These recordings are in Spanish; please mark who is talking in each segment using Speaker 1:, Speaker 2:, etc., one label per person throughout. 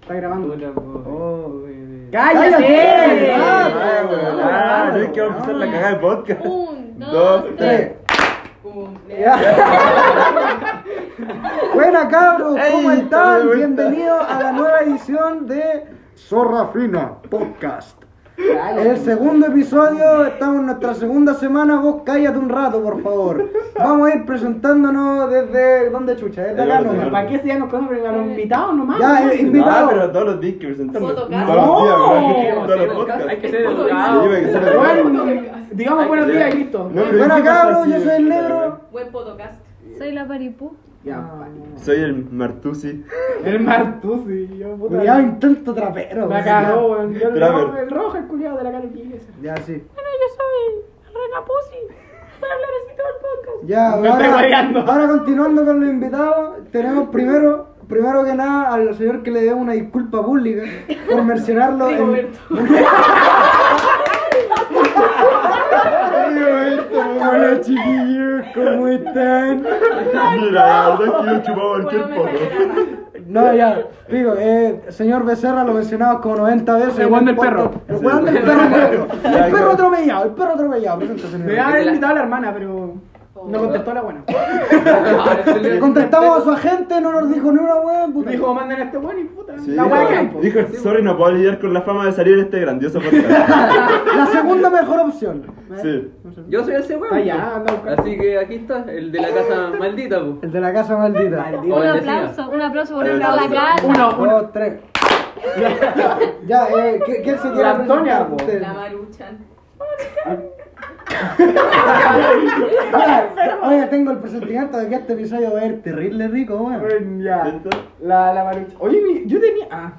Speaker 1: Está grabando.
Speaker 2: Oh.
Speaker 1: ¡Cállate!
Speaker 3: Ah,
Speaker 2: Ah, güey, ah,
Speaker 1: no,
Speaker 2: es que vamos a hacer la cagada de podcast.
Speaker 3: Un, dos,
Speaker 1: Tres.
Speaker 3: tres.
Speaker 1: Buena cabros, ¿cómo
Speaker 2: Ey, estamos
Speaker 1: están?
Speaker 2: de vuelta.
Speaker 1: Bienvenidos a la nueva edición de Zorra Fina Podcast. El segundo episodio, estamos en nuestra segunda semana, vos cállate un rato, por favor. Vamos a ir presentándonos desde ¿dónde chucha? Desde acá
Speaker 2: El orden.
Speaker 1: nomás.
Speaker 4: ¿Para qué se nos conocen a los invitados nomás?
Speaker 1: Ya,
Speaker 4: ¿no?
Speaker 1: el
Speaker 2: Ah,
Speaker 1: invitado.
Speaker 2: pero todos los días que presentamos. Todos los días,
Speaker 3: Fotocasa.
Speaker 2: güey. Todos los
Speaker 5: Hay
Speaker 2: podcasts.
Speaker 5: que ser educado.
Speaker 2: Sí, güey, que ser educado.
Speaker 4: Bueno, digamos buenos días y listo.
Speaker 2: No, pero
Speaker 1: Buena
Speaker 2: ¿qué pasa
Speaker 1: cabros,
Speaker 2: si-
Speaker 1: yo soy el negro.
Speaker 3: Buen podcast.
Speaker 6: Soy la paripú.
Speaker 4: Ya,
Speaker 2: Soy el Martusi.
Speaker 4: el Martusi, yo puta.
Speaker 1: Cuidado, intento trapero.
Speaker 4: La
Speaker 1: weón.
Speaker 4: cagó, weón. Yo El,
Speaker 2: Traver.
Speaker 4: rojo- el rojo, el culiado de la cara de
Speaker 1: Ya, sí.
Speaker 3: Yo soy Rena Pussy. Soy la besito del podcast.
Speaker 1: Ya,
Speaker 4: Me estoy mareando.
Speaker 1: ahora, ahora continuando con los invitados, tenemos primero, primero que nada al señor que le dé una disculpa pública por mencionarlo en,
Speaker 3: Rigoberto.
Speaker 1: Hola chiquillos, ¿cómo están?
Speaker 2: Mira, la verdad es que yo chupaba
Speaker 3: Bueno,
Speaker 2: cualquier
Speaker 3: me
Speaker 2: poco.
Speaker 3: saqué la rana.
Speaker 1: No, ya, digo, eh, señor Becerra lo mencionaba como 90 veces.
Speaker 4: El
Speaker 1: en
Speaker 4: weón del
Speaker 1: podcast.
Speaker 4: perro.
Speaker 1: El weón del perro. negro.
Speaker 2: Ya,
Speaker 1: El perro
Speaker 2: ya.
Speaker 1: atropellado, el perro atropellado. Presenta,
Speaker 4: Me
Speaker 1: señor.
Speaker 4: había invitado a la hermana, pero no contestó la buena.
Speaker 1: Le contestamos a su agente, no nos dijo ni una weón, puta.
Speaker 4: Dijo, manden a este weón y puta.
Speaker 2: Sí,
Speaker 4: la
Speaker 2: güey.
Speaker 4: weá que hay, po.
Speaker 2: Dijo, sorry, no puedo lidiar con la fama de salir en este grandioso podcast.
Speaker 1: La segunda mejor opción.
Speaker 2: Sí.
Speaker 5: Yo soy ese weón.
Speaker 1: Ah,
Speaker 4: Está allá, anda a buscar.
Speaker 5: Así que aquí está, el de la casa maldita, po.
Speaker 1: El de la casa maldita.
Speaker 5: O
Speaker 6: Un
Speaker 5: bendecida.
Speaker 6: aplauso, un aplauso por
Speaker 2: Eh,
Speaker 6: entrar a la
Speaker 2: sí.
Speaker 6: casa.
Speaker 4: Uno, uno.
Speaker 1: Dos, tres. Ya, eh, ¿qué, qué se quiere
Speaker 4: La Antonia,
Speaker 1: presentar
Speaker 4: po.
Speaker 1: usted?
Speaker 3: La Maruchan.
Speaker 1: Oiga, oiga, tengo el presentimiento de que este episodio va a ir terrible rico, weón.
Speaker 4: Weón, Ya.
Speaker 2: ¿Listo?
Speaker 4: La, la Marucha. Oye, mi- yo tenía. Ah,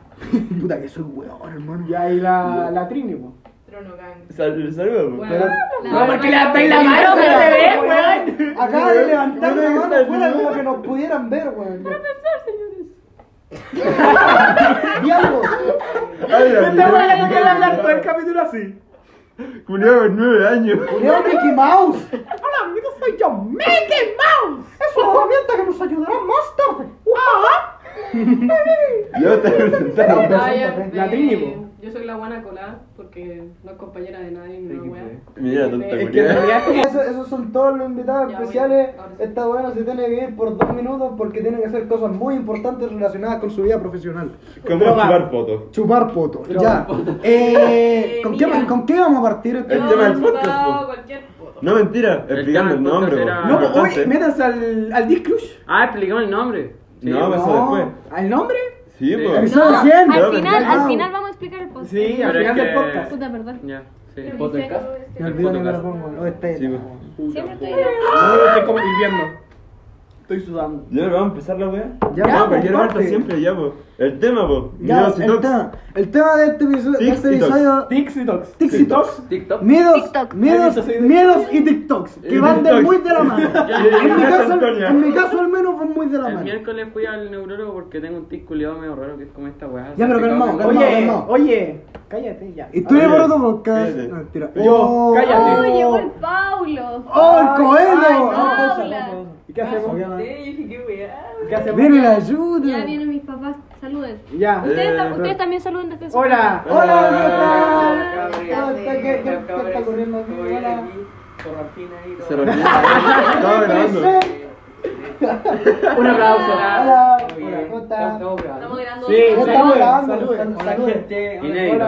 Speaker 1: Puta que soy weón, hermano.
Speaker 4: ya, y la, la Trini, po.
Speaker 3: Tronogang.
Speaker 2: Sal- Saludos. güey.
Speaker 3: Bueno,
Speaker 4: No, porque le atáis la mano,
Speaker 3: pero se
Speaker 4: pero se
Speaker 3: ve,
Speaker 4: ve, weón.
Speaker 1: Acaba de levantar
Speaker 2: Bueno,
Speaker 1: la
Speaker 2: esa
Speaker 1: mano
Speaker 2: es
Speaker 1: fuera como
Speaker 2: nueva.
Speaker 1: que nos pudieran ver, weón. Diálogo.
Speaker 2: Ay, la
Speaker 4: Esta weá
Speaker 2: mierda.
Speaker 4: la que quiere hablar todo el capítulo así.
Speaker 2: Culeado de nueve años.
Speaker 1: Leo Mickey Mouse.
Speaker 4: Hola, amigos, soy yo, Mickey Mouse.
Speaker 1: Es una herramienta que nos ayudará más tarde.
Speaker 4: ¡Guau!
Speaker 2: Yo te presentaba.
Speaker 3: Ah, ya,
Speaker 4: La
Speaker 3: eh,
Speaker 4: Trini, po.
Speaker 3: Yo soy la buena colada porque no es compañera de nadie ni una wea.
Speaker 2: Mira, tonta
Speaker 3: Es
Speaker 4: Que en
Speaker 2: culiao.
Speaker 4: realidad es
Speaker 1: Eso- esos son todos los invitados
Speaker 3: Ya,
Speaker 1: especiales.
Speaker 3: bueno, ahora sí.
Speaker 1: Esta buena se tiene que ir por dos minutos porque tiene que hacer cosas muy importantes relacionadas con su vida profesional.
Speaker 2: ¿Cómo chupar fotos?
Speaker 1: Chupar poto. Ya. Eh,
Speaker 3: Eh,
Speaker 1: ¿con, qué,
Speaker 3: mira.
Speaker 1: ¿Con qué vamos a partir? este
Speaker 2: El
Speaker 3: Yo
Speaker 2: tema del
Speaker 3: he
Speaker 2: podcast,
Speaker 3: chupado
Speaker 2: po.
Speaker 3: cualquier poto.
Speaker 2: No, mentira, explicando el
Speaker 5: tema del
Speaker 2: nombre. po.
Speaker 5: podcast era-
Speaker 4: No, pues,
Speaker 2: Importante.
Speaker 4: oye, métanse al, al Discrush.
Speaker 5: Ah, explicamos el nombre. Sí,
Speaker 2: No,
Speaker 4: pues.
Speaker 5: po.
Speaker 2: eso después.
Speaker 4: ¿Al nombre?
Speaker 2: Sí,
Speaker 5: Sí.
Speaker 2: pues.
Speaker 1: Episodio 100.
Speaker 2: Yo-
Speaker 6: Al final,
Speaker 1: Wow.
Speaker 6: al final vamos a explicar el post.
Speaker 4: Sí, al
Speaker 5: Pero es
Speaker 4: final del
Speaker 5: que-
Speaker 4: podcast.
Speaker 6: Puta, perdón.
Speaker 5: Ya, sí.
Speaker 3: Pero
Speaker 5: Podcast.
Speaker 3: dice algo de este-
Speaker 1: Me olvido ni me lo
Speaker 5: Podcast.
Speaker 1: pongo. Oh, este-
Speaker 2: Sí, pues.
Speaker 6: Siempre estoy
Speaker 4: No, estoy como hirviendo. Estoy sudando.
Speaker 2: ¿Ya vamos a empezar la weá?
Speaker 1: Ya,
Speaker 2: ya
Speaker 1: pues,
Speaker 2: pues, ya
Speaker 1: parte.
Speaker 2: Marta siempre, ya, pues. El tema, pues.
Speaker 1: Ya,
Speaker 2: Miedos y
Speaker 1: el,
Speaker 2: tocs.
Speaker 1: tema, el tema de este episodio, de
Speaker 2: Tics
Speaker 1: este
Speaker 2: y tocs.
Speaker 1: episodio
Speaker 4: Dixie Tox.
Speaker 1: Dixie
Speaker 4: Tox.
Speaker 5: TikTok.
Speaker 1: miedos,
Speaker 6: TikTok.
Speaker 1: miedos,
Speaker 4: Soy de-
Speaker 1: miedos y TikToks
Speaker 2: Y
Speaker 1: que van de
Speaker 2: TikToks.
Speaker 1: muy de la mano. En mi,
Speaker 2: Gracias,
Speaker 1: caso,
Speaker 2: Antonia.
Speaker 1: en mi caso al menos fue muy de la
Speaker 5: El
Speaker 1: mano.
Speaker 5: miércoles fui al neurólogo porque tengo un tic culiado medio raro que es como esta weá.
Speaker 1: Ya, pero calmado, calmado.
Speaker 4: Oye,
Speaker 1: calmado.
Speaker 4: oye, cállate ya.
Speaker 1: Y tú eres
Speaker 2: Oye,
Speaker 1: por otro podcast.
Speaker 2: cállate.
Speaker 1: No, mentira.
Speaker 2: Yo,
Speaker 1: Oh,
Speaker 4: cállate.
Speaker 6: Oh, llegó el Paulo.
Speaker 1: ¡Oh, el coelho!
Speaker 6: ay, no. Paula.
Speaker 4: ¿Y qué hacemos?
Speaker 3: Sí, dije que wea.
Speaker 4: ¿Qué hacemos?
Speaker 1: Viene la ayuda.
Speaker 6: Ya vienen mis papás. Saluden.
Speaker 4: Ya.
Speaker 6: Ustedes,
Speaker 2: Eh,
Speaker 6: tam- ustedes también saluden desde su
Speaker 4: Hola.
Speaker 1: Hola,
Speaker 2: Hola,
Speaker 1: hola, ¿qué tal? ¿Qué- qué- qué- qué está corriendo aquí? Hola.
Speaker 2: Se refiere. Estaba grabando.
Speaker 5: Un aplauso.
Speaker 1: Hola, hola, ¿cómo estás?
Speaker 3: Estamos grabando.
Speaker 4: Sí,
Speaker 3: otro
Speaker 1: No
Speaker 3: podcast.
Speaker 1: estamos
Speaker 4: Saluden,
Speaker 1: grabando,
Speaker 4: saluden.
Speaker 1: sal-
Speaker 4: Hola,
Speaker 1: saluden.
Speaker 5: Inédito.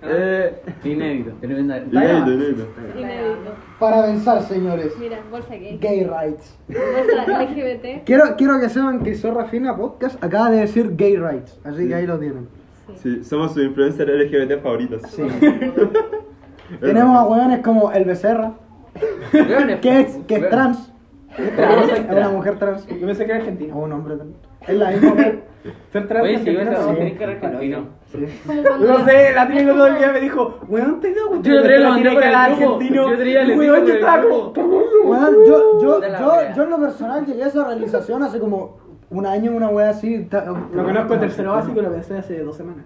Speaker 2: Eh,
Speaker 5: Inédito.
Speaker 2: inédito, inédito.
Speaker 3: Inédito.
Speaker 1: Para pensar, señores.
Speaker 6: Mira, bolsa gay.
Speaker 1: Gay rights.
Speaker 6: Bolsa LGBT.
Speaker 1: Quiero, quiero que sepan que Zorra Fina Podcast acaba de decir gay rights, así
Speaker 2: Sí.
Speaker 1: que ahí lo tienen.
Speaker 2: Sí, somos sus influencers LGBT favoritos. Sí.
Speaker 1: Tenemos a hueones como el Becerra, que es, que es trans. Es una mujer trans.
Speaker 4: Yo pensé que era argentino.
Speaker 1: O un hombre también. Es la misma. mujer.
Speaker 4: Ser trans
Speaker 5: Oye, si
Speaker 4: argentino
Speaker 5: ves a
Speaker 4: no.
Speaker 5: vos, tenés que argentino.
Speaker 6: Como cuando-
Speaker 4: No sé, la Trini el otro día me dijo, weón, te digo,
Speaker 5: Yo le traía la
Speaker 4: bandera
Speaker 5: bandera por el grupo.
Speaker 4: argentino.
Speaker 5: Yo le traía el
Speaker 4: Weón, yo
Speaker 5: estilo
Speaker 4: estaba
Speaker 5: del
Speaker 4: como,
Speaker 5: grupo.
Speaker 1: Weón, yo, yo,
Speaker 5: De la
Speaker 1: yo,
Speaker 5: wea.
Speaker 1: yo en lo personal llegué a esa realización hace como un año, una wea así. ta-
Speaker 4: Lo conozco en tercero básico y lo pensé hace dos semanas.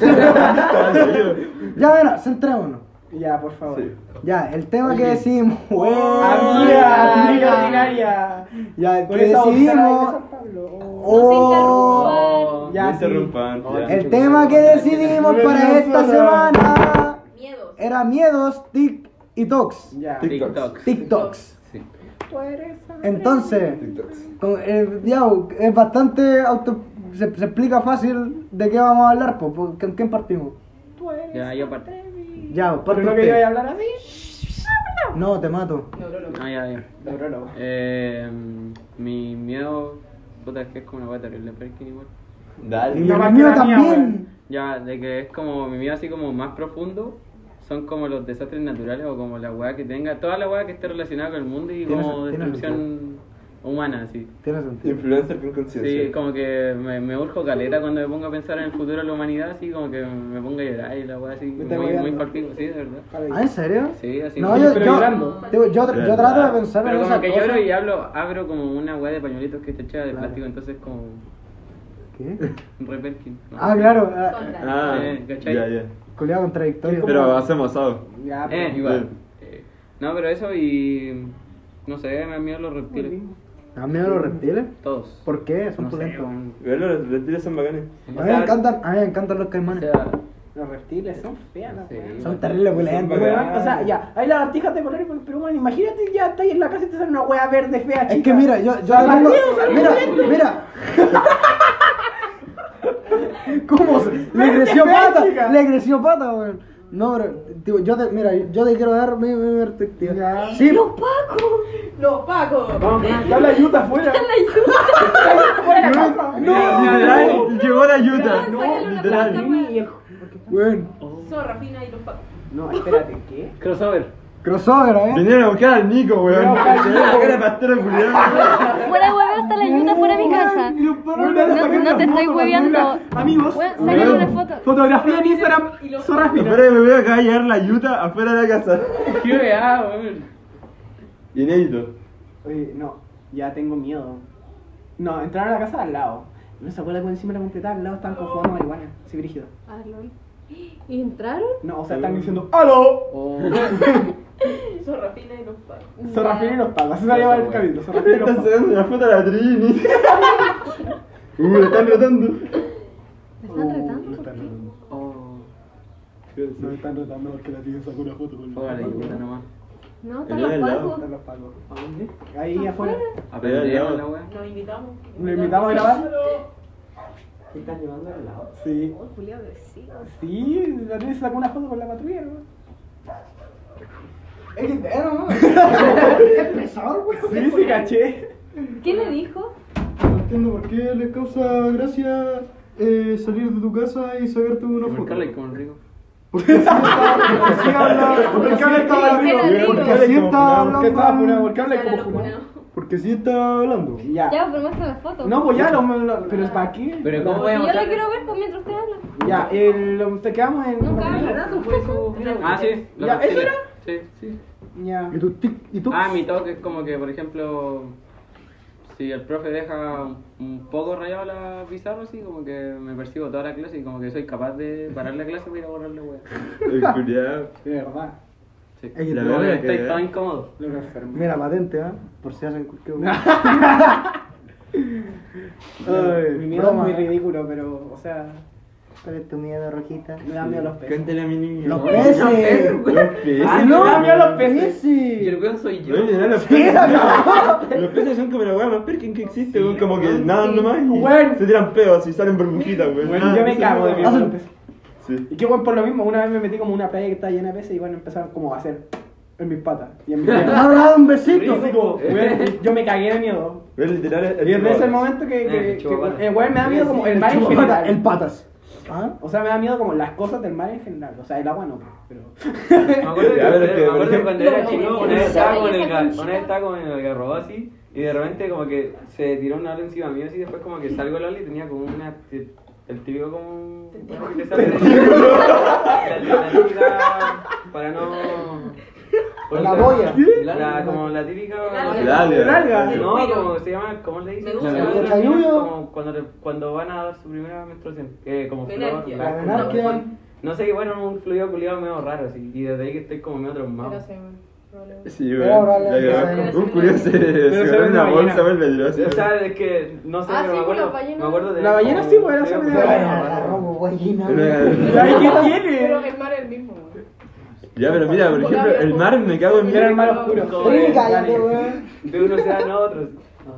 Speaker 1: Ya, mira, centrémonos.
Speaker 4: Ya, por favor.
Speaker 2: Sí.
Speaker 1: Ya, el tema que decidimos. Weón.
Speaker 4: Oh, Amiga, amiga ordinaria.
Speaker 1: Ya, el
Speaker 4: Con
Speaker 1: que
Speaker 4: esa voz cara de
Speaker 1: decidimos.
Speaker 4: San Pablo.
Speaker 6: No se
Speaker 1: Oh.
Speaker 6: interrumpan.
Speaker 2: interrumpan.
Speaker 4: No,
Speaker 2: ya.
Speaker 1: El tema que decidimos para esta semana
Speaker 6: Miedos.
Speaker 1: era miedos, tic y tocs.
Speaker 4: Ya.
Speaker 2: TikToks.
Speaker 5: TikTok.
Speaker 1: TikToks.
Speaker 5: Sí.
Speaker 1: Entonces, con- eh, ya, es bastante auto. Se, se explica fácil de qué vamos a hablar, po, po, ¿con quién partimos?
Speaker 5: Ya, yo parto.
Speaker 1: Ya, parte
Speaker 4: Pero no que
Speaker 1: usted.
Speaker 4: yo iba a hablar así.
Speaker 1: No, te mato.
Speaker 5: Ah, ya, ya.
Speaker 4: Neurólogo.
Speaker 5: Eh, mi miedo. Puta, es que es como una guay terrible, pero es que igual.
Speaker 1: Y
Speaker 2: Dale.
Speaker 4: No,
Speaker 1: el
Speaker 4: más
Speaker 1: mío
Speaker 4: que la mía,
Speaker 1: también.
Speaker 5: Ya, de que es como mi miedo así como más profundo. Son como los desastres naturales o como la weá que tenga, toda la weá que esté relacionada con el mundo y
Speaker 1: Tienes-
Speaker 5: como
Speaker 1: tienes
Speaker 5: destrucción humana, así.
Speaker 1: Tienes sentido.
Speaker 2: Influencer con
Speaker 5: Sí,
Speaker 2: conciencia.
Speaker 5: como que me, me urjo caleta cuando me pongo a pensar en el futuro de la humanidad, así como que me pongo a llorar y la weá así,
Speaker 4: Me está
Speaker 5: muy, muy
Speaker 4: hueveando.
Speaker 5: partido, sí, de verdad.
Speaker 1: ¿Ah, en serio?
Speaker 5: Sí, así.
Speaker 1: No,
Speaker 5: sí.
Speaker 1: yo,
Speaker 4: pero
Speaker 1: yo,
Speaker 4: llorando.
Speaker 1: te- yo, yo,
Speaker 2: ¿Verdad?
Speaker 1: trato de pensar en
Speaker 5: Pero
Speaker 1: esas
Speaker 5: como que
Speaker 1: cosas.
Speaker 5: lloro y hablo, abro como una weá de pañuelitos que está hecha de
Speaker 1: Claro.
Speaker 5: plástico, entonces como
Speaker 1: ¿Qué?
Speaker 5: reperkin. ¿no?
Speaker 1: Ah, claro. ah,
Speaker 6: Contra.
Speaker 2: Ah,
Speaker 5: Eh, ¿cachai?
Speaker 2: ya, ya.
Speaker 1: culiao contradictorio.
Speaker 2: Pero hacemos asado.
Speaker 4: Ya, pues.
Speaker 5: Eh,
Speaker 4: pero-
Speaker 5: igual. Eh, no, pero eso y... No sé, me dan miedo los reptiles.
Speaker 1: ¿A mí los reptiles?
Speaker 5: Todos.
Speaker 1: ¿Por qué? Son
Speaker 5: No sé,
Speaker 1: pulentos.
Speaker 5: weón.
Speaker 2: Igual los reptiles son bacanes.
Speaker 5: O
Speaker 1: A mí me
Speaker 5: sea,
Speaker 1: encantan, a mí me encantan los
Speaker 5: o
Speaker 1: caimanes.
Speaker 5: sea,
Speaker 4: Los reptiles son feas, las
Speaker 5: Sí.
Speaker 4: weas.
Speaker 1: Son terribles pulentos.
Speaker 2: Son
Speaker 4: Weón, O sea, ya, hay lagartijas de colores, pero bueno, imagínate, ya estás en la casa y te sale una wea verde fea, chica.
Speaker 1: Es que mira, yo, yo
Speaker 4: Las
Speaker 1: te tengo-
Speaker 4: bandidas son
Speaker 1: Mira, mira. ¿Cómo? se- Le creció pata, le creció pata, weón. No, pero, digo, yo te, mira, yo te quiero dar mi, mi perspectiva. Sí,
Speaker 6: Los pacos. Los pacos.
Speaker 4: Vamos, ya la ayuda afuera. Fuera de la casa.
Speaker 2: Literal, llegó la ayuda.
Speaker 6: No, sácale una planta,
Speaker 4: Ni
Speaker 6: weón.
Speaker 4: el-
Speaker 1: weón.
Speaker 6: Zorra fina y los pacos.
Speaker 4: No, espérate, ¿qué?
Speaker 5: Crossover.
Speaker 1: Crossover, eh.
Speaker 2: Vinieron a buscar al Nico, weón.
Speaker 4: Vinieron a buscar al
Speaker 2: Tenían la
Speaker 4: Nico.
Speaker 2: cara de pastero culiado.
Speaker 6: Fuera hueveo hasta la ayuda fuera de mi casa. No, no te estoy hueveando.
Speaker 4: Amigos,
Speaker 6: Weón, sácale
Speaker 2: Weón.
Speaker 6: una foto.
Speaker 4: fotografía en Instagram,
Speaker 6: Y los-
Speaker 4: zorra fina.
Speaker 2: Espera que me veo acá llegar la ayuda afuera de la casa.
Speaker 5: ¡Qué weá, weón!
Speaker 2: Inédito.
Speaker 4: Oye, no, ya tengo miedo. No, entraron a la casa de al lado. No se acuerda que encima la completada al lado estaban con fumando marihuana, así brígido.
Speaker 6: Ah, lol. ¿Y entraron?
Speaker 4: No, o sea, están diciendo ¡Aló!
Speaker 6: Zorra fina y los pacos.
Speaker 4: Zorra fina y los pagos. Así se llama el capítulo, zorra fina y los
Speaker 2: Están
Speaker 4: pagos.
Speaker 2: sacando una foto a la Trini. Uh, la están retando.
Speaker 6: ¿Me están retando?
Speaker 4: Nos
Speaker 6: ¿Por
Speaker 4: están
Speaker 6: qué?
Speaker 4: retando.
Speaker 5: Oh,
Speaker 1: Uh,
Speaker 4: Nos están retando porque la tienen sacó una foto con
Speaker 5: póngale puta nomás.
Speaker 6: No,
Speaker 2: El
Speaker 6: están
Speaker 2: de
Speaker 6: los
Speaker 2: al lado.
Speaker 6: pacos.
Speaker 4: Están los pagos. ¿A dónde? Ahí afuera.
Speaker 5: Aprendemos la weá.
Speaker 6: Nos invitamos.
Speaker 4: ¿Lo invitamos a grabar?
Speaker 5: ¿Qué estás llevando al lado?
Speaker 4: Sí.
Speaker 6: Oh, Julio agresivo.
Speaker 4: Sí, la Trini se sacó una foto con la patrulla, ¿no?
Speaker 1: Es que, eh, no, no. Es pesado, weón.
Speaker 4: Sí, sí, caché.
Speaker 6: ¿Qué le dijo?
Speaker 1: No entiendo por qué le causa gracia eh, salir de tu casa y sacarte una
Speaker 5: ¿Por qué hablas como el rico?
Speaker 1: Porque así habla- porque así estaba hablando,
Speaker 6: Porque era rico.
Speaker 1: porque así estaba hablando.
Speaker 4: ¿Qué estaba funado? ¿Por qué habla
Speaker 6: Ya
Speaker 4: como
Speaker 6: lo
Speaker 4: funado?
Speaker 6: funado.
Speaker 1: Porque sí estaba hablando.
Speaker 4: Ya.
Speaker 6: Ya, pero muestra la foto.
Speaker 4: No, pues ya, lo, lo- pero es para aquí.
Speaker 5: Pero ¿cómo voy a
Speaker 6: Yo la
Speaker 5: mostrar?
Speaker 6: quiero ver pues, mientras usted habla.
Speaker 4: Ya, el, lo- te quedamos en.
Speaker 6: Nunca habla.
Speaker 5: Ah, sí. los
Speaker 4: Ya, ¿eso
Speaker 5: reptiles.
Speaker 4: era?
Speaker 5: Sí, sí.
Speaker 4: Ya.
Speaker 1: ¿Y tú? tic- ¿Y tú?
Speaker 5: Ah, mi toque es como que, por ejemplo, si el profe deja un- un poco rayado la pizarra, así como que me percibo toda la clase y como que soy capaz de parar la clase y ir a borrar la weá.
Speaker 2: El culiado.
Speaker 4: De verdad.
Speaker 5: Sí.
Speaker 1: Ey,
Speaker 5: Como
Speaker 1: la
Speaker 5: que
Speaker 2: verdad que-
Speaker 5: estoy tan incómodo.
Speaker 4: Lo que enfermo.
Speaker 1: Mira, patente, ¿ah? Por si hacen cualquier Ay,
Speaker 4: Mi miedo es
Speaker 1: broma.
Speaker 4: muy ridículo, pero, o sea,
Speaker 1: ¿Cuál es tu miedo, rojita?
Speaker 4: me da miedo los peces.
Speaker 2: Cántale a mi niño.
Speaker 1: Los peces.
Speaker 5: Los peces,
Speaker 2: Los peces.
Speaker 4: Ah, no,
Speaker 2: weón.
Speaker 4: me hablo los peces.
Speaker 5: Y el
Speaker 1: ¡Ese!
Speaker 5: weón soy yo.
Speaker 2: No, literal, los peces. no. Los peces son como la weá más perkin que existe, weón. Como que nadan nomás y
Speaker 4: Weón.
Speaker 2: se tiran peos y salen burbujitas, weón.
Speaker 4: Bueno, yo me cago de miedo a los peces.
Speaker 2: Sí.
Speaker 4: Y qué bueno por lo mismo, una vez me metí como en una playa que está llena de peces y bueno, empezaron como a hacer en mis patas y en mis
Speaker 1: ¿Te
Speaker 4: piernas.
Speaker 1: ha dado un
Speaker 4: Y yo
Speaker 1: besito?
Speaker 4: así como, weón, yo me cagué de miedo.
Speaker 2: Weón, literal. el-
Speaker 4: Y desde ese momento que, que,
Speaker 5: Eh,
Speaker 4: que,
Speaker 5: chupapatas.
Speaker 4: eh, weón, me da miedo como el mar en
Speaker 1: Chupa pata, El
Speaker 4: general.
Speaker 1: patas. ¿Ah?
Speaker 4: O sea, me da miedo como las cosas del mar en general. O sea, el agua no, pero...
Speaker 5: Me acuerdo, que-
Speaker 2: Ya, pero es que,
Speaker 5: me
Speaker 2: por
Speaker 5: acuerdo que
Speaker 2: ejemplo-
Speaker 5: cuando era chico, una vez estaba
Speaker 6: Ay,
Speaker 5: con el,
Speaker 6: esa
Speaker 5: ga-
Speaker 6: conchita.
Speaker 5: una vez estaba con el garrobo así, y de repente como que se tiró una ola encima mío, así después como que salgo al ola y tenía como una, el típico como... que te sale- La- la típica, para no...
Speaker 1: La boya.
Speaker 5: La, la- como la típica...
Speaker 6: alga.
Speaker 2: El
Speaker 4: El alga.
Speaker 2: alga.
Speaker 5: No, como se llama, ¿cómo le dicen?
Speaker 6: Medusa.
Speaker 5: Cuando las
Speaker 1: Cayuyo.
Speaker 5: minas Como cuando, le- cuando van a dar su primera menstruación. Eh, como flor,
Speaker 6: Menarquia.
Speaker 5: la-
Speaker 1: La menarquia.
Speaker 5: No sé, bueno, un fluido culiado medio raro, así. Y desde ahí que estoy como medio traumado.
Speaker 6: Pero se-
Speaker 3: Probablemente.
Speaker 4: Oh,
Speaker 2: Sí,
Speaker 1: Probablemente
Speaker 2: weón.
Speaker 1: sea.
Speaker 2: Un curioso se
Speaker 4: Pero se
Speaker 2: agarró
Speaker 4: ve
Speaker 2: una
Speaker 4: una
Speaker 2: bolsa,
Speaker 4: ballena.
Speaker 2: weón, la tiró así.
Speaker 5: O sea, es que no sé,
Speaker 3: Ah,
Speaker 5: pero
Speaker 3: sí, pues, las
Speaker 5: me acuerdo.
Speaker 3: ballenas.
Speaker 5: Me acuerdo de
Speaker 4: La ballena sí, pues, era
Speaker 5: Sí,
Speaker 4: sobre
Speaker 5: pues,
Speaker 4: la
Speaker 5: era-
Speaker 4: ballena.
Speaker 2: Una-
Speaker 4: ¿La que
Speaker 3: Pero
Speaker 4: tiene?
Speaker 3: el mar es el mismo, güey.
Speaker 2: Ya, pero mira, por ejemplo, el mar me cago en
Speaker 4: Era el
Speaker 2: mí.
Speaker 4: mar oscuro.
Speaker 5: Trini,
Speaker 1: cállate,
Speaker 4: Dale.
Speaker 1: weón.
Speaker 5: De unos océano a otros.
Speaker 4: Ah,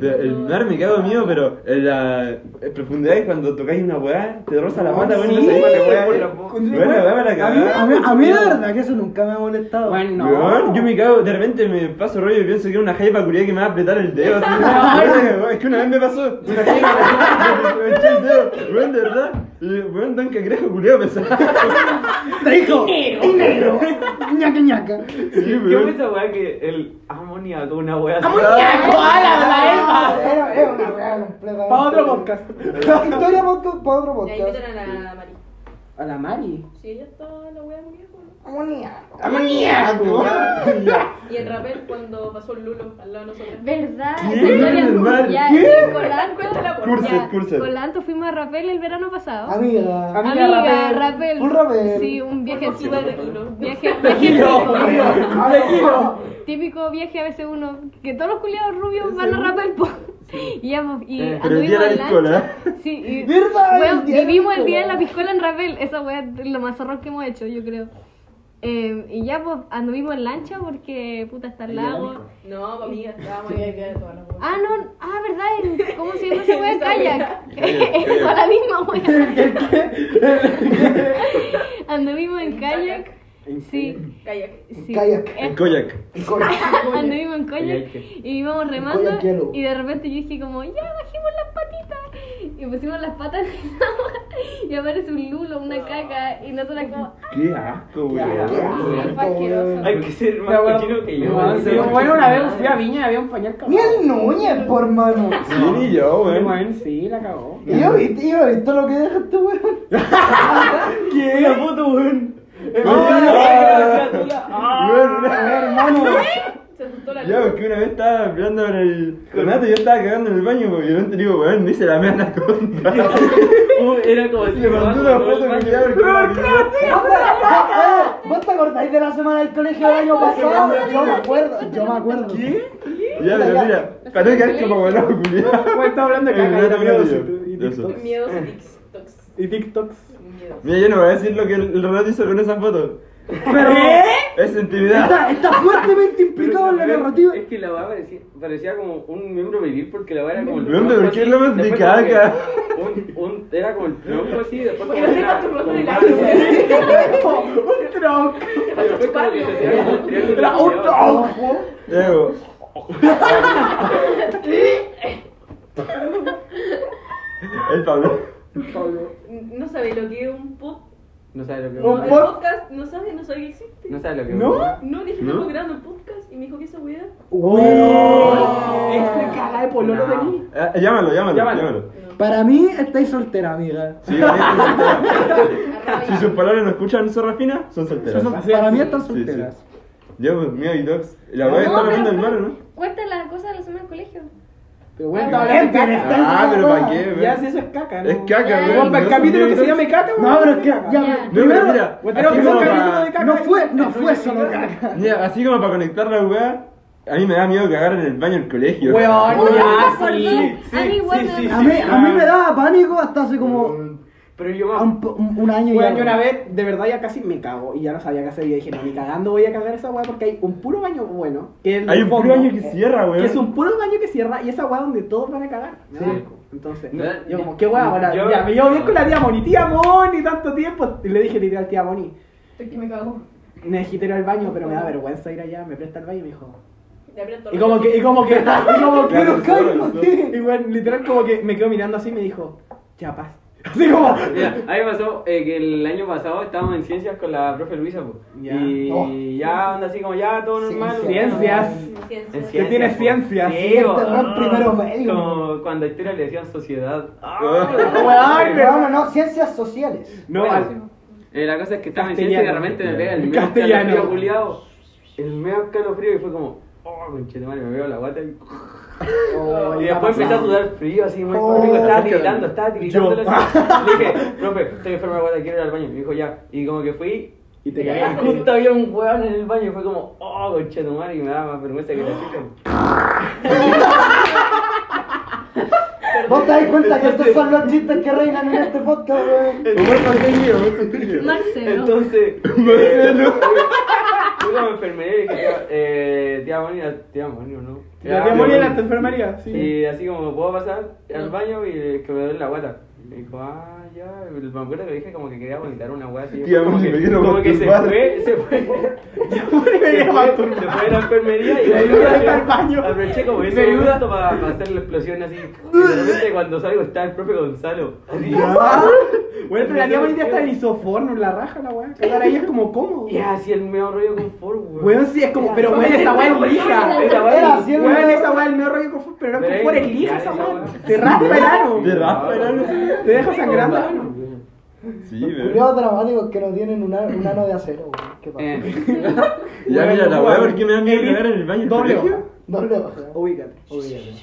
Speaker 2: Pero El mar me cago en mí, pero en la en profundidad cuando tocáis una weá, te roza la pata, weón, y no
Speaker 4: Sí.
Speaker 2: sabéis
Speaker 5: pues,
Speaker 2: cuál weá. es.
Speaker 5: Con-
Speaker 2: Weón, la weá me la cagada.
Speaker 1: A mí, a mí la verdad que eso nunca me ha molestado.
Speaker 4: Bueno,
Speaker 2: Weón, yo me cago, de repente me paso rollo y pienso que era una jaipa curia que me va a apretar el dedo. así. Weón, es que una vez me pasó, una jaipa, me eché el dedo. Weón, de verdad, y, weón, don cangrejo culiado pesado.
Speaker 1: ¡Dijo! ¡Dinero! ¡Ñaca, ñaca!
Speaker 2: Sí,
Speaker 5: ¿Qué fue
Speaker 2: weón.
Speaker 5: esa weá que el amoníaco, una weá así?
Speaker 1: Era era una weá completamente.
Speaker 4: Para otro podcast.
Speaker 1: Historia podcast para otro
Speaker 3: Ya
Speaker 1: podcast.
Speaker 3: invitan a la Mari.
Speaker 4: A la Mari.
Speaker 3: Si ella está en la wea de mi viejo, ¿no?
Speaker 4: ¡Amoníaco!
Speaker 3: Y el rapel cuando pasó el Lulo al lado de nosotros.
Speaker 6: ¿Verdad?
Speaker 2: ¿Qué?
Speaker 6: Esa historia
Speaker 2: ¿El mar?
Speaker 6: ya,
Speaker 2: ¿Qué?
Speaker 6: y con Lanto-
Speaker 3: Cuéntala, por
Speaker 2: Curse,
Speaker 6: ya,
Speaker 2: curse.
Speaker 6: Con Lanto fuimos a Rapel el verano pasado.
Speaker 1: Amiga.
Speaker 4: Amiga, Rapel.
Speaker 6: Rapel.
Speaker 1: Full Rapel.
Speaker 6: Sí, un viaje
Speaker 3: Por
Speaker 6: súper.
Speaker 3: favor, no.
Speaker 6: Viaje, viaje típico.
Speaker 4: Ah,
Speaker 1: ¡Amiga!
Speaker 6: Típico viaje a veces uno. Que todos los culiados rubios van a Rapel. po. Y, íbamos- y
Speaker 5: Eh,
Speaker 2: pero el día de
Speaker 6: anduvimos
Speaker 2: la
Speaker 6: en
Speaker 2: piscola,
Speaker 6: lancha. Sí, y,
Speaker 1: ¡Verdad!
Speaker 6: weón,
Speaker 1: El día de la
Speaker 6: vivimos el
Speaker 1: piscola.
Speaker 6: día de la piscola en Rapel. Esa weá es lo más zorro que hemos hecho, yo creo. Eh, y ya pues anduvimos en lancha porque puta está el lago.
Speaker 3: No, amiga, ah, estábamos ahí al día de todas las weas.
Speaker 6: Ah, no, ah, verdad, el- ¿cómo se llama ese wea?
Speaker 3: Esa
Speaker 6: Kayak. Eso, la misma wea. Anduvimos en kayak. Sí,
Speaker 3: Kayak.
Speaker 6: sí.
Speaker 1: Kayak.
Speaker 2: En
Speaker 6: Eh,
Speaker 2: Koyak.
Speaker 6: Anduvimos en kayak
Speaker 5: Kayak.
Speaker 6: y íbamos
Speaker 1: Kayak yellow.
Speaker 6: remando y de repente yo dije como, ya bajemos las patitas y pusimos las patas en el agua y aparece un lulo, una caca y nosotras como,
Speaker 2: Qué asco, weón.
Speaker 6: Fue asqueroso.
Speaker 5: Hay que ser más cochino que yo.
Speaker 4: Bueno, sí, bueno, una vez fui a Viña y había un pañal cagado.
Speaker 1: Ni el Núñez, por mano.
Speaker 2: Sí, ni yo, weón.
Speaker 4: Bueno, sí, la cagó.
Speaker 1: Y yo vi, y yo vi todo lo que dejaste, weón.
Speaker 5: ¿Qué? La foto, weón.
Speaker 2: Ah. Weón, una-
Speaker 1: hermano.
Speaker 3: Se asustó la
Speaker 2: Ya,
Speaker 3: luz.
Speaker 2: porque una vez estaba hablando con el Renato y yo estaba cagando en el baño porque yo no te digo, weón, me hice la mea anaconda.
Speaker 5: Uh, Era como si
Speaker 2: Le mandé una foto que quedaba el
Speaker 1: Basta, eh, ¿Vos te acordáis de la semana del colegio del año pasado? Yo me acuerdo, yo me acuerdo. ¿Qué?
Speaker 2: Ya, pero mira, para no quedar como volado, culiado.
Speaker 4: Bueno, estaba hablando de
Speaker 2: Eh,
Speaker 4: caca
Speaker 2: no
Speaker 4: y
Speaker 2: te
Speaker 4: amigos
Speaker 2: creo yo.
Speaker 4: y- y
Speaker 2: Eso.
Speaker 4: TikToks.
Speaker 3: Miedos y TikToks.
Speaker 4: Y TikToks.
Speaker 3: Miedos.
Speaker 2: Mira, yo no voy a decir lo que el el Renato hizo con esa foto.
Speaker 1: Pero
Speaker 2: Es intimidad.
Speaker 1: está, está fuertemente implicado en la narrativa.
Speaker 5: Es que la weá parecía, parecía como un miembro viril porque la weá era como el
Speaker 2: Miembro,
Speaker 5: tronco
Speaker 2: ¿qué
Speaker 5: así,
Speaker 2: es lo más de
Speaker 5: después como que
Speaker 2: caca?
Speaker 5: Un, un, era como el tronco así, después como
Speaker 3: Porque no te estás
Speaker 5: una-
Speaker 3: tomando
Speaker 5: como
Speaker 3: el
Speaker 5: una-
Speaker 3: aire.
Speaker 4: Un tronco.
Speaker 5: después como que se hacía como un triángulo
Speaker 4: Era un
Speaker 5: culiao.
Speaker 4: tronco.
Speaker 2: Diego. El Pablo.
Speaker 3: No sabéis lo que es un pod.
Speaker 5: No sabe lo que
Speaker 4: Un
Speaker 3: El
Speaker 4: pod.
Speaker 3: podcast no sabe, no sabe que existe.
Speaker 5: No sabe lo que
Speaker 4: ¿No?
Speaker 3: No, le dije,
Speaker 2: ¿No?
Speaker 3: estamos grabando un podcast y me dijo que esa weá.
Speaker 4: Ese caga Este de pololo
Speaker 5: No.
Speaker 4: tenía.
Speaker 2: Eh, Llámalo, llámalo,
Speaker 4: Llámalo.
Speaker 2: llámalo.
Speaker 1: Para mí estáis soltera, amiga.
Speaker 2: Sí, obviamente,
Speaker 3: Arroba
Speaker 2: Si
Speaker 3: ya.
Speaker 2: sus palabras no escuchan zorra fina, son solteras.
Speaker 4: Así
Speaker 1: Para
Speaker 4: es.
Speaker 1: mí están
Speaker 2: Sí,
Speaker 1: solteras.
Speaker 2: Yo, pues, mío y Docs. La verdad está hablando del mar, ¿o ¿no?
Speaker 6: cuenta las cosas de la semana del colegio.
Speaker 4: Pero bueno,
Speaker 6: Ah,
Speaker 4: estaba hablando de
Speaker 1: bien,
Speaker 4: caca.
Speaker 2: Ah, pero ¿para qué,
Speaker 4: Ya,
Speaker 2: weón?
Speaker 4: si eso es caca, ¿no?
Speaker 2: Es caca,
Speaker 6: Ya,
Speaker 2: weón.
Speaker 4: Vamos para el
Speaker 2: No
Speaker 4: capítulo
Speaker 2: son
Speaker 4: que se llame
Speaker 2: videos.
Speaker 4: caca, weón.
Speaker 1: No, pero es que, ya,
Speaker 6: Ya.
Speaker 1: ya.
Speaker 6: No,
Speaker 2: pero
Speaker 1: primero,
Speaker 2: mira, así
Speaker 4: Bueno, tenemos que hacer
Speaker 2: como
Speaker 4: un capítulo
Speaker 2: para-
Speaker 4: de caca.
Speaker 1: no fue, no fue solo caca.
Speaker 2: Mira, así como para conectar la weá, a mí me da miedo cagar en el baño del colegio.
Speaker 4: Weón, ya,
Speaker 6: Por
Speaker 4: sí.
Speaker 6: dos. a mí igual me-
Speaker 1: A mí, a
Speaker 2: ah.
Speaker 1: mí me daba pánico hasta hace como
Speaker 5: Pero yo me-
Speaker 1: un, un- un año y
Speaker 4: Weón,
Speaker 1: algo.
Speaker 4: yo una vez, de verdad, ya casi me cago y ya no sabía qué hacer. Y dije, no, ni cagando voy a cagar esa weá porque hay un puro baño bueno. Que es
Speaker 2: Hay
Speaker 4: de
Speaker 2: un
Speaker 4: fondo,
Speaker 2: puro baño que
Speaker 4: eh,
Speaker 2: cierra, weón.
Speaker 4: Que es un puro baño que cierra y esa weá donde todos van a cagar. Me da
Speaker 5: Sí.
Speaker 4: asco. Entonces,
Speaker 5: No,
Speaker 4: yo
Speaker 5: yo-
Speaker 4: como, qué weá, ahora.
Speaker 5: yo-
Speaker 4: ya, me llevo bien con la tía Moni, tía Moni, tanto tiempo. Y le dije literal, tía Moni,
Speaker 3: Es que me cago.
Speaker 4: me dijiste ir al baño, pero me da vergüenza ir allá, me presta el baño y me dijo.
Speaker 3: Le aprieto
Speaker 4: Y como que, y como que, y como que,
Speaker 2: Claro,
Speaker 4: pero
Speaker 2: claro,
Speaker 4: cálmate. Y weón, literal, como que me quedo mirando así y me dijo, ya paz. Así como,
Speaker 5: Mira, a mí me pasó eh, que el año pasado estábamos en ciencias con la profe Luisa, po.
Speaker 4: Ya.
Speaker 5: y
Speaker 1: Oh.
Speaker 5: ya onda así como ya todo normal. po.
Speaker 4: ciencias.
Speaker 5: En
Speaker 3: Ciencias.
Speaker 5: ciencias,
Speaker 4: tiene
Speaker 5: po.
Speaker 4: ciencias.
Speaker 5: Sí, po.
Speaker 1: Este weón primero medio.
Speaker 5: pues, Como cuando a historia le decían sociedad.
Speaker 4: Ah,
Speaker 5: Ah,
Speaker 4: Weón,
Speaker 1: No, no, no, ciencias sociales.
Speaker 4: No,
Speaker 5: Bueno,
Speaker 4: al-
Speaker 5: Eh, la cosa es que estaba
Speaker 4: Castellano.
Speaker 5: en ciencia y de repente me pega el medio
Speaker 4: Castellano.
Speaker 5: escalofrío culiado. El medio escalofrío y fue como, oh, conchetumare, me veo la guata y...
Speaker 4: Oh,
Speaker 5: Y después empecé a sudar frío, así, muy rico, estaba tiritando, estaba tiritando.
Speaker 4: Yo.
Speaker 5: Le dije, profe, estoy enfermo de guata, quiero ir al baño. Me dijo, ya. Y como que fui,
Speaker 4: Y te
Speaker 5: Y
Speaker 4: cagaste.
Speaker 5: Justo había un hueón en el baño y fue como, oh, conchetumare, y me daba más vergüenza que la chica.
Speaker 1: Vos te das cuenta que estos son los chistes que reinan en este podcast, weón.
Speaker 2: Humor contenido, humor contenido.
Speaker 6: Marcelo.
Speaker 5: Entonces,
Speaker 2: Marcelo.
Speaker 5: fui como enfermera y dije, tía, eh, tía Moni, la- tía Moni, ¿o ¿no?
Speaker 4: La tía Moni era
Speaker 5: Moni.
Speaker 4: tu enfermería, sí.
Speaker 5: Y así como, ¿puedo pasar al baño y que me duele la guata? Me dijo, ah, ya. Me acuerdo que le dije como que quería vomitar una guata. así.
Speaker 2: Tía,
Speaker 5: como
Speaker 2: me
Speaker 5: que,
Speaker 2: quiero
Speaker 5: como que se
Speaker 2: masturbar.
Speaker 5: fue, se fue.
Speaker 4: quería
Speaker 5: se, fue
Speaker 4: masturbar.
Speaker 5: se fue a la enfermería y
Speaker 4: Me ayuda a ir al baño.
Speaker 5: Aproveché como ese momento para, para hacer la explosión así. Y de repente cuando salgo está el profe Gonzalo. Así.
Speaker 4: Bueno, pero la tía Moni ya está en isoforno, en la raja, la weá. Cagar ahí es como cómodo.
Speaker 5: Y así el medio rollo con Ford, weón.
Speaker 4: Weón, sí, es como, pero weón, esa weá es lija.
Speaker 5: Esa weá
Speaker 1: Era
Speaker 5: es-
Speaker 1: así el
Speaker 4: Weón,
Speaker 1: medio-
Speaker 4: esa weá es el mejor rollo con confort, pero no
Speaker 5: Pero
Speaker 4: con confort
Speaker 5: ahí-
Speaker 4: es lija
Speaker 5: ya,
Speaker 4: esa
Speaker 5: esa
Speaker 4: weá.
Speaker 5: weá.
Speaker 4: Te raspa el ano.
Speaker 2: De
Speaker 5: Ah,
Speaker 2: raspa, enano, sí.
Speaker 4: Te deja sangrando el ano.
Speaker 2: Sí, weón.
Speaker 1: Culiados dramáticos que no tienen una- un ano de acero, weón. ¿Qué pasa?
Speaker 5: Eh,
Speaker 2: Ya, mira, la weá, ¿por qué me da miedo cagar en el baño? del
Speaker 4: Doble
Speaker 2: colegio?
Speaker 4: hoja.
Speaker 1: Doble baja.
Speaker 4: Ubícate.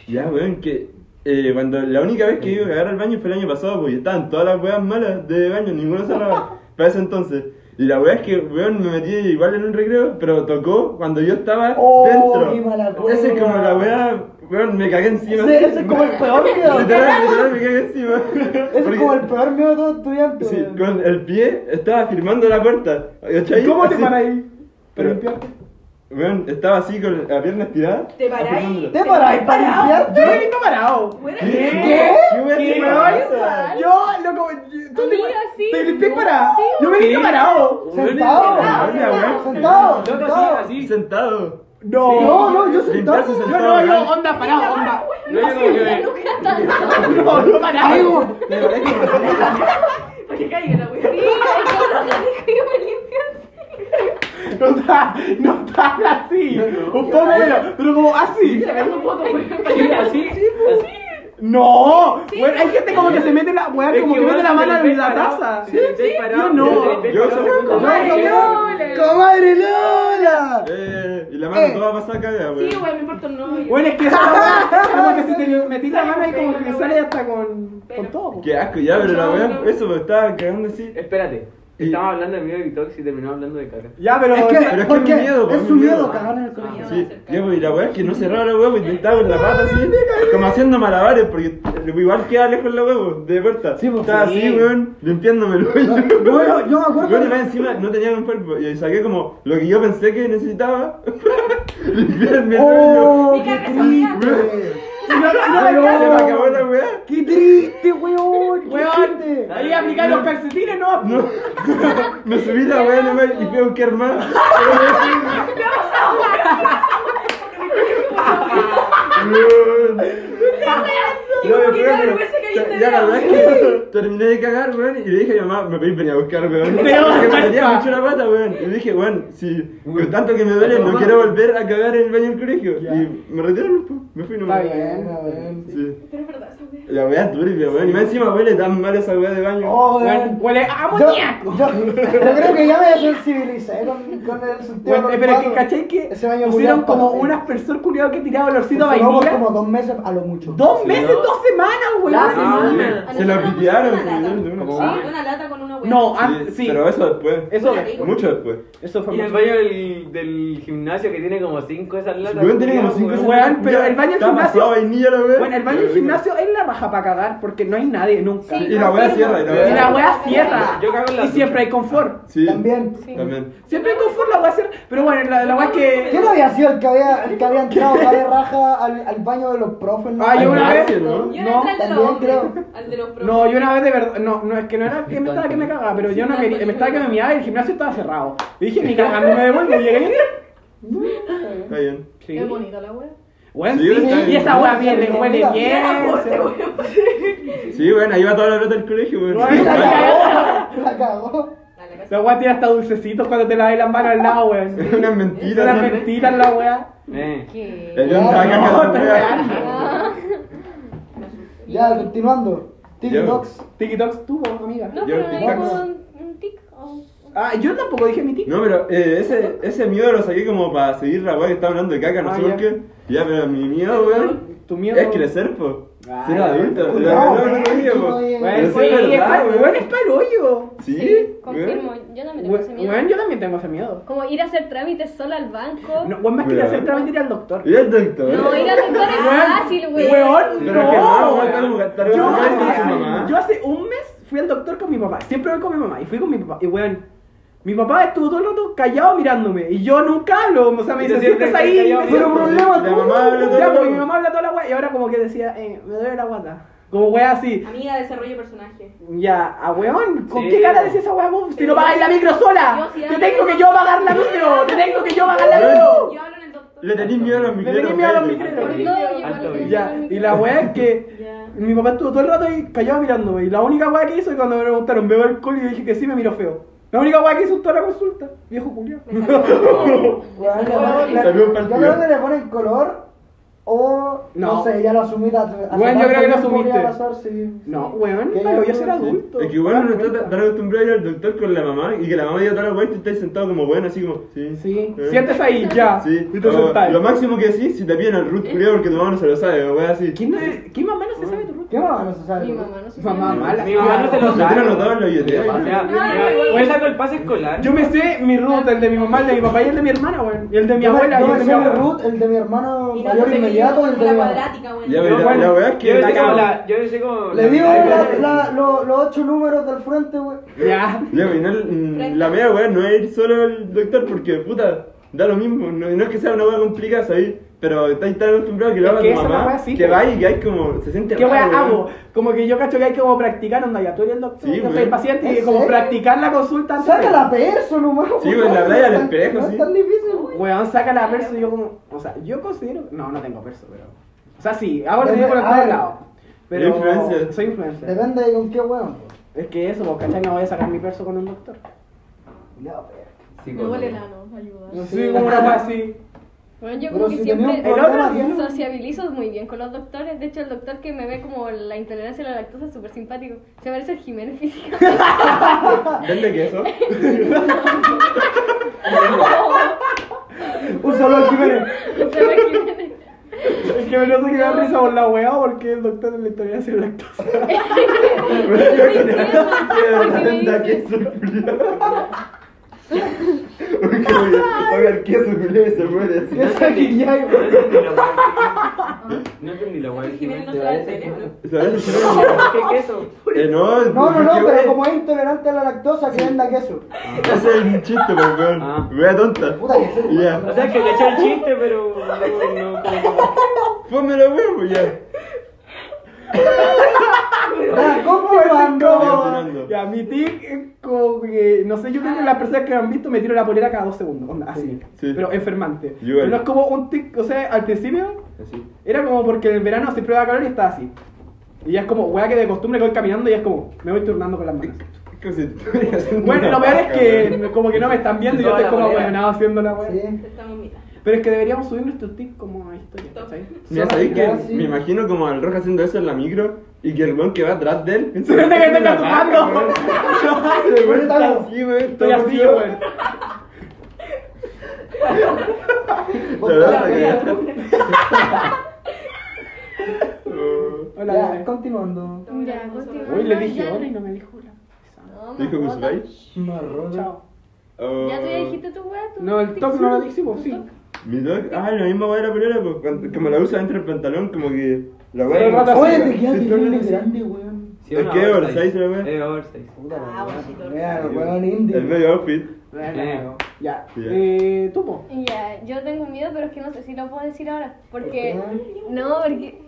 Speaker 2: Ya, weón, que eh, cuando la única vez que iba a cagar al baño fue el año pasado, porque estaban todas las weas malas de baño, ninguna se lavaba para ese entonces. Y la wea es que, weón, me metí igual en un recreo, pero tocó cuando yo estaba
Speaker 1: Oh,
Speaker 2: dentro.
Speaker 1: qué mala
Speaker 2: Ese es como
Speaker 1: wea.
Speaker 2: la wea, weón, me cagué encima.
Speaker 1: Ese, ese es como el peor miedo.
Speaker 2: Literal, literal, me cagué encima.
Speaker 1: Ese es
Speaker 2: Porque-
Speaker 1: como el peor miedo de todo estudiante.
Speaker 2: Sí,
Speaker 1: weón.
Speaker 2: con el pie estaba firmando la puerta. ¿cachai?
Speaker 4: ¿Y ¿Cómo te
Speaker 2: Así.
Speaker 4: paras ahí? ¿Para
Speaker 2: Pero-
Speaker 4: limpiarte?
Speaker 2: Weón, estaba así con la pierna estirada.
Speaker 3: Te paráis.
Speaker 2: afirmándola.
Speaker 1: ¿Te paráis para
Speaker 4: Yo no
Speaker 1: limpiarte?
Speaker 4: he parado.
Speaker 2: ¿Qué? ¿Qué wea
Speaker 4: ¿Qué,
Speaker 2: te pasa?
Speaker 4: weón? Yo, loco, tú te,
Speaker 6: Amiga, sí.
Speaker 4: te limpié
Speaker 6: No,
Speaker 4: parado.
Speaker 6: sí.
Speaker 4: Yo me limpié parado.
Speaker 1: Ah, Sentado.
Speaker 2: Weón, weón.
Speaker 1: Sentado.
Speaker 5: Loco,
Speaker 1: Sentado.
Speaker 5: así, así.
Speaker 2: Sentado.
Speaker 4: No.
Speaker 1: No, no, yo sentado.
Speaker 2: Limpiarse
Speaker 1: weón.
Speaker 4: Yo no, yo, onda parado, onda.
Speaker 5: No, yo como que.
Speaker 4: No, yo parado.
Speaker 3: Porque caiga la wea.
Speaker 4: No está, no está así. Un poco menos, pero como así.
Speaker 5: Sí, así, así.
Speaker 4: No, weón, hay gente como que se mete la, weón,
Speaker 5: Es
Speaker 4: como que
Speaker 5: que
Speaker 4: mete
Speaker 5: igual
Speaker 4: la
Speaker 5: se
Speaker 4: mano
Speaker 5: le
Speaker 4: en
Speaker 5: ve
Speaker 4: la
Speaker 5: parado,
Speaker 4: taza.
Speaker 5: se le ve parado,
Speaker 4: yo no.
Speaker 5: se le ve
Speaker 2: Yo
Speaker 5: parado,
Speaker 2: soy
Speaker 5: se le ve
Speaker 1: ¡Comadre
Speaker 5: parado.
Speaker 1: Lola! ¡Comadre Lola!
Speaker 2: Eh, y la mano
Speaker 1: Eh.
Speaker 2: toda pasada caga, weón.
Speaker 3: Sí, wea, me importa un novio.
Speaker 4: Bueno, es que esa weá, como que si te metís la mano ahí como que sale hasta con, con todo.
Speaker 2: Qué asco, ya, pero la
Speaker 3: No,
Speaker 2: weá,
Speaker 3: no.
Speaker 2: eso me estaba cagando así.
Speaker 5: Espérate,
Speaker 2: Y-
Speaker 5: estamos hablando de miedo de Vitox y terminamos hablando de caca.
Speaker 4: Ya, pero.
Speaker 1: Es que,
Speaker 2: pero es que
Speaker 1: porque
Speaker 2: es mi miedo,
Speaker 1: es
Speaker 2: es
Speaker 1: su
Speaker 2: mi
Speaker 1: miedo
Speaker 2: miedo.
Speaker 1: cagar en el
Speaker 4: Ah.
Speaker 1: colegio.
Speaker 2: Sí, ya, pues, y la weá es que no cerraba la weá, pues, intentaba con la pata así, como haciendo malabares, porque igual queda lejos la weá, pues, de puerta.
Speaker 1: Sí, pues,
Speaker 2: estaba
Speaker 1: sí.
Speaker 2: así, weón, limpiándome el hoyo.
Speaker 1: No, yo, yo me
Speaker 2: Weón, y
Speaker 1: acuerdo.
Speaker 2: más encima no tenía un cuerpo, y saqué como lo que yo pensé que necesitaba. Limpiarme el hoyo.
Speaker 1: ¡Oh, qué triste!
Speaker 4: No, no, no,
Speaker 1: Pero-
Speaker 2: Se me acabó la weá.
Speaker 1: ¡Qué triste, weón! ¡Qué
Speaker 4: Weón.
Speaker 1: triste!
Speaker 4: Ahí aplicar los calcetines, no.
Speaker 2: No. me subí la weá nomás y fui a buscar más. Weón. No, me
Speaker 3: Qué
Speaker 2: acuerdo,
Speaker 3: vergüenza que
Speaker 2: pero
Speaker 3: viste,
Speaker 2: ya la
Speaker 3: mira.
Speaker 2: verdad es que terminé de cagar, weón, y le dije a mi mamá, me pedí venir a buscar, weón. Porque me tenía mucho la pata, weón. Y le dije, weón, si con tanto que me duele, no quiero volver a cagar en el baño del colegio. Y me retiraron, po. me fui nomás.
Speaker 4: Está bien.
Speaker 1: Bueno, weón.
Speaker 2: Sí.
Speaker 3: Pero es verdad, esa wea.
Speaker 2: La weá es turbia, weón. Y más encima huele tan mal esa weá de baño.
Speaker 1: ¡Oh,
Speaker 4: Weón,
Speaker 1: weón!
Speaker 4: Huele a amoníaco.
Speaker 1: Yo, yo- yo creo que ya me desensibilicé con, con el sentido
Speaker 4: Bueno,
Speaker 1: del
Speaker 4: pero que
Speaker 1: olfato.
Speaker 4: caché que
Speaker 1: Ese baño
Speaker 4: pusieron
Speaker 1: culiao
Speaker 4: como
Speaker 1: para-
Speaker 4: un aspersor culiado que tiraba olorcito a
Speaker 1: Duró por
Speaker 4: vainilla.
Speaker 1: como dos meses a lo mucho.
Speaker 4: Dos
Speaker 5: Sí,
Speaker 4: meses,
Speaker 5: ¿no?
Speaker 4: dos semanas,
Speaker 6: La
Speaker 4: weón.
Speaker 5: semana.
Speaker 6: semana.
Speaker 2: Ah, Se la pitearon, se la pitearon de una.
Speaker 6: una.
Speaker 7: Ah,
Speaker 6: Sí, una lata con una hueá.
Speaker 4: No,
Speaker 2: Sí,
Speaker 4: antes, ah, sí.
Speaker 2: Pero eso después.
Speaker 4: Eso,
Speaker 3: Bueno, rico.
Speaker 2: Mucho después.
Speaker 4: eso fue
Speaker 5: Y el
Speaker 4: mucho.
Speaker 5: baño del, del gimnasio que tiene como cinco esas latas.
Speaker 2: Weón, tiene como cinco
Speaker 5: Weón,
Speaker 4: Weón, pero el baño del
Speaker 2: Está
Speaker 4: gimnasio-
Speaker 2: pasado vainilla la weá.
Speaker 4: Bueno, el baño del gimnasio es la raja para cagar porque no hay nadie nunca.
Speaker 6: Sí,
Speaker 2: Y la weá
Speaker 6: confirmo.
Speaker 2: cierra, y la weá
Speaker 4: Y la wea cierra.
Speaker 5: Yo cago en la
Speaker 4: y
Speaker 5: ducha.
Speaker 4: siempre hay confort.
Speaker 2: Sí.
Speaker 1: También.
Speaker 2: También.
Speaker 4: Siempre hay confort, la wea cierra. Pero bueno, la, la wea es
Speaker 1: ¿Qué
Speaker 4: que.
Speaker 1: no había sido el que había, el que había entrado a de raja al, al baño de los profes? no?
Speaker 4: Ah, yo una
Speaker 2: Gimnasio,
Speaker 4: vez-
Speaker 2: ¿no?
Speaker 6: Yo
Speaker 4: No,
Speaker 6: no, entré al de los
Speaker 1: también
Speaker 6: hombres, al de los profes.
Speaker 4: No, yo una vez de verdad. No, no, es que no era que me estaba que me cagaba, pero yo no quería. Me estaba que me miraba y el gimnasio estaba cerrado. Y dije, ni cagando me devuelvo. Y llegué y entré.
Speaker 2: Está bien.
Speaker 4: Sí.
Speaker 3: Qué bonita la wea.
Speaker 4: Weón,
Speaker 2: Sí,
Speaker 4: sí,
Speaker 2: está
Speaker 4: y
Speaker 2: bien.
Speaker 4: esa wea bien, le huele
Speaker 1: Mira,
Speaker 4: bien.
Speaker 2: Sí, bueno, ahí va toda la plata del colegio, weón.
Speaker 4: Weón, la cagó.
Speaker 1: La cagó.
Speaker 6: Dale,
Speaker 4: La wea tiene hasta dulcecitos cuando te la las manos al lado, weón.
Speaker 2: Una
Speaker 4: Es
Speaker 2: mentira.
Speaker 4: una
Speaker 2: ¿no?
Speaker 4: mentira la wea.
Speaker 5: Eh.
Speaker 2: El
Speaker 6: ¿Qué?
Speaker 2: león estaba
Speaker 1: No,
Speaker 2: cagado,
Speaker 4: te
Speaker 2: weón.
Speaker 1: Ya, continuando. TikToks.
Speaker 4: TikToks tuvo, amiga.
Speaker 6: No,
Speaker 2: Yo
Speaker 6: pero
Speaker 2: tic
Speaker 6: ahí
Speaker 2: tac.
Speaker 6: con un tic o...
Speaker 4: Ah, yo tampoco dije mi TikTok.
Speaker 2: No, pero eh, ese, ese miedo lo saqué como para seguir la weá que estaba hablando de caca, no
Speaker 4: Ah,
Speaker 2: sé
Speaker 4: ya.
Speaker 2: por qué. Ya, pero mi miedo, weón.
Speaker 4: tu miedo.
Speaker 2: Es crecer, po.
Speaker 4: Ay,
Speaker 2: Ser adulto. Lo que
Speaker 1: culiao,
Speaker 2: hablaba el otro día, po.
Speaker 1: güey.
Speaker 2: Pero
Speaker 4: Bueno,
Speaker 2: sí
Speaker 4: sí,
Speaker 2: es
Speaker 4: es
Speaker 2: verdad,
Speaker 4: pa'l-
Speaker 2: güey.
Speaker 4: bueno, es pa'l hoyo.
Speaker 2: ¿Sí? ¿Eh?
Speaker 6: confirmo.
Speaker 2: güey.
Speaker 6: Yo también tengo ese
Speaker 4: Bueno,
Speaker 6: miedo.
Speaker 4: bueno, yo también tengo ese miedo.
Speaker 6: Como ir a hacer trámites sola al banco.
Speaker 4: No, bueno, más que ir a hacer
Speaker 2: Weón.
Speaker 4: trámite ir al doctor.
Speaker 2: Y el doctor.
Speaker 6: No, ir a doctor es fácil, güey.
Speaker 4: Weón,
Speaker 2: Pero
Speaker 4: no.
Speaker 2: que no, güey, tal lugar- tal
Speaker 4: Yo,
Speaker 2: lugar con su
Speaker 4: hace-
Speaker 2: mamá.
Speaker 4: yo hace un mes fui al doctor con mi papá. Siempre voy con mi mamá. Y fui con mi papá. Y weón, mi papá estuvo todo el rato callado mirándome. Y yo nunca hablo. O sea, me
Speaker 5: Y te
Speaker 4: dice,
Speaker 5: sientes
Speaker 4: siéntese ahí.
Speaker 5: callado
Speaker 4: me dice,
Speaker 5: mirando.
Speaker 2: La mamá habla todo el
Speaker 4: Ya,
Speaker 2: rato.
Speaker 4: porque mi mamá habla toda la weá. Y ahora como que decía, eh, me duele la guata. Como weá así.
Speaker 3: Amiga, desarrollo personaje.
Speaker 4: Ya, a weón, ¿con
Speaker 5: Sí.
Speaker 4: qué cara decís esa weá vos? Si no pagáis la micro sola.
Speaker 3: Yo sí
Speaker 4: te
Speaker 3: hablo.
Speaker 4: tengo que yo pagar la micro. Te tengo que yo pagar la micro.
Speaker 3: Yo hablo en el doctor.
Speaker 2: Le tenéis miedo a los
Speaker 5: Le
Speaker 2: micreros.
Speaker 4: tenís miedo a los
Speaker 2: cállate.
Speaker 4: micreros.
Speaker 6: Por todo, yo igual
Speaker 5: Alto
Speaker 6: tengo
Speaker 4: Ya,
Speaker 6: miedo al
Speaker 4: y la
Speaker 6: micrófono.
Speaker 4: weá es que
Speaker 3: Ya.
Speaker 4: mi papá estuvo todo el rato ahí callado mirándome. Y la única weá que hizo es cuando me preguntaron, ¿bebo alcohol? Y yo dije que sí, me miró feo. La única weá que hizo en toda la consulta, viejo culiao.
Speaker 6: Me sacó- me
Speaker 1: Weón, le
Speaker 6: sacó la-
Speaker 1: ponen- le-
Speaker 2: Salió un
Speaker 1: Yo
Speaker 2: partido.
Speaker 1: creo que le ponen color o no,
Speaker 4: No.
Speaker 1: sé, ya lo asumí. hace- hace
Speaker 4: Weón, yo creo que lo
Speaker 1: tanto tiempo
Speaker 4: asumiste.
Speaker 1: ya pasar, sí.
Speaker 4: No, weón,
Speaker 1: Que ya
Speaker 4: pero yo
Speaker 1: no,
Speaker 4: ser
Speaker 1: sí.
Speaker 4: adulto.
Speaker 2: Es que bueno, no está tan acostumbrado a ir al doctor con la mamá y que la mamá diga toda la weá y tú estás sentado como bueno, así como. Sí.
Speaker 4: Sí,
Speaker 2: eh,
Speaker 4: siéntese ahí, ya.
Speaker 2: Sí.
Speaker 4: Y te
Speaker 2: O,
Speaker 4: sentás.
Speaker 2: Lo máximo que sí, si te piden el root culiao porque tu mamá no se lo sabe, o weá así.
Speaker 4: ¿Quién no es- ¿Quién mamá no se sabe tu ruta?
Speaker 1: ¿Qué más no se sabe?
Speaker 6: Mi mamá no se
Speaker 4: Mamá
Speaker 6: llama.
Speaker 4: mala.
Speaker 5: Mi mamá no se lo
Speaker 2: Lo tiene anotado
Speaker 5: sabe.
Speaker 2: en la billetera.
Speaker 5: O sea,
Speaker 2: creo.
Speaker 5: mi mamá- Él sacó el pase escolar.
Speaker 4: Yo me sé mi ruta, el de mi mamá, el de mi papá y el de mi hermana, weón. Y el de mi
Speaker 1: Yo me-
Speaker 4: abuela.
Speaker 1: yo
Speaker 4: y
Speaker 1: me
Speaker 4: el de mi
Speaker 1: sé el
Speaker 4: abuela.
Speaker 1: root, el de mi hermano
Speaker 3: Y no
Speaker 1: mayor
Speaker 3: sé,
Speaker 1: inmediato,
Speaker 3: yo
Speaker 1: el
Speaker 3: soy
Speaker 1: de mi
Speaker 3: la
Speaker 1: mamá.
Speaker 3: cuadrática, güey.
Speaker 2: Ya,
Speaker 5: Yo,
Speaker 2: pero la-
Speaker 5: bueno,
Speaker 2: la weá es
Speaker 5: Yo
Speaker 2: que.
Speaker 5: le sé como la. Yo le sé como.
Speaker 1: Le digo
Speaker 5: la-
Speaker 1: la- la- lo- los ocho números del frente, güey.
Speaker 4: Ya.
Speaker 2: Ya, al final, mm, la mea weá no es ir solo al doctor porque, puta, da lo mismo. No, no es que sea una weá complicada, ¿sabes? Pero estás tan acostumbrado que lo
Speaker 4: Es
Speaker 2: haga
Speaker 4: que
Speaker 2: tu
Speaker 4: esa es la
Speaker 2: mamá
Speaker 4: weá, sí,
Speaker 2: que
Speaker 4: po.
Speaker 2: va y que hay como. Se siente
Speaker 4: ¿Qué weá
Speaker 2: raro,
Speaker 4: hago?
Speaker 2: weón.
Speaker 4: Como que yo cacho que hay como practicar onda, ya tú eres el doctor,
Speaker 2: Sí,
Speaker 4: yo soy
Speaker 2: weón.
Speaker 4: el paciente, y
Speaker 1: ¿En
Speaker 4: como
Speaker 1: serio?
Speaker 4: practicar la consulta antes
Speaker 1: Saca
Speaker 4: de-
Speaker 1: la perso nomás,
Speaker 2: Sí, güey, la playa al espejo,
Speaker 1: No
Speaker 2: sí.
Speaker 1: es tan difícil, güey.
Speaker 4: Weón, saca la verso y yo como. O sea, yo considero. No, no tengo verso, pero. O sea, sí, hago el
Speaker 1: Depende-
Speaker 4: ridículo en
Speaker 1: a
Speaker 4: todos
Speaker 1: ver.
Speaker 4: lados. Pero.
Speaker 2: Influencer.
Speaker 4: Soy influencer.
Speaker 1: Depende de con qué weón.
Speaker 4: Es que eso, vos cachai, no voy a sacar mi verso con un doctor.
Speaker 5: Sí,
Speaker 6: Me
Speaker 5: como-
Speaker 6: duele la no, ayuda.
Speaker 4: No sé, como una weá así.
Speaker 6: Bueno, yo
Speaker 1: Pero
Speaker 6: como
Speaker 1: si
Speaker 6: que
Speaker 1: tenía
Speaker 6: siempre
Speaker 1: un problema,
Speaker 4: El otro
Speaker 1: ¿no?
Speaker 6: sociabilizo muy bien con los doctores. De hecho, el doctor que me ve como la intolerancia a la lactosa es súper simpático. Se parece al Jiménez físico.
Speaker 2: ¿Vende queso?
Speaker 1: Un saludo, Jiménez.
Speaker 6: Se ve al Jiménez.
Speaker 4: Es que me lo sé que me da risa por la weá porque el doctor de la historia es el lactosa.
Speaker 2: Vende queso, culiao. Uy, qué weón. Oiga, el queso, culiao, y se muere así.
Speaker 1: Yo sé que ya,
Speaker 5: No
Speaker 1: güey.
Speaker 5: entendí la weá. No entendí la weá.
Speaker 3: Jiménez no
Speaker 5: Jiménez.
Speaker 3: se da el cerebro.
Speaker 2: Se parece al chileno.
Speaker 5: ¿Qué queso?
Speaker 2: Eh, no,
Speaker 1: No, no,
Speaker 2: porque,
Speaker 1: no,
Speaker 2: güey,
Speaker 1: pero como es intolerante a la lactosa, que venda queso.
Speaker 2: Ese es el chiste, pues, weón.
Speaker 5: Ah.
Speaker 2: Wea tonta.
Speaker 1: Puta que sí.
Speaker 2: Ya.
Speaker 5: O sea, que cachó el chiste, pero. No, no, como-
Speaker 2: Ponme la huevo, ya.
Speaker 1: Está
Speaker 2: Continuando.
Speaker 4: Ya, mi tic es como que, no sé, yo creo que las personas que me han visto me tiro la polera cada dos segundos, onda, así,
Speaker 2: Sí.
Speaker 4: pero enfermante.
Speaker 2: Yo igual.
Speaker 4: Pero es como un tic, o sea, al principio
Speaker 2: Así.
Speaker 4: era como porque en el verano siempre daba calor y estaba así. Y ya es como, weá, que de costumbre que voy caminando y es como, me voy turnando con las manos.
Speaker 2: Es como si estuviera haciendo
Speaker 4: Bueno,
Speaker 2: una
Speaker 4: lo peor es
Speaker 2: vaca, weón.
Speaker 4: que como que no me están viendo y yo
Speaker 5: Toda
Speaker 4: estoy
Speaker 5: la
Speaker 4: como
Speaker 5: polera.
Speaker 4: weonado haciendo la weá.
Speaker 1: Sí.
Speaker 3: Estamos en mitad.
Speaker 4: Pero es que deberíamos subir nuestros tics como a historia, ¿cachai?
Speaker 2: Mira, sabéis
Speaker 1: Ya,
Speaker 2: que
Speaker 1: sí.
Speaker 2: me imagino como al rojo haciendo eso en la micro y que el weón que va atrás de él. piensa
Speaker 4: Siente que
Speaker 2: está
Speaker 4: está
Speaker 2: haciendo una
Speaker 4: chupando.
Speaker 2: vaca, weón. El weón está así, weón,
Speaker 4: Estoy
Speaker 2: todo
Speaker 4: así,
Speaker 2: tío.
Speaker 4: weón.
Speaker 2: La verdad,
Speaker 1: Ya,
Speaker 2: la cagaste.
Speaker 4: Hola,
Speaker 1: Ya,
Speaker 4: ya.
Speaker 1: continuando.
Speaker 6: Ya, continúa.
Speaker 4: Uy, le dije hola y no me dijo hola.
Speaker 6: No,
Speaker 2: ¿Dijo que
Speaker 6: mamota.
Speaker 2: usuráis?
Speaker 1: Marrón.
Speaker 4: Chao.
Speaker 2: Oh.
Speaker 6: Ya tú ya dijiste tu wea, tu
Speaker 4: No, el
Speaker 6: tic,
Speaker 4: toc no lo dijimos,
Speaker 6: tu
Speaker 4: sí.
Speaker 6: toc.
Speaker 2: Mi doc, ah, la misma weá de la polera, pues, cuando- como la usa dentro del pantalón, como que la weá.
Speaker 4: Sí, rata,
Speaker 1: Oye,
Speaker 4: sí,
Speaker 1: te quedas
Speaker 2: sí,
Speaker 1: bien
Speaker 2: sí.
Speaker 1: grande, weón.
Speaker 5: Sí,
Speaker 2: ¿Es
Speaker 5: una
Speaker 2: que
Speaker 5: oversize.
Speaker 2: oversize, la wea?
Speaker 5: Eh, oversize.
Speaker 1: Puta
Speaker 3: Ah, bueno, sí,
Speaker 1: la
Speaker 3: claro.
Speaker 1: Mira, el weón
Speaker 2: El
Speaker 1: indie.
Speaker 2: medio outfit.
Speaker 5: Eh.
Speaker 4: Ya.
Speaker 2: Ya.
Speaker 4: Eh, Tupo.
Speaker 6: Ya, yo tengo miedo, pero es que no sé si lo puedo decir ahora. Porque.
Speaker 1: ¿Por
Speaker 6: No, porque.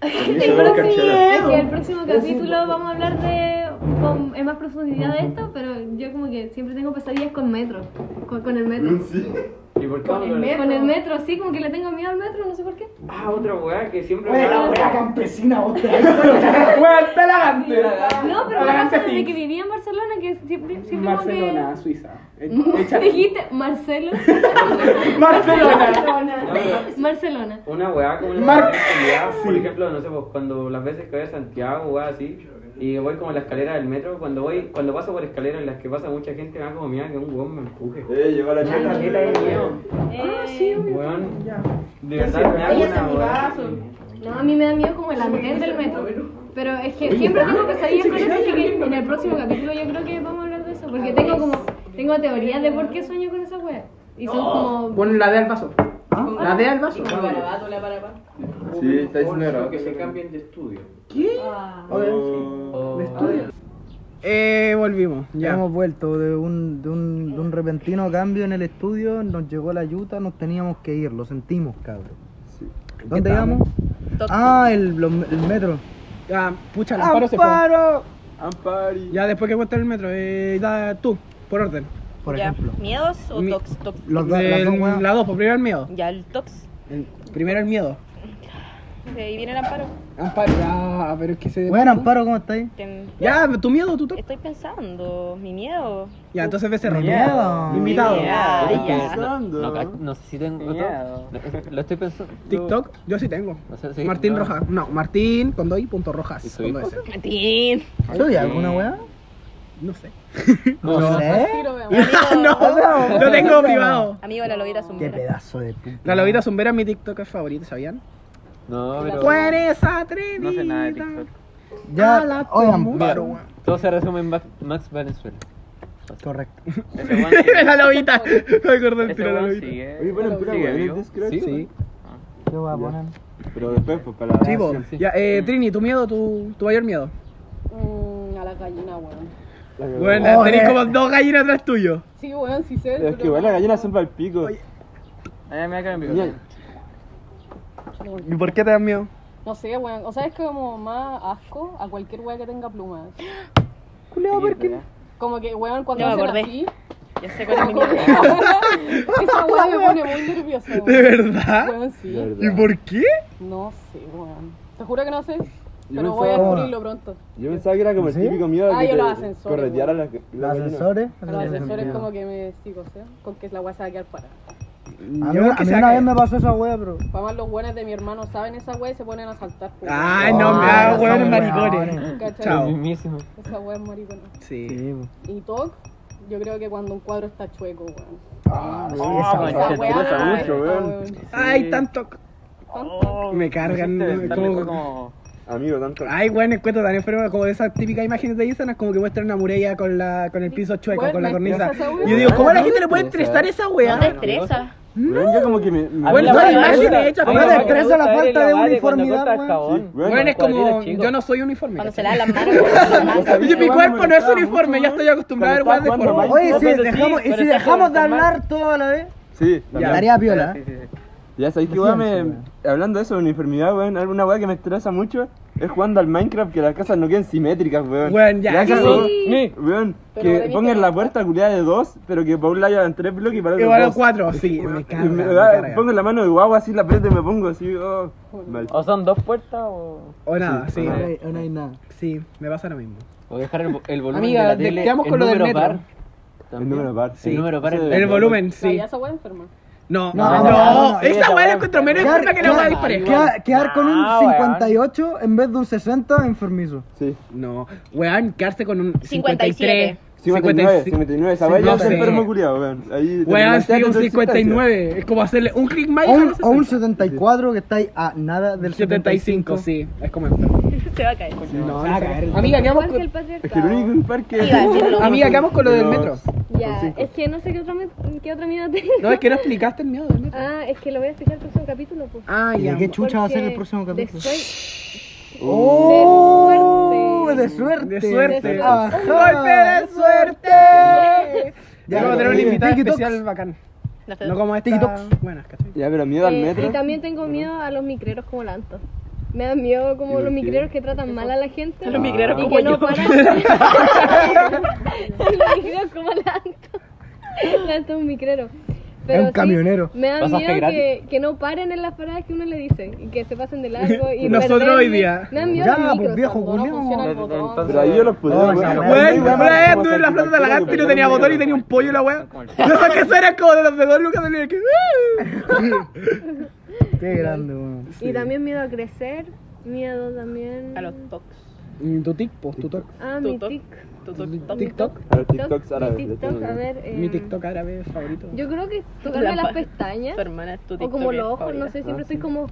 Speaker 2: Permiso,
Speaker 6: El
Speaker 2: vamos a
Speaker 6: próximo,
Speaker 2: cachar.
Speaker 6: es que el próximo
Speaker 1: Yo sí,
Speaker 6: capítulo
Speaker 1: pues.
Speaker 6: vamos a hablar de con, en más profundidad de esto, pero yo como que siempre tengo pesadillas con metro, con, con el metro.
Speaker 2: Mm, Sí.
Speaker 5: ¿Y por qué
Speaker 3: Con el
Speaker 5: vamos a hablar?
Speaker 6: Con el metro, sí, como que le tengo miedo al metro, no sé por qué.
Speaker 5: Ah, otra weá que siempre
Speaker 1: Oye, la
Speaker 5: hablamos.
Speaker 1: wea campesina, otra.
Speaker 4: Weón, está elegante.
Speaker 6: No, pero me
Speaker 4: Adelante,
Speaker 6: pasa desde
Speaker 4: Fitz.
Speaker 6: que vivía en Barcelona que siempre, siempre
Speaker 4: Barcelona, Suiza. E-
Speaker 6: como que...
Speaker 4: echa-
Speaker 6: Dijiste Marcelo,
Speaker 4: Barcelona.
Speaker 5: No, pero
Speaker 6: Barcelona.
Speaker 5: Una weá como una
Speaker 4: Marc-
Speaker 5: weá, por ejemplo, no sé, pues cuando las veces que voy a Santiago, weá así, y voy como a la escalera del metro, cuando voy, cuando paso por escaleras en las que pasa mucha gente, me da como miedo que un weón me empuje.
Speaker 2: Eh, lleva la
Speaker 5: La chela de miedo.
Speaker 6: Eh,
Speaker 5: Weón,
Speaker 4: Ah, Ya.
Speaker 5: de verdad me da
Speaker 3: Ella se
Speaker 5: una
Speaker 3: mi
Speaker 5: weá.
Speaker 3: vaso.
Speaker 6: No, a mí me da miedo como el andén del metro. Pero es que siempre tengo pesadillas con eso, así que en el próximo capítulo yo creo que vamos a hablar de eso. Porque
Speaker 2: Ah,
Speaker 6: tengo como, tengo teorías de por qué sueño con esa wea. Y son como...
Speaker 4: Pon la D al vaso. La D al
Speaker 8: Y
Speaker 4: vaso.
Speaker 8: con la barabato, la barabá.
Speaker 2: Sí, está diciendo
Speaker 5: Bolso
Speaker 2: grabado.
Speaker 5: que se cambien de estudio.
Speaker 4: ¿Qué?
Speaker 8: Ah.
Speaker 2: Oh.
Speaker 4: Eh, volvimos.
Speaker 1: Ya
Speaker 4: Ya.
Speaker 1: hemos vuelto de un, de, un, de un repentino cambio en el estudio, nos llegó la yuta, nos teníamos que ir, lo sentimos, cabrón. ¿Dónde íbamos? Ah, el, lo- el metro.
Speaker 4: Ah, pucha, el amparo se fue.
Speaker 2: Ampari.
Speaker 4: Ya después que cuesta el metro, eh, da tú, por orden.
Speaker 1: Por
Speaker 8: Ya.
Speaker 1: ejemplo.
Speaker 8: ¿Miedos o
Speaker 4: Mi-
Speaker 8: tox? tox?
Speaker 1: Los dos, las
Speaker 4: El-
Speaker 1: dos weas-
Speaker 4: la dos, por primero el miedo.
Speaker 8: Ya, el tox.
Speaker 4: El- primero el miedo.
Speaker 8: De ahí viene el amparo.
Speaker 4: Amparo, ya, pero es que se.
Speaker 1: Bueno, Amparo, ¿cómo estáis?
Speaker 8: Ten-
Speaker 4: Ya, tu miedo, tu toque.
Speaker 8: Estoy pensando, mi miedo.
Speaker 4: Ya, entonces becerro.
Speaker 1: Mi miedo.
Speaker 4: Invitado.
Speaker 8: Ya,
Speaker 9: Estoy
Speaker 8: ya. No,
Speaker 2: pensando.
Speaker 9: No, ca- no sé si tengo
Speaker 5: Miedo.
Speaker 9: todo. No, es- Lo estoy pensando.
Speaker 4: TikTok, yo sí tengo.
Speaker 9: O sea, sí,
Speaker 4: Martín
Speaker 9: no.
Speaker 4: Rojas. No, Martín con doy punto Rojas.
Speaker 9: ¿Y soy?
Speaker 4: con doy ese.
Speaker 8: Martín.
Speaker 1: ¿Soy alguna wea?
Speaker 4: No sé.
Speaker 9: No, no.
Speaker 1: sé.
Speaker 8: Amigo,
Speaker 4: no, lo tengo privado.
Speaker 8: amigo la lobita un
Speaker 1: Qué pedazo de puta.
Speaker 4: La lobita zumbera es mi TikTok favorito, ¿sabían?
Speaker 9: No,
Speaker 4: Tú
Speaker 9: pero.
Speaker 4: eres atrevida.
Speaker 5: No sé nada de TikTok.
Speaker 4: A la
Speaker 1: Ya, oigan,
Speaker 4: tumba.
Speaker 1: mira,
Speaker 9: Todo se resume en Max- Max Valenzuela.
Speaker 1: correcto.
Speaker 5: Ese weón sigue-
Speaker 4: la lobita. Me acuerdo el
Speaker 5: ese
Speaker 4: tiro de la
Speaker 5: weón
Speaker 4: lobita.
Speaker 5: sigue.
Speaker 2: Oye, bueno, pura
Speaker 5: sigue
Speaker 2: weá,
Speaker 5: vivo.
Speaker 2: ¿viste, Scratch?
Speaker 9: Sí,
Speaker 4: Sí.
Speaker 1: ¿Qué voy a poner?
Speaker 2: Pero después, pues para.
Speaker 4: Sí, po.
Speaker 9: sí.
Speaker 4: Ya, eh, Trini, tu miedo, tu, tu mayor miedo.
Speaker 7: Mm, a la gallina, weón.
Speaker 4: pues. Bueno,
Speaker 1: Oye.
Speaker 4: tenés como dos gallinas atrás tuyo.
Speaker 7: Sí, weón, sí sé.
Speaker 2: Es que igual las gallinas son para el pico.
Speaker 5: Ay, me acá me picó.
Speaker 2: Mira,
Speaker 4: ¿Y por qué te dan miedo?
Speaker 7: No sé, weón. O sea, es como más asco a cualquier weón que tenga plumas. Como que, weón, cuando
Speaker 8: Ya me
Speaker 7: hacen
Speaker 8: acordé.
Speaker 7: así,
Speaker 8: Ya sé cuál es mi miedo.
Speaker 7: esa weón me pone muy nerviosa,
Speaker 4: ¿De
Speaker 7: weón.
Speaker 4: verdad?
Speaker 7: Weón, sí.
Speaker 4: ¿Y por qué?
Speaker 7: No sé, weón. Te juro que no sé,
Speaker 2: Yo
Speaker 7: pero voy a
Speaker 2: pensaba-
Speaker 7: descubrirlo pronto.
Speaker 2: Yo pensaba que era como el
Speaker 1: ¿Sí?
Speaker 2: típico miedo
Speaker 7: Ah,
Speaker 2: a que
Speaker 7: yo
Speaker 2: te
Speaker 7: los ascensores,
Speaker 2: correteara
Speaker 7: weón.
Speaker 2: la, la
Speaker 1: ¿Los
Speaker 2: gallina.
Speaker 1: ascensores?
Speaker 7: Los ascensores como que me sigo, o sea, con que la weá se va a quedar para.
Speaker 1: A mí,
Speaker 4: Yo creo
Speaker 1: a
Speaker 4: que
Speaker 1: mí
Speaker 4: sea
Speaker 1: una
Speaker 4: que-
Speaker 1: vez me pasó esa wea, bro.
Speaker 7: Además, los weones de mi hermano saben esa weá y se ponen a saltar. pues,
Speaker 4: Ay, no, me
Speaker 1: Ah,
Speaker 4: hagas hueones
Speaker 1: son
Speaker 4: maricones.
Speaker 1: weones.
Speaker 7: ¿Cachai?
Speaker 4: Chao.
Speaker 9: Mismísimo.
Speaker 7: Esa weá es maricona.
Speaker 4: Sí.
Speaker 1: Sí, po.
Speaker 7: Y TOC, yo creo que cuando un cuadro está chueco, weón.
Speaker 1: Sí,
Speaker 5: Ah,
Speaker 1: esa
Speaker 5: pues,
Speaker 1: wea.
Speaker 5: se
Speaker 7: weá
Speaker 5: estresa
Speaker 7: no me
Speaker 5: mucho,
Speaker 7: gusta,
Speaker 5: weón.
Speaker 7: weón.
Speaker 4: Ay, tanto.
Speaker 5: Oh,
Speaker 4: Me cargan,
Speaker 5: me
Speaker 4: me
Speaker 5: hiciste
Speaker 4: como-
Speaker 5: pensar como-
Speaker 2: Amigo, tanto.
Speaker 4: Ay, weón, encuentro tan enfermo como esas típicas imágenes de Instagram, como que muestran una muralla con, la, con el piso chueco,
Speaker 7: Weón,
Speaker 4: con la
Speaker 7: me
Speaker 4: cornisa.
Speaker 7: estresa esa
Speaker 4: Y
Speaker 7: weá.
Speaker 4: yo digo, ¿cómo a la gente le
Speaker 9: No
Speaker 4: puede
Speaker 9: te
Speaker 4: estresar esa weá?
Speaker 8: No te estresa.
Speaker 2: Weón, yo como que me. me-
Speaker 4: Ah, Bueno,
Speaker 8: la
Speaker 4: son
Speaker 8: weá,
Speaker 4: imágenes
Speaker 8: weá.
Speaker 4: hechas
Speaker 1: A mí
Speaker 4: para
Speaker 1: no me
Speaker 4: estrés.
Speaker 1: estresa la falta de uniformidad,
Speaker 2: Sí, weón.
Speaker 4: Weón, es como,
Speaker 9: cuadritos chicos.
Speaker 4: yo no soy uniforme.
Speaker 8: Cuando se
Speaker 4: ¿cachai?
Speaker 8: lavan las manos.
Speaker 4: Oye, mi cuerpo no es uniforme, ya estoy acostumbrado a ver weas de
Speaker 2: Cuando
Speaker 4: forma.
Speaker 2: estaba
Speaker 1: Oye, si dejamos, y si dejamos de hablar toda la vez,
Speaker 2: Sí,
Speaker 4: Ya.
Speaker 2: también.
Speaker 1: daría piola.
Speaker 5: Sí, sí, sí.
Speaker 2: Ya sabéis que
Speaker 1: Lo
Speaker 2: weón,
Speaker 1: siento,
Speaker 2: me. Hablando de eso, de uniformidad, weón, alguna weá que me estresa mucho es jugando al Minecraft que las casas no queden simétricas, weón.
Speaker 4: Weón, ya,
Speaker 2: Las
Speaker 4: sí.
Speaker 2: casas- Weón,
Speaker 7: Pero
Speaker 2: que
Speaker 7: debiste-
Speaker 2: pongan la puerta culiada de dos, pero que para un lado hagan tres bloques y para el otro
Speaker 4: Igual a
Speaker 2: dos.
Speaker 4: cuatro, sí, me
Speaker 2: Y me-
Speaker 4: carga.
Speaker 2: pongo la mano de guagua así, la aprieto y me pongo así, oh, mal.
Speaker 9: O son dos puertas o.
Speaker 4: O nada, sí,
Speaker 1: No hay- no hay nada.
Speaker 4: sí, me pasa lo mismo.
Speaker 9: O dejar el, vo- el volumen
Speaker 4: Amiga,
Speaker 9: de la
Speaker 4: de-
Speaker 9: tele.
Speaker 4: quedamos
Speaker 9: en
Speaker 4: con lo del
Speaker 9: número
Speaker 4: metro.
Speaker 9: par.
Speaker 2: El
Speaker 9: También.
Speaker 2: número par.
Speaker 9: El número par.
Speaker 2: Ese-
Speaker 4: El volumen,
Speaker 7: No,
Speaker 4: sí.
Speaker 7: ya esa weá es enferma.
Speaker 4: No,
Speaker 1: No,
Speaker 4: no,
Speaker 1: no, no,
Speaker 2: no, esa
Speaker 4: esa weá la
Speaker 2: weá
Speaker 4: encuentro menos enferma que la weá dispareja.
Speaker 1: quedar, quedar con un
Speaker 4: Ah,
Speaker 1: 58 en vez de un 60 enfermizo.
Speaker 2: Sí.
Speaker 4: No, weón, quedarse con un 53.
Speaker 8: 57.
Speaker 2: 59, 59, esa weá ya
Speaker 4: no
Speaker 2: es
Speaker 4: sé.
Speaker 2: enfermo culiado, weón. Ahí te
Speaker 4: Weón,
Speaker 2: planteaste
Speaker 4: sí, un
Speaker 2: tu existencia.
Speaker 4: 59. Es como hacerle un clic más y
Speaker 1: O
Speaker 4: sale
Speaker 1: un, o un
Speaker 4: 60.
Speaker 1: 74 que estáis a nada del
Speaker 4: 75,
Speaker 1: 75.
Speaker 4: sí, es como enfermo.
Speaker 8: Se va a caer.
Speaker 4: No, se va a caer. Amiga, quedamos
Speaker 6: Porque el
Speaker 4: con,
Speaker 2: Es que el
Speaker 6: patriarcado.
Speaker 2: único par que.
Speaker 8: Iba a decirlo.
Speaker 4: amiga, quedamos con lo del metro.
Speaker 6: Ya,
Speaker 2: Con cinco.
Speaker 6: es que no sé qué otro, mi- qué otro miedo tengo.
Speaker 4: No, es que no explicaste el miedo del metro.
Speaker 6: Ah, es que lo voy a explicar el próximo capítulo, pues.
Speaker 4: Ah,
Speaker 1: ¿Y de
Speaker 4: ya.
Speaker 1: qué chucha va a ser el
Speaker 6: Porque
Speaker 1: próximo capítulo?
Speaker 6: De, sue-
Speaker 1: ¡Oh!
Speaker 6: de
Speaker 1: ¡De suerte!
Speaker 4: Uh, De suerte.
Speaker 1: Ajá.
Speaker 4: Un golpe de suerte. Ya
Speaker 1: Ya,
Speaker 4: vamos a tener un
Speaker 1: oye,
Speaker 4: invitado
Speaker 1: tiki-toks.
Speaker 4: especial bacán. No como este
Speaker 1: Tiki-toks.
Speaker 4: Buenas, ¿cachai?
Speaker 2: Ya, pero miedo al
Speaker 6: Eh,
Speaker 2: metro.
Speaker 6: y también tengo miedo a los micreros como Lanto. Me dan miedo como
Speaker 2: ¿Y por
Speaker 6: los
Speaker 2: qué?
Speaker 6: micreros que tratan mal a la gente.
Speaker 8: Los migreros
Speaker 6: y
Speaker 8: como
Speaker 6: que
Speaker 8: yo.
Speaker 6: no paran. los micreros como Lanto. Lanto es un micrero. Pero
Speaker 1: Es un camionero.
Speaker 6: Me da
Speaker 9: Pasaje
Speaker 6: miedo
Speaker 9: gratis.
Speaker 6: que, que no paren en las paradas que uno le dice y que se pasen de largo. Y
Speaker 4: Nosotros
Speaker 6: perderme.
Speaker 4: hoy día.
Speaker 6: Me dan miedo
Speaker 1: Ya,
Speaker 6: los
Speaker 1: pues,
Speaker 6: micros,
Speaker 1: viejo,
Speaker 6: tanto.
Speaker 7: Cuando no
Speaker 1: Julián.
Speaker 7: funciona el
Speaker 5: Pero-
Speaker 7: botón.
Speaker 2: Pero ahí yo los pude,
Speaker 1: Oh,
Speaker 2: weón.
Speaker 1: esa weá.
Speaker 4: Weón,
Speaker 1: Weón,
Speaker 4: una vez anduve en la plata de la gante y no tenía botón y tenía un pollo la weá. No sé qué era como de los de dos lucas de que. "Uh".
Speaker 1: ¡Qué grande, weón!
Speaker 6: Y también miedo a crecer. Miedo también.
Speaker 8: A los tocs.
Speaker 4: Tu tic, pues, tu toc.
Speaker 6: Ah, mi
Speaker 8: Tu
Speaker 6: tic.
Speaker 8: Tu toc,
Speaker 4: Tu
Speaker 8: toc.
Speaker 4: TikTok.
Speaker 2: A los
Speaker 6: toc,
Speaker 2: TikToks
Speaker 6: mi
Speaker 2: árabes. le
Speaker 6: TikTok,
Speaker 2: tengo
Speaker 6: a
Speaker 2: miedo.
Speaker 6: ver. eh,
Speaker 4: Mi TikTok árabe favorito.
Speaker 6: Yo creo que tocarme
Speaker 8: La
Speaker 6: las
Speaker 8: pa-
Speaker 6: pestañas.
Speaker 8: Tu hermana es tu
Speaker 6: O
Speaker 8: TikTok.
Speaker 4: Ah,
Speaker 6: como los ojos, no sé, siempre estoy como.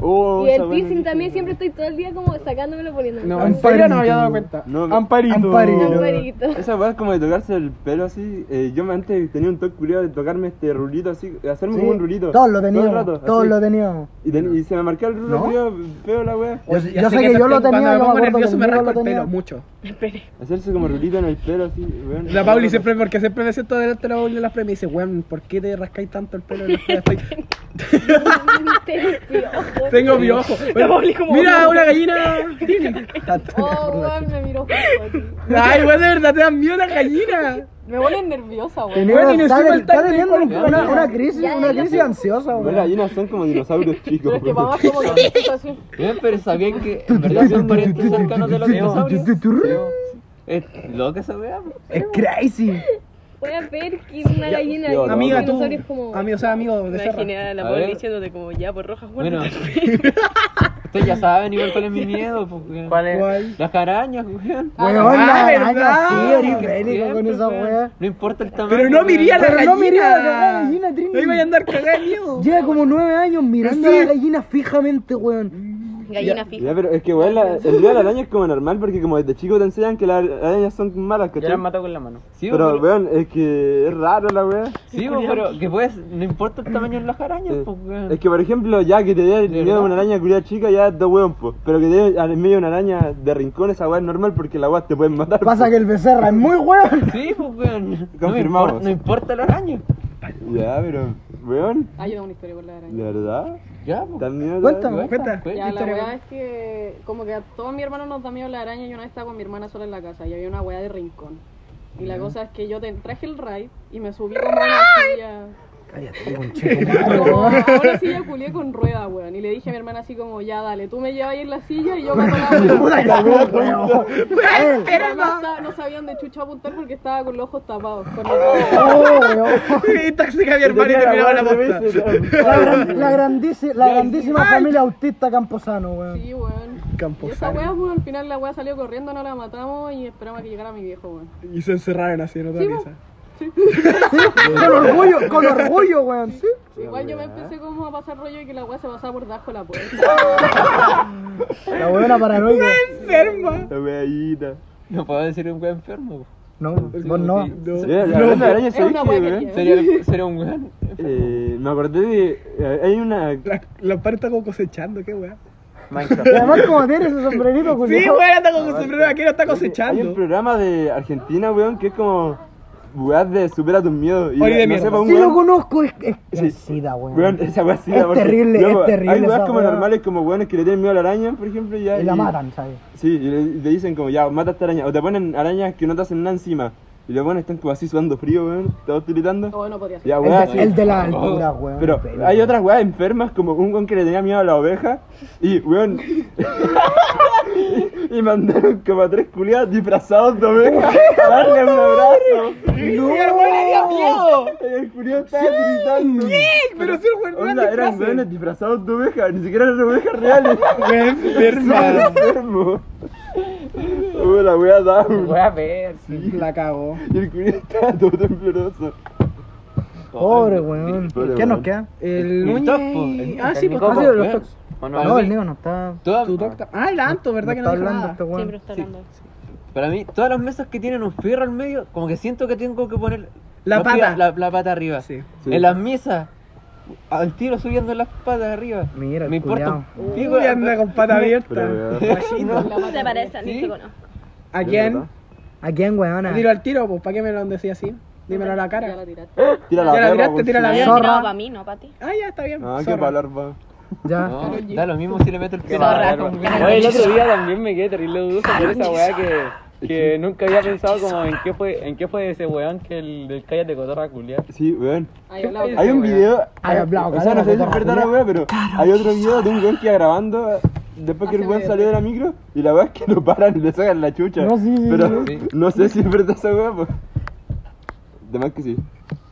Speaker 2: Oh,
Speaker 8: Y
Speaker 2: esa
Speaker 8: el
Speaker 2: buena
Speaker 8: piercing
Speaker 2: idea.
Speaker 8: también siempre estoy todo el día como sacándomelo poniéndome.
Speaker 4: No,
Speaker 1: Amparito.
Speaker 4: en serio no me había dado cuenta.
Speaker 2: No,
Speaker 4: Amparito.
Speaker 1: Amparito.
Speaker 8: Amparito.
Speaker 2: Esa weá es como de tocarse el pelo así. eh, yo me- antes tenía un toque curioso de tocarme este rulito así, hacerme
Speaker 1: Sí,
Speaker 2: como un rulito.
Speaker 1: Todos lo
Speaker 2: Todo el
Speaker 1: teníamos,
Speaker 2: rato,
Speaker 1: todos
Speaker 2: así.
Speaker 1: lo teníamos.
Speaker 2: Y, ten- y se me marcaba el rulo,
Speaker 1: ¿No?
Speaker 2: culiao, feo la weá.
Speaker 1: Yo, yo sé que, yo lo
Speaker 4: Cuando me
Speaker 1: tenía, yo
Speaker 4: pongo
Speaker 1: acuerdo que
Speaker 4: nervioso me
Speaker 1: Miro
Speaker 4: rasco
Speaker 1: lo
Speaker 4: el
Speaker 1: tenía.
Speaker 4: pelo mucho.
Speaker 2: Hacerse como rulito en el pelo así, weón.
Speaker 4: La Pauli siempre, porque siempre me siento delante de la Pauli en las premias y dice, weón, ¿por qué te rascáis tanto el pelo? en las pelas? Estoy- Tengo mi ojo. Mira, una gallina.
Speaker 8: Oh, weón, me miró justo.
Speaker 4: Ay, weón, de verdad, te dan miedo las gallinas.
Speaker 8: Me pone nerviosa, weón.
Speaker 1: Tenía-
Speaker 4: Bueno, y
Speaker 1: está,
Speaker 4: encima el
Speaker 1: está
Speaker 4: tacto
Speaker 1: teniendo
Speaker 4: igual.
Speaker 1: una, una crisis,
Speaker 8: Ya,
Speaker 1: una
Speaker 8: ya
Speaker 1: crisis ansiosa,
Speaker 2: Las
Speaker 1: weón.
Speaker 2: gallinas son como dinosaurios chicos.
Speaker 8: Pero es que
Speaker 2: weón.
Speaker 8: mamá es como que es así.
Speaker 9: Bien, pero sabían que en verdad son parientes cercanos de los dinosaurios. Es loca esa weá. po.
Speaker 1: Es crazy.
Speaker 8: Voy a ver que es una gallina.
Speaker 9: yo,
Speaker 8: y
Speaker 4: Amiga,
Speaker 8: un
Speaker 4: tú.
Speaker 8: dinosaurio es como-
Speaker 4: Amigo, o sea, amigo de Serra.
Speaker 7: Imaginé a la
Speaker 9: A ver.
Speaker 7: Pauli diciéndote como ya por roja, güey.
Speaker 9: Bueno, ustedes ya saben igual cuál es mi miedo. po, weón.
Speaker 5: ¿Cuál es?
Speaker 9: Las arañas, weón.
Speaker 1: Weón, la
Speaker 4: Ah, ¿verdad?
Speaker 1: araña, sí, eres
Speaker 9: Que
Speaker 1: bélico con
Speaker 9: siempre,
Speaker 1: esa
Speaker 9: weón.
Speaker 1: weá.
Speaker 9: No importa el tamaño.
Speaker 4: Pero no miría a la
Speaker 1: Pero
Speaker 4: gallina.
Speaker 1: no miré a la gallina, Trini.
Speaker 4: No iba a andar cagada de miedo.
Speaker 1: Lleva como nueve años mirando a la gallina fijamente, weón.
Speaker 7: Gallina fija.
Speaker 2: Ya, pero es que weón, la- el día de la araña es como normal porque como desde chico te enseñan que las arañas son malas,
Speaker 5: Yo las
Speaker 2: ¿cachai?
Speaker 5: mato con la mano.
Speaker 9: Sí,
Speaker 2: Pero
Speaker 9: pero-
Speaker 2: weón, es que es raro la weá.
Speaker 9: Sí, po, pero que puedes. No importa el tamaño de las arañas, po, weón.
Speaker 2: Es que por ejemplo, ya que te dé el
Speaker 9: ¿De
Speaker 2: miedo a una
Speaker 9: verdad?
Speaker 2: araña culiada chica, ya es de weón, po. Pero que te dé al medio una araña de rincón, esa weá es normal porque la weá te pueden matar.
Speaker 1: Pasa que el becerra es muy weón.
Speaker 9: Sí, pues, weón. No, me
Speaker 2: Confirmamos.
Speaker 9: importa, no importa la araña.
Speaker 2: po. Ya, pero weón,
Speaker 7: Hay una historia con la araña.
Speaker 2: de verdad,
Speaker 9: Ya, pues.
Speaker 2: tan miedo.
Speaker 1: Cuéntame,
Speaker 9: Cuenta,
Speaker 1: cuéntame.
Speaker 9: cuenta.
Speaker 7: Ya, la weá es que como que a todos mis hermanos nos da miedo la araña y una vez estaba con mi hermana sola en la casa y había una weá de rincón. Y la cosa es que yo te- traje el ride y me subí como a una silla. Como a una silla culié con rueda, weón. Y le dije a mi hermana así como, ya dale, tú me llevas ahí en la silla y yo me la weá.
Speaker 1: Puta que se ve, weón.
Speaker 7: Mi mamá estaba- no sabían de chucha apuntar porque estaba con los ojos tapados. con la-
Speaker 1: Oh, weón.
Speaker 4: Y taxi a mi hermano y te miraba la posta.
Speaker 1: La, gran- la grandísima, la grandísima familia autista Camposano, weón.
Speaker 7: Sí, weón. Y esa
Speaker 4: Camposano.
Speaker 7: weá, weón, al final la weá salió corriendo, no la matamos y esperamos a que llegara mi viejo, weón.
Speaker 4: Y se encerraron así en otra
Speaker 7: Sí,
Speaker 4: pieza.
Speaker 1: Con orgullo, con orgullo, weón. Sí.
Speaker 7: Igual yo me empecé como a pasar rollo y que la weá se pasaba por debajo de la puerta.
Speaker 1: La weona paranoica.
Speaker 4: Enferma.
Speaker 2: La weáita.
Speaker 9: No puedo decir un weón enfermo.
Speaker 1: No, vos
Speaker 4: No.
Speaker 1: no.
Speaker 2: Sí, hablando de arañas,
Speaker 7: Es una
Speaker 2: ¿sabes qué,
Speaker 7: weá que
Speaker 2: weón?
Speaker 7: tiene.
Speaker 9: po. Sería, sería un weón.
Speaker 2: Eh, me acordé de. eh, hay una.
Speaker 4: La, la parte está como cosechando, qué weá.
Speaker 1: Y además, como tiene ese sombrerito, culiao.
Speaker 4: Sí, weón, está como con
Speaker 2: sí.
Speaker 4: sombrero vaquero, está
Speaker 2: Hay un
Speaker 4: cosechando.
Speaker 2: programa de Argentina, weón, que es como. Weón, de supera tus miedos. Y
Speaker 4: Oye, de
Speaker 2: no sé,
Speaker 4: mierda.
Speaker 2: pa' un
Speaker 1: Sí, lo
Speaker 2: weón.
Speaker 1: conozco, es, es,
Speaker 2: Sí.
Speaker 1: es sida, weón.
Speaker 2: Weón, esa weá sí
Speaker 1: Es
Speaker 2: porque,
Speaker 1: terrible,
Speaker 2: loco,
Speaker 1: es terrible
Speaker 2: Hay weas
Speaker 1: esa
Speaker 2: como
Speaker 1: weá.
Speaker 2: normales, como weones que le tienen miedo a la araña, por ejemplo, ya.
Speaker 1: y la matan, ¿sabes?
Speaker 2: Sí, y le, y le dicen como, ya, mata a esta araña. O te ponen arañas que no te hacen nada encima. Y los weones están como así sudando frío, weón, todos tiritando.
Speaker 7: No, no podía ser.
Speaker 2: Ya,
Speaker 1: El,
Speaker 2: weón,
Speaker 1: de-
Speaker 2: así.
Speaker 1: el de la altura, weón.
Speaker 2: Oh. Pero hay otras weas enfermas, como un weón que le tenía miedo a la oveja. Y weón. y mandaron como a tres culiadas disfrazados de oveja a darle un abrazo.
Speaker 1: ¡No! weón,
Speaker 2: El culiado estaba gritando.
Speaker 4: Pero si el weón no
Speaker 2: Onda,
Speaker 4: era
Speaker 2: eran
Speaker 4: disfraz.
Speaker 2: weones disfrazados de oveja, ni siquiera eran ovejas reales.
Speaker 4: Weón, enferma.
Speaker 2: enfermo. Uh, la wea down.
Speaker 5: Voy a ver.
Speaker 4: La cagó.
Speaker 2: Y el culiado estaba todo tembloroso.
Speaker 1: Pobre, weón.
Speaker 2: Pobre
Speaker 1: ¿Qué nos
Speaker 2: weón.
Speaker 1: queda?
Speaker 4: El
Speaker 9: Mi top, po,
Speaker 4: Núñez.
Speaker 9: el-
Speaker 4: Ah, sí, pues
Speaker 1: Ah, sí,
Speaker 4: está
Speaker 1: los tocs.
Speaker 5: ¿O no?
Speaker 1: No, el Neo no está.
Speaker 9: Toda-
Speaker 4: tu doctor. Ah, el Anto, ¿verdad que
Speaker 1: está
Speaker 4: no dijo
Speaker 1: hablando
Speaker 4: nada?
Speaker 1: este
Speaker 8: Siempre
Speaker 1: weón.
Speaker 8: está hablando.
Speaker 9: Para mí, todas las mesas que tienen un fierro al medio, como que siento que tengo que poner
Speaker 4: La
Speaker 9: los
Speaker 4: pata.
Speaker 9: pies- la, la pata arriba.
Speaker 4: Sí.
Speaker 2: Sí.
Speaker 9: En las mesas, al tiro subiendo las patas arriba.
Speaker 1: Mira, el
Speaker 9: me importa. un
Speaker 1: culiao.
Speaker 9: pico,
Speaker 4: Uy, anda con pata
Speaker 2: Pero
Speaker 4: abierta.
Speaker 2: weón.
Speaker 9: no.
Speaker 8: Se parece a mí,
Speaker 9: Sí.
Speaker 8: que conozco.
Speaker 4: ¿A quién?
Speaker 1: ¿A quién, weona?
Speaker 4: Tiro al tiro, pues, ¿para qué me lo decía así? Dímelo a la
Speaker 7: Ya
Speaker 4: cara.
Speaker 7: la tiraste.
Speaker 2: Tira
Speaker 4: Ya la
Speaker 2: perra,
Speaker 4: tiraste,
Speaker 2: weón.
Speaker 4: tira la
Speaker 8: Me
Speaker 4: mierda.
Speaker 8: habían
Speaker 1: Zorra.
Speaker 8: tirado para mí, no para ti.
Speaker 4: Ah, ya, está bien.
Speaker 2: pues, Ah, qué
Speaker 4: Zorra.
Speaker 2: valor, va.
Speaker 1: Ya.
Speaker 9: No, da lo mismo si le meto el pie.
Speaker 8: Zorra.
Speaker 5: Oye, el otro día también me quedé terrible dudoso por esa weá que, que nunca había pensado como en qué fue, en qué fue ese weón que el del calles de cotorra culiar.
Speaker 2: Sí, weón.
Speaker 7: Ahí hablaba.
Speaker 2: Hay un video. eh,
Speaker 1: Ay, hablado,
Speaker 2: o sea, no sé si
Speaker 1: cabrón,
Speaker 2: es verdad la wea, pero hay otro video de un weón que iba grabando después que el weón salió de la micro y la wea es que lo paran y le sacan la chucha.
Speaker 1: No, sí, sí,
Speaker 2: Pero
Speaker 9: sí.
Speaker 2: no sé si es verdad esa wea, pues. De más que sí.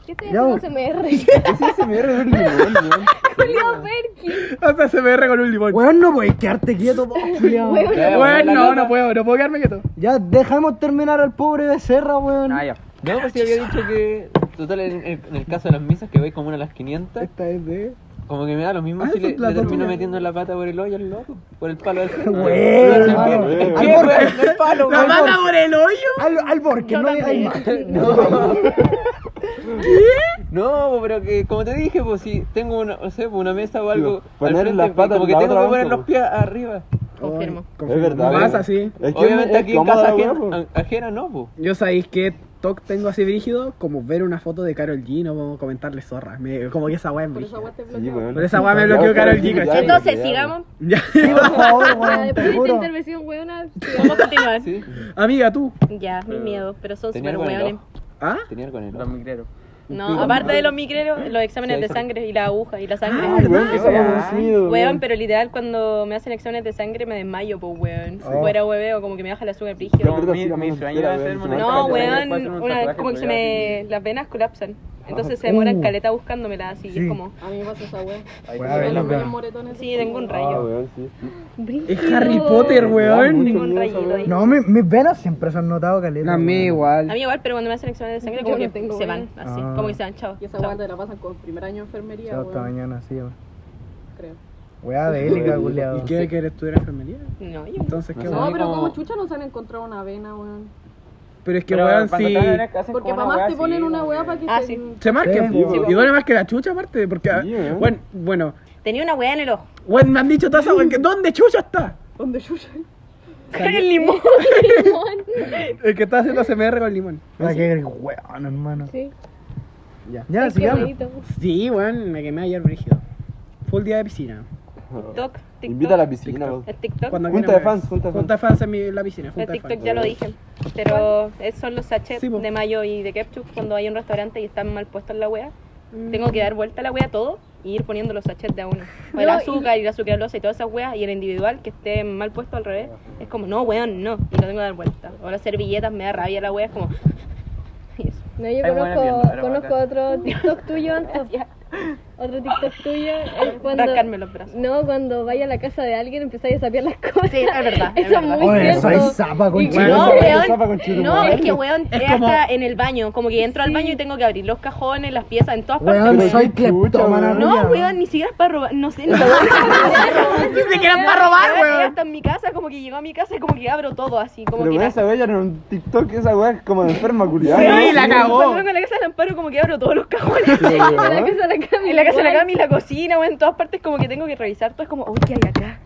Speaker 8: ¿Qué estoy
Speaker 1: Ya,
Speaker 8: haciendo
Speaker 1: vos.
Speaker 8: CMR?
Speaker 2: Ese es mierda de un limón, weón.
Speaker 8: Julio Perkin.
Speaker 4: Hasta se me erra con un limón.
Speaker 1: Weón, no podés quedarte quieto, vos, culiao.
Speaker 9: Ya,
Speaker 4: Bueno,
Speaker 9: la
Speaker 4: no,
Speaker 9: nota.
Speaker 4: no puedo, no puedo quedarme quieto.
Speaker 1: Ya dejamos terminar al pobre becerra, weón.
Speaker 5: Ah, ya.
Speaker 9: No, pues si había dicho que. Total, en, en el caso de las misas, que voy como una a las 500,
Speaker 4: Esta es de.
Speaker 9: Como que me da lo mismo
Speaker 1: Ah,
Speaker 9: si
Speaker 1: eso
Speaker 9: le,
Speaker 1: es la
Speaker 9: le termino
Speaker 1: tortilla.
Speaker 9: metiendo la pata por el hoyo al loco, por el palo del freno.
Speaker 1: Bueno, hermano.
Speaker 9: ¿Qué,
Speaker 1: Al
Speaker 9: weón?
Speaker 1: borde.
Speaker 9: No es palo,
Speaker 1: La
Speaker 9: weón.
Speaker 1: mata
Speaker 9: por el hoyo.
Speaker 1: Al, al Borges, no le digáis más.
Speaker 9: No, pero que como te dije, pues si tengo una, no sé, pues, una mesa o algo, al
Speaker 2: poner
Speaker 9: frente,
Speaker 2: las
Speaker 9: pues,
Speaker 2: patas
Speaker 9: como
Speaker 2: en
Speaker 9: que
Speaker 2: la
Speaker 9: tengo
Speaker 2: otra
Speaker 9: que poner
Speaker 2: banca,
Speaker 9: los pies arriba.
Speaker 8: Confirmo.
Speaker 1: Ay,
Speaker 2: Es verdad.
Speaker 4: Más
Speaker 2: eh.
Speaker 4: así.
Speaker 2: Es que
Speaker 9: Obviamente
Speaker 2: es
Speaker 9: aquí en
Speaker 2: cómoda
Speaker 9: casa
Speaker 2: la weá,
Speaker 9: ajena,
Speaker 2: po.
Speaker 9: a- ajena no, pues.
Speaker 4: Yo sabéis que TOC tengo así brígido como ver una foto de Carol G y no puedo comentarle zorra. Me- como que esa weá es
Speaker 7: Por esa
Speaker 4: brígida.
Speaker 7: weá te
Speaker 2: Sí,
Speaker 7: bloqueo.
Speaker 2: weón.
Speaker 4: Por esa weá me bloqueó
Speaker 2: Ya,
Speaker 4: Karol
Speaker 2: ya,
Speaker 4: G,
Speaker 2: ya,
Speaker 4: ¿cachai?
Speaker 8: Entonces,
Speaker 2: ya,
Speaker 8: sigamos.
Speaker 4: Ya.
Speaker 1: por favor, weón, te
Speaker 8: Después de esta
Speaker 1: juro.
Speaker 8: intervención, weona, vamos a continuar.
Speaker 9: Sí,
Speaker 4: Amiga, tú.
Speaker 8: Ya, mis miedos, pero son
Speaker 9: tenía
Speaker 8: súper
Speaker 9: algo en el
Speaker 8: hueones.
Speaker 9: ojo.
Speaker 4: ¿Ah?
Speaker 9: Tenía algo en el
Speaker 5: Los
Speaker 9: ojo.
Speaker 5: migreros.
Speaker 8: No, aparte de los micreros, los exámenes
Speaker 9: Sí,
Speaker 8: de
Speaker 9: sí.
Speaker 8: sangre y la aguja y la sangre.
Speaker 2: Ah,
Speaker 1: Ay, weón, que
Speaker 5: Qué
Speaker 1: se haya
Speaker 5: weón.
Speaker 1: conocido,
Speaker 8: Weón, pero literal cuando me hacen exámenes de sangre me desmayo, pues weón. Fuera hueveo, como que me baja el azúcar
Speaker 2: Ya,
Speaker 8: brígido.
Speaker 2: verdad,
Speaker 5: mi-
Speaker 2: sí, la
Speaker 5: mi
Speaker 2: mano
Speaker 5: sueño
Speaker 2: entera,
Speaker 5: es ser
Speaker 2: weón,
Speaker 5: monarca
Speaker 8: No,
Speaker 5: de la tierra,
Speaker 8: weón,
Speaker 5: después hacer un
Speaker 8: una-
Speaker 5: tatuaje
Speaker 8: como que se
Speaker 5: culiao Ah.
Speaker 8: me. las venas colapsan. Entonces se demoran caleta buscándomela así. y
Speaker 1: Sí.
Speaker 8: Es como,
Speaker 7: A mí me pasa esa weá.
Speaker 5: así.
Speaker 1: Weón,
Speaker 5: Ahí se
Speaker 7: Pero
Speaker 5: ve la
Speaker 7: los
Speaker 1: weá.
Speaker 7: bellos moretones.
Speaker 8: sí, tengo un
Speaker 2: Ah,
Speaker 8: rayo.
Speaker 2: weón, sí.
Speaker 4: Es Harry Potter, weón.
Speaker 8: Tengo un rayito ahí.
Speaker 1: No, mi- mis venas siempre se han notado caleta.
Speaker 4: A mí
Speaker 1: weón.
Speaker 4: igual.
Speaker 8: A mí igual, pero cuando me hacen exámenes de sangre,
Speaker 7: Yo
Speaker 8: como
Speaker 7: no
Speaker 8: que
Speaker 7: tengo
Speaker 8: se van,
Speaker 7: venas.
Speaker 8: así.
Speaker 1: Ah.
Speaker 8: Como que se van, chao.
Speaker 7: Y esa
Speaker 8: chao.
Speaker 7: weá te la pasan con primer año de enfermería,
Speaker 1: Chao, hasta
Speaker 7: weón.
Speaker 1: mañana, sí, weón.
Speaker 7: Creo.
Speaker 1: Weá de élica,
Speaker 4: ¿Y
Speaker 1: culiado.
Speaker 4: qué quieres estudiar enfermería?
Speaker 8: No, yo.
Speaker 4: Entonces, ¿qué
Speaker 9: No,
Speaker 4: weón?
Speaker 7: No, pero
Speaker 9: como-
Speaker 7: como chucha no se han encontrado una vena, weón.
Speaker 4: Pero es que weón,
Speaker 5: cuando
Speaker 4: sí.
Speaker 5: te abren, hacen
Speaker 7: Porque
Speaker 5: como una
Speaker 7: mamás
Speaker 5: weá
Speaker 7: te ponen
Speaker 5: así,
Speaker 7: una weá
Speaker 5: weón.
Speaker 7: para que
Speaker 8: Ah,
Speaker 7: se-
Speaker 8: sí.
Speaker 4: Se marque.
Speaker 1: Sí,
Speaker 4: po.
Speaker 2: weón.
Speaker 4: y duele más que la chucha, aparte. Porque,
Speaker 2: Sí, weón.
Speaker 4: bueno, bueno,
Speaker 8: Tenía una weá en el ojo.
Speaker 4: bueno, me han dicho todas esas weas que- ¿Dónde chucha está?
Speaker 7: Donde chucha.
Speaker 8: El limón.
Speaker 4: El que está haciendo CMR con limón.
Speaker 1: Ah, qué weón, hermano.
Speaker 8: Sí.
Speaker 4: Ya.
Speaker 1: Ya,
Speaker 8: Qué
Speaker 1: sigamos.
Speaker 8: bonito.
Speaker 4: Sí, weón, me quemé ayer brígido. Full día de piscina.
Speaker 8: TikTok,
Speaker 2: Invita a
Speaker 8: TikTok.
Speaker 2: la piscina, vos.
Speaker 8: El TikTok.
Speaker 4: Cuando
Speaker 2: Junta
Speaker 4: quiera
Speaker 2: de
Speaker 4: me ves.
Speaker 2: fans, junta de
Speaker 4: Junta de fans en mi, la piscina.
Speaker 8: De
Speaker 4: Junta de
Speaker 8: TikTok
Speaker 4: fans.
Speaker 8: ya lo dije, pero es- son los sachets
Speaker 4: Sí, po.
Speaker 8: de mayo y de ketchup cuando hay un restaurante y están mal puestos en la wea. Tengo que dar vuelta a la wea todo y ir poniendo los sachets de a uno. O el
Speaker 6: No, y-
Speaker 8: azúcar y la sucralosa y todas esas weas y el individual que esté mal puesto al revés. Es como, no, weón, no. Y lo tengo que dar vuelta. O las servilletas me da rabia la wea, es como... y eso.
Speaker 6: No, yo
Speaker 5: Hay buena pierna,
Speaker 6: conozco,
Speaker 5: pero
Speaker 6: conozco otro TikTok tuyo, Anto. Otro TikTok tuyo es cuando...
Speaker 8: Rascarme los brazos.
Speaker 6: No, cuando vaya a la casa de alguien empezáis a sapear las cosas.
Speaker 8: Sí, es verdad, es
Speaker 6: Eso es
Speaker 8: verdad.
Speaker 6: muy
Speaker 1: Oye,
Speaker 6: cierto.
Speaker 1: soy zapa, concha.
Speaker 4: Bueno,
Speaker 8: No,
Speaker 4: esa
Speaker 2: weá es zapa con
Speaker 8: weón,
Speaker 2: chido,
Speaker 8: no,
Speaker 2: weón.
Speaker 8: es que weón,
Speaker 4: Es
Speaker 8: es
Speaker 4: como-
Speaker 8: hasta en el baño, como que entro al baño y tengo que abrir los cajones, las piezas, en todas partes.
Speaker 1: Weón,
Speaker 8: weón.
Speaker 1: soy cleptómana.
Speaker 8: No,
Speaker 1: mía.
Speaker 8: weón, ni siquiera es para robar. No sé, ni Dice que eran para robar, weón. Hasta en mi casa, como que llego a mi casa y como que abro todo así, como
Speaker 2: Pero
Speaker 8: que.
Speaker 2: weón,
Speaker 8: la-
Speaker 2: esa weá ya era un TikTok, esa weá es como de enferma, culiada.
Speaker 4: Sí, la
Speaker 8: Cuando
Speaker 4: cagó.
Speaker 8: vengo a la casa del amparo, como que abro todos los cajones.
Speaker 4: Ah.
Speaker 6: En la casa de la Cami.
Speaker 8: en la casa de la
Speaker 6: igual.
Speaker 8: cama y la cocina, weón, en todas partes, como que tengo que revisar todo. Es como, uy, ¿qué hay acá?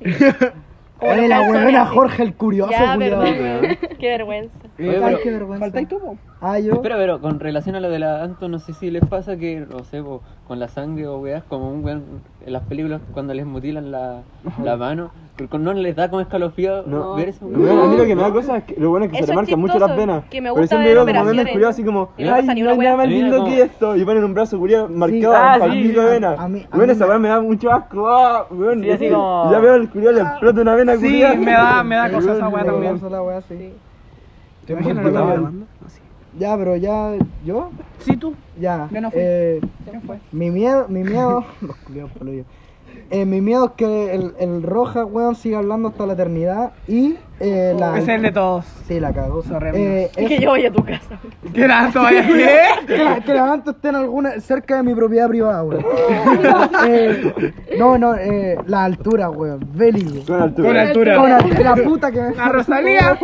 Speaker 8: Como
Speaker 1: Oye,
Speaker 8: los
Speaker 1: la
Speaker 8: calzones,
Speaker 1: weona
Speaker 8: así.
Speaker 1: Jorge el curioso,
Speaker 8: Ya,
Speaker 1: culiao.
Speaker 8: perdón, weón. Qué vergüenza.
Speaker 9: Oye,
Speaker 1: Ay,
Speaker 9: pero-
Speaker 1: qué vergüenza.
Speaker 4: Faltáis tú, po.
Speaker 1: Ah, yo.
Speaker 9: Espera, pero con relación a lo de la Anto, no sé si les pasa que, no sé, po, con la sangre o weas, como un weón en las películas cuando les mutilan la, la mano, porque no les da como escalofrío
Speaker 2: No.
Speaker 9: ver eso.
Speaker 2: Weón, a mí lo que me da cosa es que lo bueno es que
Speaker 8: Eso
Speaker 2: se le
Speaker 8: es
Speaker 2: marcan mucho las
Speaker 8: chistoso,
Speaker 2: venas.
Speaker 8: que me
Speaker 2: Pero
Speaker 8: gusta
Speaker 2: siempre veo
Speaker 8: ver
Speaker 2: como memes
Speaker 8: operaciones.
Speaker 2: culiados así como,
Speaker 8: Y no pasa
Speaker 2: ay,
Speaker 8: ni
Speaker 2: no
Speaker 8: una
Speaker 2: hay
Speaker 8: wea.
Speaker 2: nada más
Speaker 9: Mira
Speaker 2: lindo
Speaker 9: como-
Speaker 2: que esto. Y ponen un brazo culiado marcado
Speaker 5: Ah,
Speaker 2: con
Speaker 5: sí,
Speaker 2: palpito
Speaker 5: sí.
Speaker 2: de vena.
Speaker 1: A mí- a
Speaker 2: Weón,
Speaker 1: mí
Speaker 2: esa
Speaker 1: me-
Speaker 2: weá me da mucho asco. ah, weón,
Speaker 5: Sí, así como-
Speaker 2: Ya veo el culiado, le explota una vena
Speaker 4: Sí,
Speaker 2: culiada.
Speaker 4: me da, me da cosa esa weá
Speaker 1: Me
Speaker 4: también.
Speaker 1: avanzó la weá, sí.
Speaker 4: ¿Te imaginas lo que
Speaker 2: Puta,
Speaker 4: grabando?
Speaker 1: Ya, pero ya. ¿Yo?
Speaker 4: Sí, tú.
Speaker 1: Ya.
Speaker 4: Yo no fui.
Speaker 1: eh,
Speaker 4: ¿Quién fue?
Speaker 1: Mi miedo, mi miedo. Los culiados por lo yo. Eh, mi miedo es que el, el Roja, weón, siga hablando hasta la eternidad. Y eh, la.
Speaker 4: Ese es el de todos.
Speaker 1: Sí, la cagó.
Speaker 4: Sorry,
Speaker 1: Eh,
Speaker 8: Y
Speaker 1: es-
Speaker 8: que yo voy a tu casa.
Speaker 4: ¿Qué era todavía? ¿Qué?
Speaker 1: que, la, que la Anto esté en alguna, cerca de mi propiedad privada, weón. Eh, no, no, eh, la altura, weón. Bélico.
Speaker 2: Con altura.
Speaker 4: Con
Speaker 1: Con
Speaker 4: altura.
Speaker 1: la, la puta que me.
Speaker 4: ¡A Rosalía!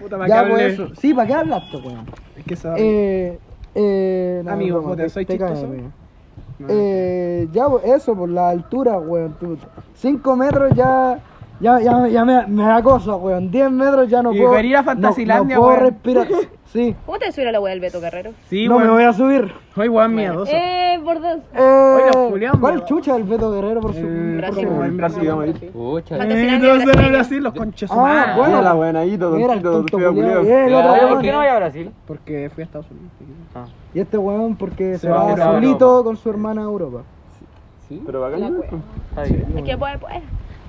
Speaker 4: Puta, me
Speaker 1: ya,
Speaker 4: acabé.
Speaker 1: pues eso. Sí, ¿para qué hablaste, weón?
Speaker 4: Es que eso.
Speaker 1: Eh, eh, no,
Speaker 4: Amigo,
Speaker 1: no,
Speaker 4: joder,
Speaker 1: te-
Speaker 4: soy
Speaker 1: te cagas,
Speaker 4: chistoso.
Speaker 1: weón. Eh, ya, pues, eso, por la altura, weón. 5 metros ya. Ya, ya, ya me, me da cosa, weón. 10 metros ya no
Speaker 4: Y
Speaker 1: puedo.
Speaker 4: para ir a
Speaker 1: no-
Speaker 4: Fantasilandia,
Speaker 1: no, puedo
Speaker 4: weón.
Speaker 1: respirar. Sí,
Speaker 8: ¿Cómo te subir a la wea del Beto Carrero?
Speaker 4: Sí,
Speaker 1: no
Speaker 4: weón.
Speaker 1: me voy a subir.
Speaker 4: Soy weón miedoso.
Speaker 6: Eh, por dos.
Speaker 1: Eh,
Speaker 4: Oiga, Julián,
Speaker 1: ¿Cuál
Speaker 4: weón.
Speaker 1: chucha el Beto Guerrero por su.?
Speaker 4: Eh,
Speaker 8: Brasil.
Speaker 4: como en Brasil.
Speaker 2: Así vamos a ir.
Speaker 9: Pucha,
Speaker 8: Fantasía
Speaker 4: Eh,
Speaker 8: Brasil.
Speaker 4: todos eran de Brasil, los conchos
Speaker 1: Ah,
Speaker 4: humanos.
Speaker 1: bueno.
Speaker 2: Mira la buena ahí, todo
Speaker 1: Mira el
Speaker 2: todo
Speaker 1: tonto
Speaker 2: feo,
Speaker 1: culiao.
Speaker 2: culiao.
Speaker 1: Eh, el otro
Speaker 5: Ah, ¿Por
Speaker 1: weón.
Speaker 5: qué no voy a Brasil?
Speaker 4: Porque fui a Estados Unidos.
Speaker 1: Y este weón porque se,
Speaker 4: Se va
Speaker 1: va,
Speaker 4: a ir a
Speaker 1: solito
Speaker 5: Europa.
Speaker 1: con su hermana a Europa.
Speaker 9: sí.
Speaker 2: Pero bacán.
Speaker 7: La cueva.
Speaker 5: Está bien.
Speaker 8: Es que pues, puede, puede.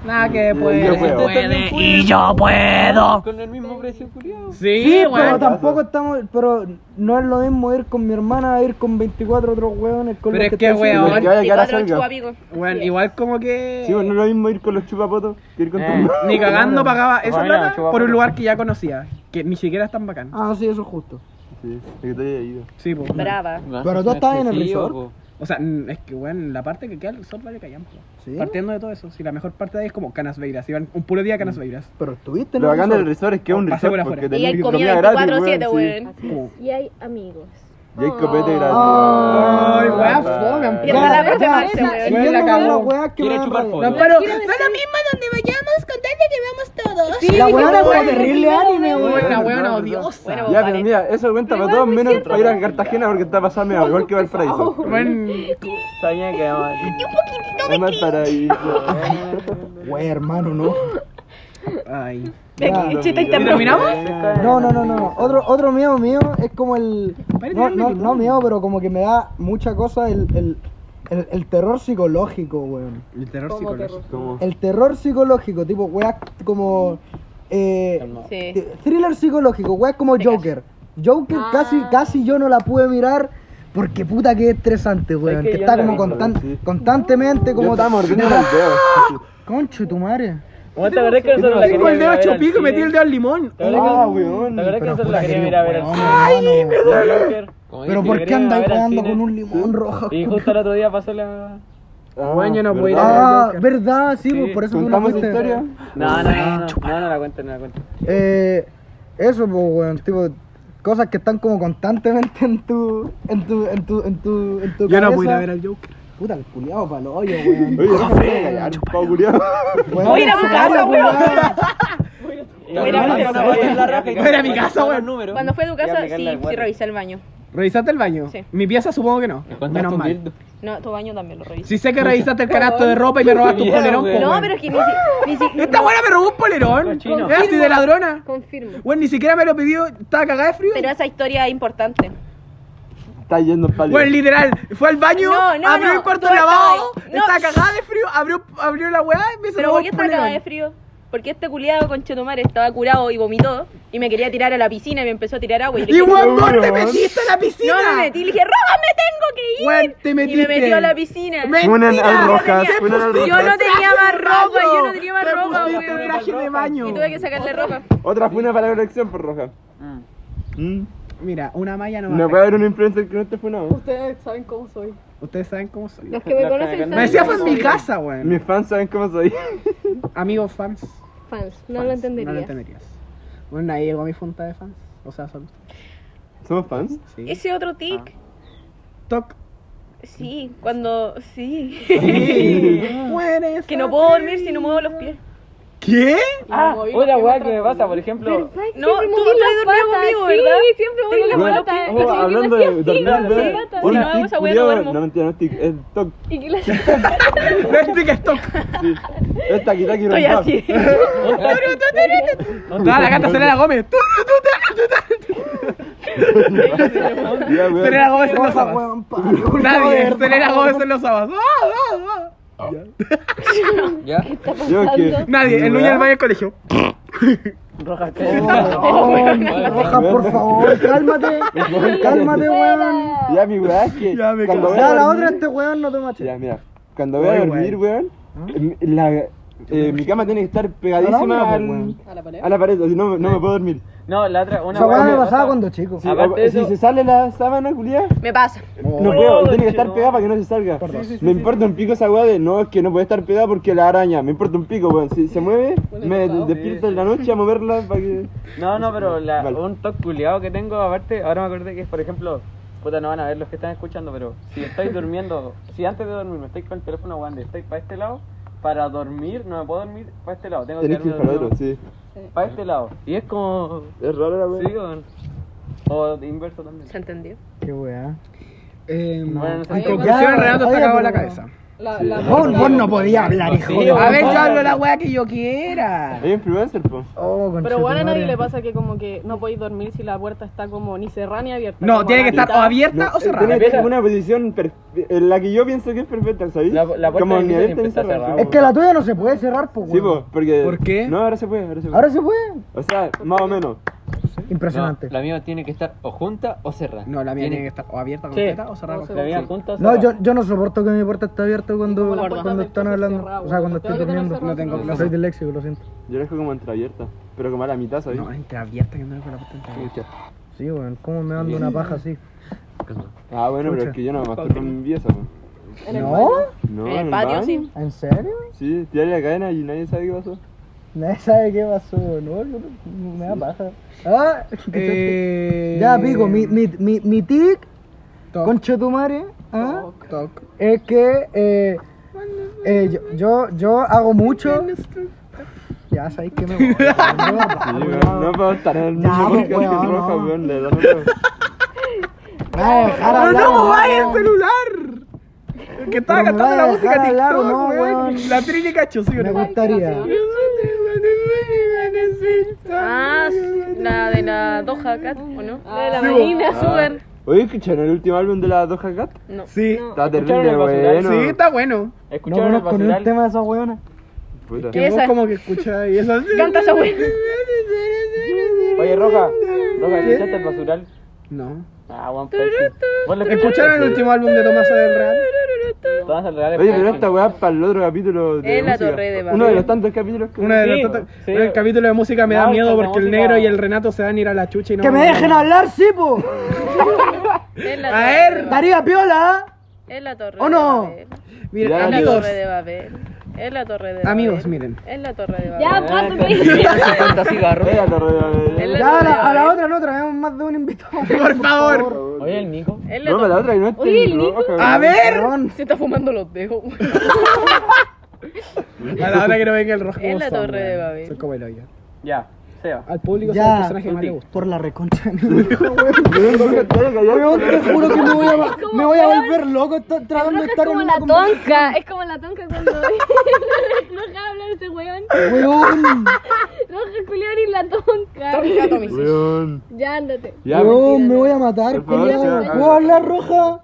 Speaker 4: Nada que
Speaker 2: puede,
Speaker 5: este
Speaker 4: puede.
Speaker 2: Yo puedo.
Speaker 9: y yo puedo. Con el mismo precio, curioso.
Speaker 4: Sí,
Speaker 1: pero
Speaker 4: weón.
Speaker 1: tampoco estamos. Pero no es lo mismo ir con mi hermana a ir con 24 otros weones con
Speaker 4: Pero
Speaker 1: los
Speaker 4: es
Speaker 1: que
Speaker 4: que,
Speaker 1: estoy
Speaker 4: weón,
Speaker 1: haciendo.
Speaker 2: Porque vaya que ahora
Speaker 8: 24
Speaker 2: salga.
Speaker 8: chupapico.
Speaker 4: Weón, igual como
Speaker 2: Sí, bueno,
Speaker 4: que.
Speaker 2: no es lo mismo ir con los chupapotos que ir con tu
Speaker 5: Eh.
Speaker 4: Ni cagando pagaba esa
Speaker 5: Bueno,
Speaker 4: plata
Speaker 5: chupa
Speaker 4: por un
Speaker 5: puta.
Speaker 4: lugar que ya conocía. Que ni siquiera es tan bacán.
Speaker 1: Ah, sí, eso es justo.
Speaker 2: Sí, es que te haya ido.
Speaker 4: Sí, pues.
Speaker 8: Brava.
Speaker 1: Pero tú estabas en el resort.
Speaker 4: O sea, mm, es que, weón, la parte que queda el sol vale callampo.
Speaker 1: ¿Sí?
Speaker 4: Partiendo de todo eso, si la mejor parte de ahí es como Canas Beiras. Iban un puro día a Canas Beiras.
Speaker 1: Pero estuviste
Speaker 2: Lo
Speaker 1: en el
Speaker 2: bacán del
Speaker 1: resort.
Speaker 2: resort es que es un
Speaker 4: Pasé por
Speaker 2: resort
Speaker 4: afuera.
Speaker 2: porque
Speaker 8: Y hay
Speaker 2: tenés
Speaker 8: comida
Speaker 2: comida gratis, weón.
Speaker 8: 24-7,
Speaker 2: sí.
Speaker 8: weón.
Speaker 4: Como,
Speaker 6: Y hay amigos.
Speaker 2: Y hay copete gratis.
Speaker 1: Ay,
Speaker 4: weá, fome,
Speaker 8: Y en la
Speaker 1: Ya,
Speaker 8: parte
Speaker 1: ya,
Speaker 8: Marce,
Speaker 1: sí,
Speaker 8: weón.
Speaker 1: sí,
Speaker 4: Weón,
Speaker 1: yo
Speaker 4: la
Speaker 1: no veo
Speaker 4: cagó.
Speaker 1: las weas que
Speaker 9: Quiere
Speaker 1: me dan
Speaker 9: chupar
Speaker 1: rabia.
Speaker 9: polvo.
Speaker 4: No, pero.
Speaker 1: La weá era como
Speaker 4: weón,
Speaker 1: terrible anime, weón.
Speaker 4: Una weona
Speaker 2: verdad,
Speaker 4: odiosa.
Speaker 8: Bueno,
Speaker 2: Ya,
Speaker 8: vale.
Speaker 2: pero mira, eso cuenta para todos menos para ir a Cartagena porque está pasando mira, igual que Valparaíso.
Speaker 4: Weón,
Speaker 5: Soñé que vamos.
Speaker 2: Es más paraíso.
Speaker 1: Wey, hermano, no.
Speaker 4: Ay.
Speaker 8: Ve, chita, y te-
Speaker 1: No, no, no, no, no. Otro, otro miedo mío es como el.
Speaker 4: Parece
Speaker 1: No,
Speaker 4: que
Speaker 1: no,
Speaker 4: me
Speaker 1: no miedo, pero como que me da mucha cosa el, el, el, el terror psicológico, weón.
Speaker 4: El terror
Speaker 7: Como
Speaker 4: psicológico.
Speaker 7: terror.
Speaker 2: Como
Speaker 1: El terror psicológico, tipo weas como. Eh,
Speaker 8: Sí.
Speaker 1: eh, thriller psicológico, weas como Joker. Joker
Speaker 7: Ah.
Speaker 1: casi, casi yo no la pude mirar. Porque puta que estresante, weón.
Speaker 5: que
Speaker 1: Que,
Speaker 5: yo
Speaker 1: está
Speaker 5: la
Speaker 1: como
Speaker 5: vi,
Speaker 1: constan-
Speaker 2: weón, sí.
Speaker 1: constantemente,
Speaker 2: Yo
Speaker 1: como.
Speaker 2: estaba mordiendo los dedos.
Speaker 1: Concho, tu madre.
Speaker 5: ¿Vos te acordás que nosotros
Speaker 4: Tengo
Speaker 5: la
Speaker 4: el dedo
Speaker 5: queríamos ir a
Speaker 4: hecho
Speaker 5: ver
Speaker 4: pico y
Speaker 5: al
Speaker 4: metí
Speaker 5: cine?
Speaker 4: el dedo al limón.
Speaker 5: ¿Te acordás que-
Speaker 2: Ah, weón.
Speaker 5: ¿Te acordás
Speaker 1: Pero
Speaker 5: que nosotros
Speaker 1: puta
Speaker 5: la
Speaker 1: que eres
Speaker 5: queríamos ir a ver al
Speaker 1: weón,
Speaker 5: cine?
Speaker 1: hermano.
Speaker 5: Joker.
Speaker 9: Como
Speaker 1: Pero
Speaker 9: dice,
Speaker 1: ¿por qué andáis
Speaker 5: Queríamos ir al
Speaker 1: jugando
Speaker 5: cine.
Speaker 1: con un limón rojo?
Speaker 5: Y justo el otro día pasó la.
Speaker 4: Weón, yo no puedo ir a-
Speaker 1: Ah, verdad, sí, pues, por eso tú no
Speaker 2: Ah, ¿Contamos
Speaker 1: fuiste.
Speaker 2: historia?
Speaker 5: No, no, no, no, no, no la cuento, no la cuento.
Speaker 1: Eh, eso, pues, weón, tipo, cosas que están como constantemente en tu, en tu, en tu, en tu, en tu
Speaker 4: Yo no
Speaker 1: cabeza.
Speaker 4: puedo ir a ver al Joker.
Speaker 1: Puta, el culiao pa'l hoyo, weón.
Speaker 2: Oye, déjame callar, pavo culiao.
Speaker 1: Weón,
Speaker 8: Voy a ir a mi casa, weón.
Speaker 5: Voy
Speaker 8: Mira,
Speaker 5: a
Speaker 8: no, voy a la raja
Speaker 5: ir
Speaker 4: Voy a ir a mi casa, weón.
Speaker 9: número.
Speaker 8: Cuando fue a tu
Speaker 5: Voy a
Speaker 8: casa, sí,
Speaker 5: aplicar la
Speaker 8: sí
Speaker 5: guardia.
Speaker 8: revisé el baño.
Speaker 4: ¿Revisaste el baño?
Speaker 8: Sí.
Speaker 4: Mi pieza supongo que no.
Speaker 9: Encontraste
Speaker 4: Menos
Speaker 9: un
Speaker 4: mal.
Speaker 9: dildo.
Speaker 8: No, tu baño también lo revisé.
Speaker 4: Si sé que revisaste el canasto de ropa y me robaste un
Speaker 9: miedo,
Speaker 4: polerón,
Speaker 9: weón.
Speaker 4: pues,
Speaker 8: No,
Speaker 4: weón.
Speaker 8: pero es que ni si... Ni si
Speaker 4: Esta
Speaker 8: no,
Speaker 4: buena me robó un polerón.
Speaker 5: Cochino.
Speaker 4: Es así de ladrona.
Speaker 8: Confirmo.
Speaker 4: Bueno, ni siquiera me lo pidió, estaba cagada de frío.
Speaker 8: Pero esa historia es importante.
Speaker 2: Está yendo pálido.
Speaker 4: Bueno, literal, fue al baño,
Speaker 8: No, no,
Speaker 4: abrió
Speaker 8: no,
Speaker 4: el cuarto
Speaker 8: tú
Speaker 4: lavado,
Speaker 8: estabas ahí. No.
Speaker 4: estaba cagada de frío, abrió, abrió la weá y me
Speaker 8: Pero ¿por qué estaba cagada de frío? Porque este culiado con Chetumar estaba curado y vomitó y me quería tirar a la piscina y me empezó a tirar agua. Y le
Speaker 4: Y
Speaker 8: dije,
Speaker 4: weón, vos te
Speaker 2: Weón.
Speaker 4: metiste a la piscina.
Speaker 8: no me metí, le dije, ¡Roba, me tengo que ir!
Speaker 4: Weón, te
Speaker 8: y me
Speaker 4: metiste.
Speaker 8: metió a la piscina.
Speaker 4: Mentira.
Speaker 2: Funen al Rojas,
Speaker 4: Te
Speaker 2: funen al
Speaker 4: pusiste
Speaker 8: Yo no
Speaker 2: Rojas.
Speaker 8: tenía más ropa, yo no tenía más
Speaker 4: Te
Speaker 8: ropa,
Speaker 4: pusiste
Speaker 8: weón.
Speaker 4: traje de baño.
Speaker 8: Y tuve que sacarle ropa.
Speaker 2: Otra funa para la elección por Rojas. Mm.
Speaker 4: Mira, una malla no
Speaker 2: No puede haber un influencer que no esté funado.
Speaker 7: Ustedes saben cómo soy.
Speaker 4: Ustedes saben cómo soy.
Speaker 8: Los que me
Speaker 5: Los que me
Speaker 8: conocen
Speaker 4: Me
Speaker 8: saben
Speaker 4: decía
Speaker 8: cómo
Speaker 4: fue en mi casa, weón.
Speaker 2: Mis fans saben cómo soy.
Speaker 4: Amigos fans.
Speaker 8: soy. Fans, no
Speaker 4: fans,
Speaker 8: lo entendería.
Speaker 4: No lo entenderías. Bueno, ahí llegó mi junta de fans. O sea, son.
Speaker 2: ¿Somos fans?
Speaker 4: Sí.
Speaker 8: Ese otro tic,
Speaker 4: Ah. Toc.
Speaker 8: sí, cuando. Sí.
Speaker 4: Mueres.
Speaker 8: que no puedo dormir si no muevo los pies.
Speaker 4: ¿Qué?
Speaker 5: Ah,
Speaker 7: moví los
Speaker 5: una
Speaker 7: pies
Speaker 5: weá
Speaker 7: atrás.
Speaker 5: que me pasa, por ejemplo.
Speaker 8: No, tú no estás dormido conmigo, ¿verdad?
Speaker 3: Sí, siempre voy la
Speaker 8: Tengo la
Speaker 2: Bueno,
Speaker 3: pata.
Speaker 8: pata.
Speaker 2: oh, hablando de dormir,
Speaker 8: las
Speaker 2: ¿verdad?
Speaker 8: patas.
Speaker 2: Un
Speaker 8: Si no hago
Speaker 2: tic
Speaker 8: esa wea, no
Speaker 2: culiao-
Speaker 8: duermo.
Speaker 2: no mentira, no es tic, es toc.
Speaker 3: Y que las
Speaker 4: No es tic, es toc.
Speaker 2: Sí. Es taqui taqui
Speaker 8: Estoy
Speaker 2: rum,
Speaker 8: así.
Speaker 4: Toda la gata Selena Gómez.
Speaker 2: pam. Ya, weón.
Speaker 4: Selena Gómez en los
Speaker 1: Cosa,
Speaker 4: sábados.
Speaker 1: weón, palo.
Speaker 4: Nadie. Selena Gómez en los sábados. Ah, ah, ah.
Speaker 9: ¿Ya?
Speaker 2: Yo que-
Speaker 4: Nadie. El niño del baño del colegio.
Speaker 5: Rojas
Speaker 1: Oh, Roja, por favor, cálmate. Cálmate, weón.
Speaker 2: Ya, mi weá es que.
Speaker 4: Ya me
Speaker 2: cuando
Speaker 4: cansé.
Speaker 2: voy a
Speaker 1: Ya, la
Speaker 2: dormir-
Speaker 1: otra, este weón no te mache.
Speaker 2: Ya, mira. Cuando voy a
Speaker 4: Oye,
Speaker 2: dormir, weón,
Speaker 4: ¿Ah?
Speaker 2: eh, la, eh, mi cama tiene que estar
Speaker 1: Ahora,
Speaker 2: pegadísima al,
Speaker 1: weón.
Speaker 7: A la pared.
Speaker 2: a la pared, así no, no me puedo dormir.
Speaker 5: No, la otra, una
Speaker 1: Esa weá me
Speaker 5: que
Speaker 1: pasaba cuando chico.
Speaker 2: Sí,
Speaker 5: Aparte
Speaker 2: o-
Speaker 5: de
Speaker 2: si
Speaker 5: eso-
Speaker 2: se sale la sábana, culiá,
Speaker 8: Me pasa.
Speaker 2: no puedo, tiene que estar
Speaker 5: no.
Speaker 2: pegada para que no se salga. me importa un pico esa weá de no, es que no puede estar pegada porque la araña. Me importa un pico, weón. Si se mueve, me despierta en la noche a moverla para que.
Speaker 5: No, no, pero la,
Speaker 2: Vale.
Speaker 5: un toque culiado que tengo, aparte, ahora me acordé que es, por ejemplo, puta, no van a ver los que están escuchando, pero si estáis durmiendo, si antes de dormir me estáis con el teléfono aguante, estáis para este lado, para dormir, no me puedo dormir para este lado, tengo que
Speaker 2: Tenés que ir para el otro,
Speaker 5: dormido
Speaker 2: sí.
Speaker 5: para este lado. Y es como.
Speaker 2: Es raro la
Speaker 5: Sí,
Speaker 2: weá.
Speaker 5: con- O de inverso también.
Speaker 8: ¿Se entendió?
Speaker 1: Qué weá.
Speaker 4: Eh,
Speaker 5: Bueno, no sé
Speaker 4: en
Speaker 5: qué-
Speaker 4: conclusión,
Speaker 1: Ya,
Speaker 4: Renato
Speaker 1: oye,
Speaker 4: está cagado en
Speaker 1: pero-
Speaker 4: la cabeza.
Speaker 7: La,
Speaker 2: Sí.
Speaker 7: la
Speaker 1: Vos, vos no podías hablar, hijo de
Speaker 4: A ver, yo
Speaker 5: oye,
Speaker 4: hablo la
Speaker 5: oye.
Speaker 4: weá que yo quiera.
Speaker 2: Hay influencer, po.
Speaker 7: Ah,
Speaker 1: Oh,
Speaker 7: Pero bueno, a nadie
Speaker 1: conchetumare.
Speaker 7: le pasa que como que no podéis dormir si la puerta está como ni cerrada ni abierta.
Speaker 4: No,
Speaker 7: como
Speaker 4: tiene
Speaker 7: a
Speaker 4: que
Speaker 7: la
Speaker 4: estar o
Speaker 7: mitad.
Speaker 4: abierta o cerrada.
Speaker 2: Tiene que estar en eh, una posición perfe- en la que yo pienso que es perfecta, ¿sabes?
Speaker 5: La- la puerta
Speaker 2: Como
Speaker 5: de
Speaker 2: ni
Speaker 5: mi
Speaker 2: abierta
Speaker 5: siempre
Speaker 2: ni
Speaker 5: está
Speaker 2: cerrada.
Speaker 5: cerrada,
Speaker 1: Es que la tuya no se puede cerrar, pues,
Speaker 2: Sí,
Speaker 1: weón.
Speaker 2: po, porque.
Speaker 4: ¿Por qué?
Speaker 2: No, ahora se puede, ahora se puede.
Speaker 1: Ahora se puede.
Speaker 2: O sea, más o menos.
Speaker 1: Impresionante.
Speaker 9: No, la mía tiene que estar o junta o cerrada.
Speaker 4: No, la mía tiene que estar o abierta completa o cerrada
Speaker 7: O
Speaker 5: La
Speaker 4: completa.
Speaker 5: mía juntas.
Speaker 1: No, yo, yo no soporto que mi puerta esté abierta cuando,
Speaker 7: como la puerta
Speaker 1: cuando
Speaker 7: del
Speaker 1: están
Speaker 7: coche
Speaker 1: hablando.
Speaker 7: cerrada,
Speaker 1: o sea, cuando
Speaker 7: weón.
Speaker 1: estoy
Speaker 7: Te voy a
Speaker 1: durmiendo.
Speaker 7: tener
Speaker 4: No tengo
Speaker 1: No
Speaker 4: claro.
Speaker 1: soy disléxico, lo siento.
Speaker 2: Yo la dejo como entreabierta, pero como a la mitad, ¿sabes?
Speaker 4: No, entre abierta que no con la puerta entreabierta.
Speaker 1: Sí, weón, ¿cómo me ando una paja así?
Speaker 2: Ah, bueno, pero
Speaker 1: Chucha.
Speaker 2: es que yo no me masturbo en mi pieza, po.
Speaker 8: En el
Speaker 1: ¿No?
Speaker 2: No,
Speaker 7: En el patio,
Speaker 2: baño.
Speaker 7: sí.
Speaker 1: ¿En serio?
Speaker 2: Sí, tiré la cadena y nadie sabe qué pasó.
Speaker 1: Nadie sabe qué pasó, no, no, no, me da paja. Ah,
Speaker 4: Eh,
Speaker 1: Ya, pico, mi, mi, mi, mi tic, concha tu madre, ¿ah? es que eh, eh, yo, yo, yo hago mucho. Ya sabéis que me voy. me voy a
Speaker 2: Sí,
Speaker 1: parar,
Speaker 2: weón,
Speaker 1: weón.
Speaker 2: no puedo estar en el
Speaker 1: Ah,
Speaker 2: mismo
Speaker 1: Ya, pues,
Speaker 2: podcast que
Speaker 1: weón,
Speaker 2: roja,
Speaker 1: no.
Speaker 2: weón, de verdad.
Speaker 1: Me voy a dejar hablar, weón.
Speaker 4: celular! El que estaba
Speaker 1: Pero me
Speaker 4: cantando
Speaker 1: va
Speaker 4: la
Speaker 1: a
Speaker 4: música
Speaker 1: dejar hablar,
Speaker 4: TikTok,
Speaker 1: no,
Speaker 4: weón.
Speaker 1: weón.
Speaker 4: La Trini Cacho, sí o
Speaker 1: Me
Speaker 4: no.
Speaker 1: gustaría.
Speaker 7: Ah, la de la Doha Cat, ¿o no? La de la
Speaker 4: Sí,
Speaker 7: Marina, súper.
Speaker 2: Oye, ¿escucharon el último álbum de la Doja Cat?
Speaker 4: Sí.
Speaker 2: Está
Speaker 5: ¿Escucharon
Speaker 2: terrible,
Speaker 5: el basural?
Speaker 2: bueno.
Speaker 4: Sí, está bueno.
Speaker 1: No
Speaker 5: Escucharon el
Speaker 1: conozco ni un
Speaker 5: basural.
Speaker 1: tema de esa weona.
Speaker 2: Puta.
Speaker 4: Que vos
Speaker 7: Esa.
Speaker 4: como que escuchás y eso.
Speaker 7: Canta esa wea.
Speaker 5: Oye, Roja, Roja, ¿escuchaste el basural?
Speaker 4: No.
Speaker 5: Ah, Juan Pesci. ¿Vos lo
Speaker 4: ¿Escucharon el último álbum de Tomasa del Real?
Speaker 5: Todas las reales
Speaker 2: Oye, pero
Speaker 5: Pesci.
Speaker 2: esta weá es para el otro capítulo de
Speaker 7: Es la
Speaker 2: música.
Speaker 7: torre de Babel.
Speaker 2: Uno de los tantos capítulos que...
Speaker 4: Uno de los
Speaker 5: Sí,
Speaker 4: tantos-
Speaker 5: sí.
Speaker 4: El capítulo de música me da
Speaker 5: No,
Speaker 4: miedo
Speaker 5: con la
Speaker 4: porque el
Speaker 5: música-
Speaker 4: negro y el Renato se van a ir a la chucha y no.
Speaker 1: ¡Que me dejen hablar, sí, po!
Speaker 7: Es la
Speaker 4: A
Speaker 7: torre
Speaker 4: ver.
Speaker 7: de Babel.
Speaker 1: Daría piola, ¿ah?
Speaker 7: Es la torre.
Speaker 1: ¿O
Speaker 7: de
Speaker 1: no?
Speaker 7: Babel.
Speaker 4: Mira,
Speaker 2: Ya,
Speaker 7: Es la
Speaker 4: amigos.
Speaker 7: torre de Babel. Es la torre de Babel.
Speaker 4: Amigos, miren.
Speaker 7: Es la torre de Babel.
Speaker 6: Ya,
Speaker 8: pues.
Speaker 6: cuánto
Speaker 5: Eh,
Speaker 6: me
Speaker 10: Canta cigarro.
Speaker 2: Es la torre de Babel.
Speaker 7: Es
Speaker 1: Ya a la, a la
Speaker 7: Babel.
Speaker 1: otra no traemos más de un invitado.
Speaker 4: Por favor.
Speaker 5: Oye, el Nico.
Speaker 7: Es la
Speaker 2: No, pero la
Speaker 7: torre.
Speaker 2: otra que no es
Speaker 6: Oye, el
Speaker 2: tan
Speaker 6: Nico.
Speaker 2: roja,
Speaker 4: A
Speaker 2: weón.
Speaker 4: ver.
Speaker 7: Se está fumando los dedos. güey.
Speaker 4: A la hora que no venga el rojo.
Speaker 7: Es
Speaker 4: como
Speaker 7: la
Speaker 4: son,
Speaker 7: torre de
Speaker 4: weón.
Speaker 7: Babel.
Speaker 4: Soy como el hoyo.
Speaker 5: Ya, Seba.
Speaker 1: Ah,
Speaker 4: Al público soy el
Speaker 1: Ya,
Speaker 4: personaje que más le gusta.
Speaker 1: por la reconcha de mi hijo, weón.
Speaker 2: Weón, Roja, te vas a callar.
Speaker 1: Weón, te juro que me voy a, me voy a volver loco to- tratando de
Speaker 6: Es
Speaker 1: estar en
Speaker 6: como
Speaker 1: una
Speaker 6: la
Speaker 1: conversación.
Speaker 6: tonca, es como la tonca cuando Roja hablar ese weón.
Speaker 1: Weón,
Speaker 6: Roja Julián y la tonca.
Speaker 2: Weón.
Speaker 6: Ya ándate.
Speaker 2: Ya,
Speaker 1: weón, me voy a matar,
Speaker 2: Por favor,
Speaker 1: culiao.
Speaker 2: sea-
Speaker 1: ¿Puedo hablar, Roja?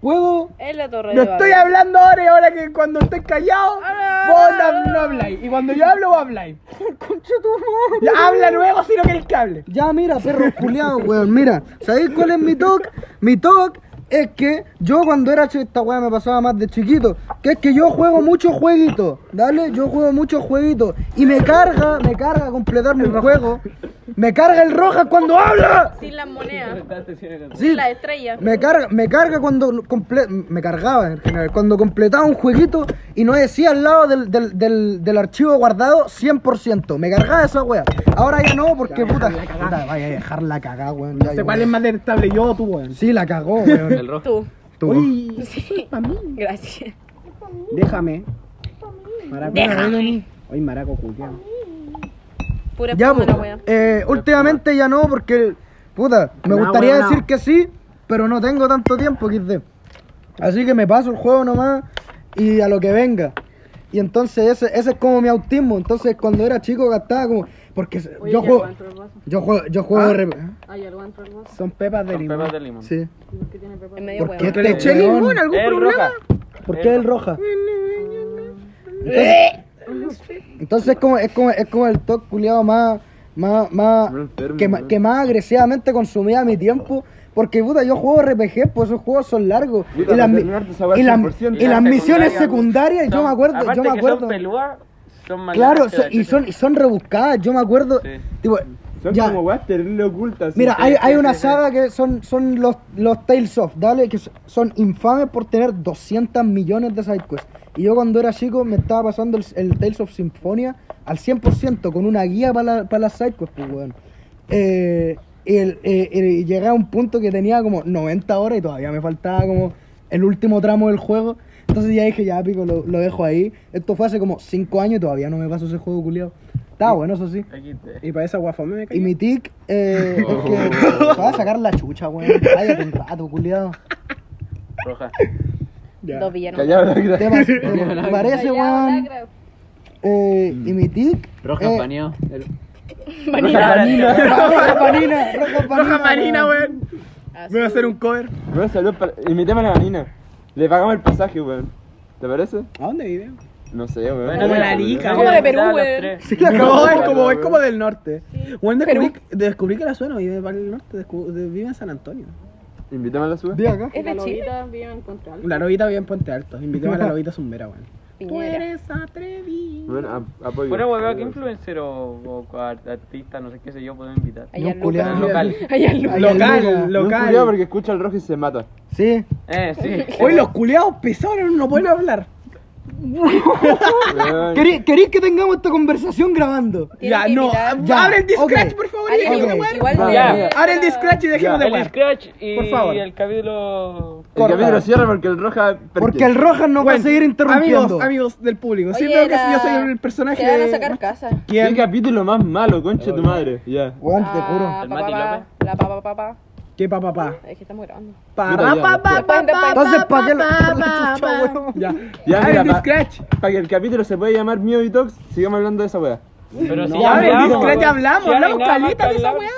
Speaker 1: ¿Puedo?
Speaker 7: Es la torre
Speaker 4: No
Speaker 7: de Babel.
Speaker 4: estoy hablando ahora y ahora que cuando estés callado, vos no, no habláis. Y cuando yo hablo, vos habláis.
Speaker 1: Concha tu madre.
Speaker 4: Ya, Habla luego si no queréis que hable.
Speaker 1: Ya, mira, perro culiao, weón. Mira, ¿sabéis cuál es mi toque? Mi toque es que yo cuando era chico, esta weá me pasaba más de chiquito. Que es que yo juego muchos jueguitos, ¿dale? Yo juego muchos jueguitos. Y me carga, me carga completar mi juego. Me carga el roja cuando habla.
Speaker 7: Sin las monedas.
Speaker 1: Sí,
Speaker 7: La estrella.
Speaker 1: me carga, me carga cuando comple- me cargaba en general, cuando completaba un jueguito y no decía al lado del, del, del, del archivo guardado 100%. Me cargaba esa wea. Ahora ya no, porque puta, puta, vaya a dejarla cagada, weón. ya
Speaker 4: No sé
Speaker 1: igual.
Speaker 4: cuál es más detestable, yo o tú, weón.
Speaker 1: Sí, la cagó,
Speaker 10: El
Speaker 1: weón.
Speaker 10: rojo.
Speaker 7: Tú.
Speaker 1: Tú.
Speaker 7: Gracias.
Speaker 4: Déjame. Maraco,
Speaker 7: Déjame.
Speaker 4: Oye, maraco, culiao.
Speaker 7: Pura
Speaker 1: Ya,
Speaker 7: espuma
Speaker 4: pues,
Speaker 7: la
Speaker 1: po,
Speaker 7: wea.
Speaker 1: eh, últimamente ya no, porque, puta,
Speaker 4: No,
Speaker 1: me gustaría
Speaker 4: weón, no.
Speaker 1: decir que sí, pero no tengo tanto tiempo, XD. Así que me paso el juego nomás y a lo que venga. Y entonces ese, ese es como mi autismo. Entonces cuando era chico gastaba como... Porque se- yo,
Speaker 8: ya
Speaker 1: juego,
Speaker 8: va a entrar el vaso.
Speaker 1: yo juego... Yo juego... de rep-
Speaker 8: Ay, algo entró el vaso.
Speaker 4: Ah. Son pepas de
Speaker 5: Con
Speaker 4: limón.
Speaker 5: pepas de limón.
Speaker 1: Sí.
Speaker 8: ¿Por qué tiene pepa?
Speaker 7: Es medio
Speaker 1: ¿Por qué
Speaker 7: huevo.
Speaker 1: este
Speaker 4: Le eché
Speaker 1: weón?
Speaker 4: limón, algún
Speaker 5: El
Speaker 4: problema.
Speaker 5: Roja.
Speaker 1: ¿Por qué el roja? Entonces, entonces es, como, es, como, es como el top culiado más. más, más
Speaker 2: Muy enfermo,
Speaker 1: que, ma-
Speaker 2: weón.
Speaker 1: que más agresivamente consumía mi tiempo. Porque, puta, yo juego RPG, pues esos juegos son largos.
Speaker 2: Puta,
Speaker 1: y las,
Speaker 2: para
Speaker 1: mi-
Speaker 2: terminarte esa weá
Speaker 1: y las-
Speaker 2: 100%.
Speaker 1: y las misiones
Speaker 2: pues.
Speaker 1: secundarias,
Speaker 5: secundarias,
Speaker 1: yo me acuerdo,
Speaker 5: aparte
Speaker 1: yo me
Speaker 5: que
Speaker 1: acuerdo.
Speaker 5: Son pelúas, son más
Speaker 1: Claro,
Speaker 5: largas que
Speaker 1: son-
Speaker 5: la
Speaker 1: y,
Speaker 5: chucha.
Speaker 1: son, y son rebuscadas, yo me acuerdo.
Speaker 5: Sí.
Speaker 1: Tipo,
Speaker 2: Son
Speaker 1: ya.
Speaker 2: como weas terrible ocultas.
Speaker 1: Mira,
Speaker 2: sí,
Speaker 1: hay,
Speaker 2: sí,
Speaker 1: hay
Speaker 2: sí,
Speaker 1: una
Speaker 2: sí.
Speaker 1: saga que son, son los, los Tales of, ¿dale? Que so- son infames por tener 200 millones de sidequests. Y yo cuando era chico me estaba pasando el, el Tales of Symphonia al 100% con una guía para la, para las sidequests, pues, weón. Eh, y el- eh, y llegué a un punto que tenía como 90 horas y todavía me faltaba como el último tramo del juego. Entonces ya dije, ya pico, lo, lo dejo ahí. Esto fue hace como 5 años y todavía no me pasó ese juego culiado. Estaba bueno, eso sí.
Speaker 5: Aquí te-
Speaker 4: Y para esa guafame me caí.
Speaker 1: Y mi tic eh, es que se va a sacar la chucha, weón. Cállate un rato, culiado.
Speaker 5: Roja.
Speaker 4: Ya.
Speaker 7: Dos
Speaker 1: ah,
Speaker 7: villanos.
Speaker 2: Callado, la
Speaker 1: Te,
Speaker 2: gracia.
Speaker 1: pas- te- te parece, weón. Eh, y mi tic.
Speaker 10: Roja
Speaker 1: eh,
Speaker 10: paneado. El-
Speaker 1: Roja panina. Roja panina.
Speaker 4: Roja marina,
Speaker 1: weón.
Speaker 4: weón. Me voy a hacer un cover.
Speaker 2: Weón, saludos para... Invitame a la manina. Le pagamos el pasaje, weón. ¿Te parece?
Speaker 4: ¿A dónde vive?
Speaker 2: No sé, weón.
Speaker 5: Bueno,
Speaker 4: Como
Speaker 5: bueno,
Speaker 4: la Arica.
Speaker 5: sí,
Speaker 7: Como de Perú,
Speaker 5: las
Speaker 7: güey.
Speaker 5: tres.
Speaker 1: Sí, la
Speaker 4: No, es
Speaker 1: cagó.
Speaker 4: como, es
Speaker 2: weón.
Speaker 4: como del norte. Bueno, descubrí, descubrí que la suena vive para el norte, descu- de- vive en San Antonio.
Speaker 2: Invítame a la sube.
Speaker 1: Di acá.
Speaker 7: Es
Speaker 8: La
Speaker 7: de Chile.
Speaker 8: lobita vive en Contra Alto.
Speaker 4: La novita vive en Puente Alto. Invitemos a la novita zumbera, weón.
Speaker 7: Piñera.
Speaker 4: atrevido.
Speaker 2: Bueno, ap- apoyo.
Speaker 5: Bueno, weón, ¿qué influencer o, o art- artista, no sé qué sé yo, podemos invitar?
Speaker 7: Allá
Speaker 4: No,
Speaker 7: Lucas.
Speaker 1: Ah.
Speaker 4: culiao.
Speaker 5: Local.
Speaker 7: Allá Lucas.
Speaker 4: Local,
Speaker 2: No es culiao
Speaker 4: local.
Speaker 2: porque escucha el rojo y se mata.
Speaker 4: Sí.
Speaker 5: Eh, sí.
Speaker 4: Hoy los culiados pesaron, no pueden hablar.
Speaker 2: Weón.
Speaker 1: ¿Queréis queréis que tengamos esta conversación grabando?
Speaker 7: Tienen
Speaker 4: Ya,
Speaker 7: que
Speaker 4: no.
Speaker 7: evitar-
Speaker 1: Ya,
Speaker 4: Abre el Discratch,
Speaker 1: ok.
Speaker 4: por favor. y
Speaker 7: Alguien
Speaker 4: dejemos de
Speaker 1: ok.
Speaker 4: wear.
Speaker 7: igual de-
Speaker 5: Ya.
Speaker 4: Abre el Discratch y dejemos de
Speaker 2: Ya.
Speaker 5: El
Speaker 4: wear.
Speaker 5: scratch y
Speaker 4: Por favor.
Speaker 5: el capítulo...
Speaker 2: El
Speaker 4: Corta.
Speaker 2: capítulo cierra porque el roja.
Speaker 1: Porque el Rojas nos va a
Speaker 4: Bueno,
Speaker 1: seguir interrumpiendo.
Speaker 4: Amigos, amigos del público.
Speaker 7: Oye,
Speaker 4: Siempre que
Speaker 7: era-
Speaker 4: yo soy el personaje.
Speaker 7: Te van a sacar casa.
Speaker 2: ¿Qué
Speaker 4: ¿Quién?
Speaker 2: capítulo más malo, concha de tu madre? Ya.
Speaker 1: Weón, te juro.
Speaker 7: Ah,
Speaker 5: El
Speaker 7: pa,
Speaker 5: Mati
Speaker 7: pa, pa,
Speaker 5: López.
Speaker 7: La pa, pa, pa, pa.
Speaker 4: ¿Qué pa pa pa?
Speaker 7: Es que estamos grabando.
Speaker 4: Para pa pa pa
Speaker 7: Después, después.
Speaker 1: Entonces, ¿para qué lo
Speaker 4: pa, pa. Ya.
Speaker 2: Ya,
Speaker 4: Abre
Speaker 2: mira,
Speaker 4: el
Speaker 2: pa-
Speaker 4: Discratch.
Speaker 2: Para que el capítulo se pueda llamar Mío y Tox, sigamos hablando de esa wea.
Speaker 5: Pero si
Speaker 4: Ya, abre el
Speaker 5: hablamos,
Speaker 4: Discratch,
Speaker 5: weón.
Speaker 4: hablamos,
Speaker 5: Ya
Speaker 4: hablamos
Speaker 5: hay nada más
Speaker 4: caleta de
Speaker 5: que
Speaker 4: esa
Speaker 5: hablar.
Speaker 4: weá.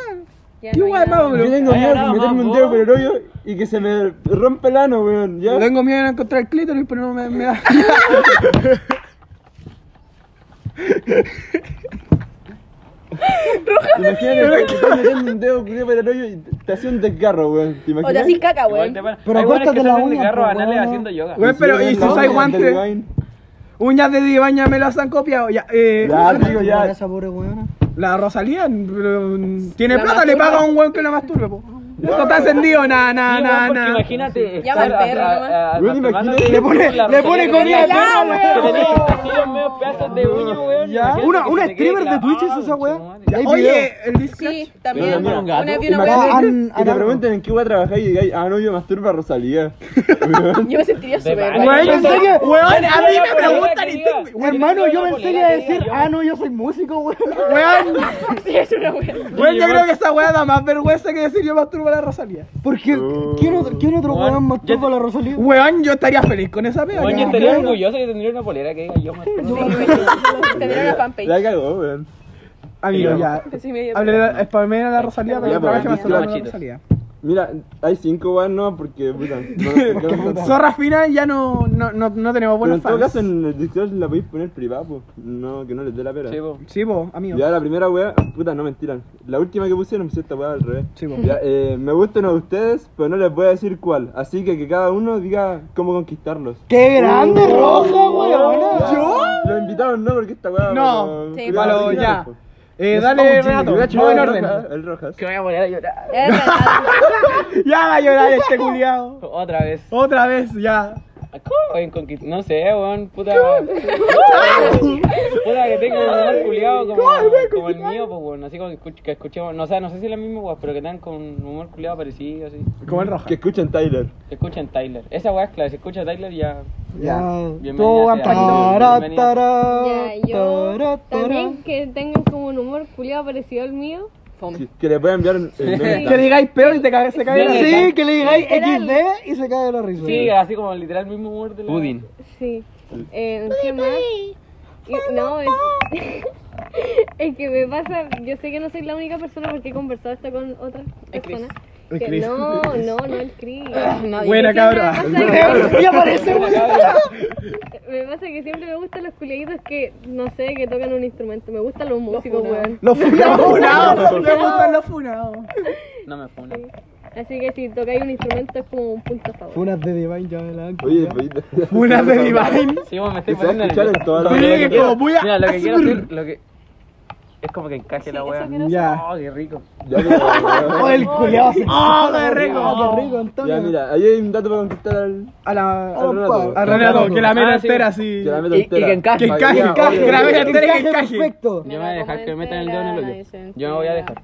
Speaker 7: Ya
Speaker 4: Qué
Speaker 7: no hay
Speaker 4: guay,
Speaker 7: nada.
Speaker 4: Pablo.
Speaker 2: Yo tengo
Speaker 5: Ay,
Speaker 2: miedo de
Speaker 5: nada más,
Speaker 2: meterme un
Speaker 5: vos.
Speaker 2: dedo por el hoyo y que se me rompa el ano, weón. Ya.
Speaker 4: Yo tengo miedo de encontrar el clítoris, pero no me, me da.
Speaker 2: Imagínate, weón, que estás metiendo un dedo culiao por el hoyo y te- te hacía un desgarro, weón. ¿Te
Speaker 7: O te
Speaker 2: imaginas?
Speaker 7: así caca,
Speaker 5: Igual
Speaker 7: weón.
Speaker 5: te van-
Speaker 1: Pero
Speaker 5: Hay weones
Speaker 1: córtate
Speaker 5: que
Speaker 1: la
Speaker 5: salen de
Speaker 1: uña,
Speaker 5: carros
Speaker 1: po,
Speaker 5: anales
Speaker 1: weón.
Speaker 5: haciendo yoga.
Speaker 4: Güey, pero
Speaker 2: weón,
Speaker 4: y si
Speaker 2: la
Speaker 4: usáis
Speaker 2: uña,
Speaker 4: guantes.
Speaker 2: weón.
Speaker 4: Uñas de divaña me las han copiado. Ya, eh,
Speaker 2: Ya, digo, ya.
Speaker 1: Esa pobre weona.
Speaker 4: La Rosalía mm, tiene
Speaker 7: La
Speaker 4: plata, le
Speaker 7: masturba.
Speaker 4: paga a un weón que la masturbe. po. Esto está encendido, na, na,
Speaker 5: Sí,
Speaker 4: na,
Speaker 5: weón, porque
Speaker 4: na.
Speaker 5: Imagínate.
Speaker 7: Llama al perro nomás.
Speaker 2: Weón, imagínate.
Speaker 1: Le pone, le pone comida al perro,
Speaker 5: Que
Speaker 1: weón.
Speaker 5: tenés pasillos medio pedazos de uño, weón.
Speaker 2: Ya.
Speaker 5: Imagínate
Speaker 1: Una,
Speaker 5: que
Speaker 1: una
Speaker 5: se te quede
Speaker 1: streamer de Twitch es
Speaker 5: clavado,
Speaker 1: esa weá.
Speaker 5: chaval.
Speaker 1: Ya,
Speaker 4: Oye, el disco.
Speaker 7: Sí,
Speaker 2: Pero
Speaker 7: también.
Speaker 2: también,
Speaker 7: Una vez vi una
Speaker 1: Ah,
Speaker 7: weá.
Speaker 1: an-
Speaker 2: Imagínate que te
Speaker 1: anal-
Speaker 2: pregunten en qué wea trabajáis y digáis, ah, no, yo masturba a Rosalía.
Speaker 7: Yo me sentiría súper
Speaker 5: Weón,
Speaker 7: mal.
Speaker 1: Yo pensé que-
Speaker 4: Weón, a mí me
Speaker 5: Pero weón,
Speaker 4: preguntan y
Speaker 5: querida,
Speaker 4: tengo-
Speaker 1: Hermano, yo
Speaker 5: Yo
Speaker 1: pensé que iba
Speaker 5: polera,
Speaker 1: a
Speaker 5: diga
Speaker 1: decir,
Speaker 5: yo.
Speaker 1: ah, no, yo soy músico, weón.
Speaker 4: Weón,
Speaker 7: Sí, es una weá.
Speaker 4: weón, yo creo que esa weá da más vergüenza que decir yo masturbo a la Rosalía.
Speaker 1: Porque,
Speaker 2: Oh.
Speaker 1: ¿quién otro, ¿quién otro
Speaker 5: Weón,
Speaker 1: weón
Speaker 5: ya te-
Speaker 1: masturba a la Rosalía?
Speaker 4: Weón, yo estaría feliz con esa pega.
Speaker 5: Weón, yo
Speaker 4: ya.
Speaker 5: estaría orgulloso de tener una polera que diga yo masturbo.
Speaker 7: Tendría una
Speaker 2: La
Speaker 7: fanpage.
Speaker 2: cagó, weón.
Speaker 4: Amigo, ya.
Speaker 7: Sí, medio-
Speaker 4: Hablé, spamé a la eh, Rosalía, pero
Speaker 2: Ya,
Speaker 4: otra
Speaker 2: pues,
Speaker 4: vez que me
Speaker 2: listo,
Speaker 4: a la
Speaker 5: machitos.
Speaker 4: Rosalía.
Speaker 2: Mira, hay cinco weón, no, porque puta. no, porque no-
Speaker 4: Zorra fina ya no, no, no, no tenemos
Speaker 2: Pero en
Speaker 4: buenos
Speaker 2: todo caso
Speaker 4: fans.
Speaker 2: en el Discord la podéis poner privada, po. No, que no les dé la pera.
Speaker 5: Sí, po.
Speaker 4: Sí, vos, amigo.
Speaker 2: Ya la primera weá, puta, no mentiran. La última que pusieron, puse esta weá al revés.
Speaker 4: Sí, po.
Speaker 2: Ya, eh, me gustan a ustedes, pero no les voy a decir cuál. Así que que cada uno diga cómo conquistarlos.
Speaker 1: ¡Qué grande, roja,
Speaker 2: Oh, Ya.
Speaker 1: weón!
Speaker 2: Los invitados no, porque esta weá.
Speaker 4: No.
Speaker 2: como-
Speaker 7: Sí,
Speaker 2: cuidado,
Speaker 4: Palo,
Speaker 2: señores,
Speaker 4: ya.
Speaker 2: po.
Speaker 4: Eh,
Speaker 2: Es
Speaker 4: dale,
Speaker 2: OG,
Speaker 4: Renato,
Speaker 2: voy a
Speaker 4: vamos en
Speaker 2: chupar
Speaker 4: orden.
Speaker 2: el Rojas, El Rojas.
Speaker 5: Que me voy a poner a llorar.
Speaker 8: Eh,
Speaker 7: Es verdad.
Speaker 4: Ya va a llorar este culiao.
Speaker 5: Otra vez.
Speaker 4: Otra vez, ya.
Speaker 5: ¿Cómo? En conquist- No sé, weón, puta. puta que tengo un humor culiado como, como el mío, pues, weón. Así como que, escuch- que escuchemos. No, o sea, no sé si es la misma, weón, pero que tengan con un humor culiado parecido, así.
Speaker 4: Como el roja.
Speaker 2: Que escuchen Tyler.
Speaker 5: Que escuchen Tyler. Esa weá es clara, si escucha Tyler ya.
Speaker 1: Ya.
Speaker 5: Bienvenida
Speaker 1: Todo
Speaker 5: sea.
Speaker 1: tará,
Speaker 5: Bienvenida.
Speaker 1: tará,
Speaker 7: Ya, yo
Speaker 1: tará, tará.
Speaker 7: también que tengan como un humor culiado parecido al mío.
Speaker 2: Sí, Que le puedan enviar. eh, memes.
Speaker 4: Que digáis peor y te cagas, se cae
Speaker 5: Sí.
Speaker 4: la
Speaker 1: Sí, que le digáis XD y se cae de la risa.
Speaker 5: Sí, así como literal el mismo humor de la.
Speaker 11: Pudding.
Speaker 7: Sí. Eh, ¿Qué más? Y- no, es, es que me pasa, yo sé que no soy la única persona porque he conversado esto con otras personas.
Speaker 4: El
Speaker 7: Que
Speaker 4: Chris.
Speaker 7: No, no, Ah, no el Chris.
Speaker 4: Buena, cabra.
Speaker 7: cabrón.
Speaker 1: Y aparece, weón.
Speaker 7: Me pasa que siempre me gustan los culiaditos que, no sé, que tocan un instrumento. Me gustan los músicos, weón.
Speaker 1: Los funados.
Speaker 4: Funado, me gustan los funados.
Speaker 5: No me funen.
Speaker 7: Así que si tocáis un instrumento es como un punto a favor.
Speaker 1: Funas de Divine, ya me la han
Speaker 2: Oye, pues-
Speaker 4: Funas de Divine.
Speaker 5: Sí, bueno, me
Speaker 2: Que se
Speaker 5: estoy
Speaker 2: va a
Speaker 5: poniendo
Speaker 2: escuchar en
Speaker 5: nervioso.
Speaker 2: toda la
Speaker 4: Sí,
Speaker 2: wea.
Speaker 4: que como voy a-
Speaker 5: Mira, lo que quiero hacer, lo que... Es como que encaje la wea.
Speaker 4: Ya.
Speaker 5: Oh, qué rico.
Speaker 2: Ya, mira,
Speaker 1: Oh, el culiao se.
Speaker 4: ¡Oh, qué rico!
Speaker 1: Ah, qué rico, Antonio. Ah,
Speaker 2: Ya, mira, ahí hay un dato para conquistar al.
Speaker 4: A la.
Speaker 2: al Renato.
Speaker 4: A Renato, que la meta
Speaker 5: Ah, sí.
Speaker 4: entera así.
Speaker 2: Que la meta
Speaker 11: Y- y
Speaker 2: entera.
Speaker 11: que encaje.
Speaker 4: Que encaje,
Speaker 2: Ya,
Speaker 4: encaje,
Speaker 2: oye,
Speaker 4: que la
Speaker 2: oye,
Speaker 4: meta
Speaker 1: Que
Speaker 4: entera, que
Speaker 1: encaje
Speaker 4: encaje.
Speaker 1: perfecto.
Speaker 5: Yo me voy a dejar que me metan el dedo en el hoyo. Yo me voy a dejar.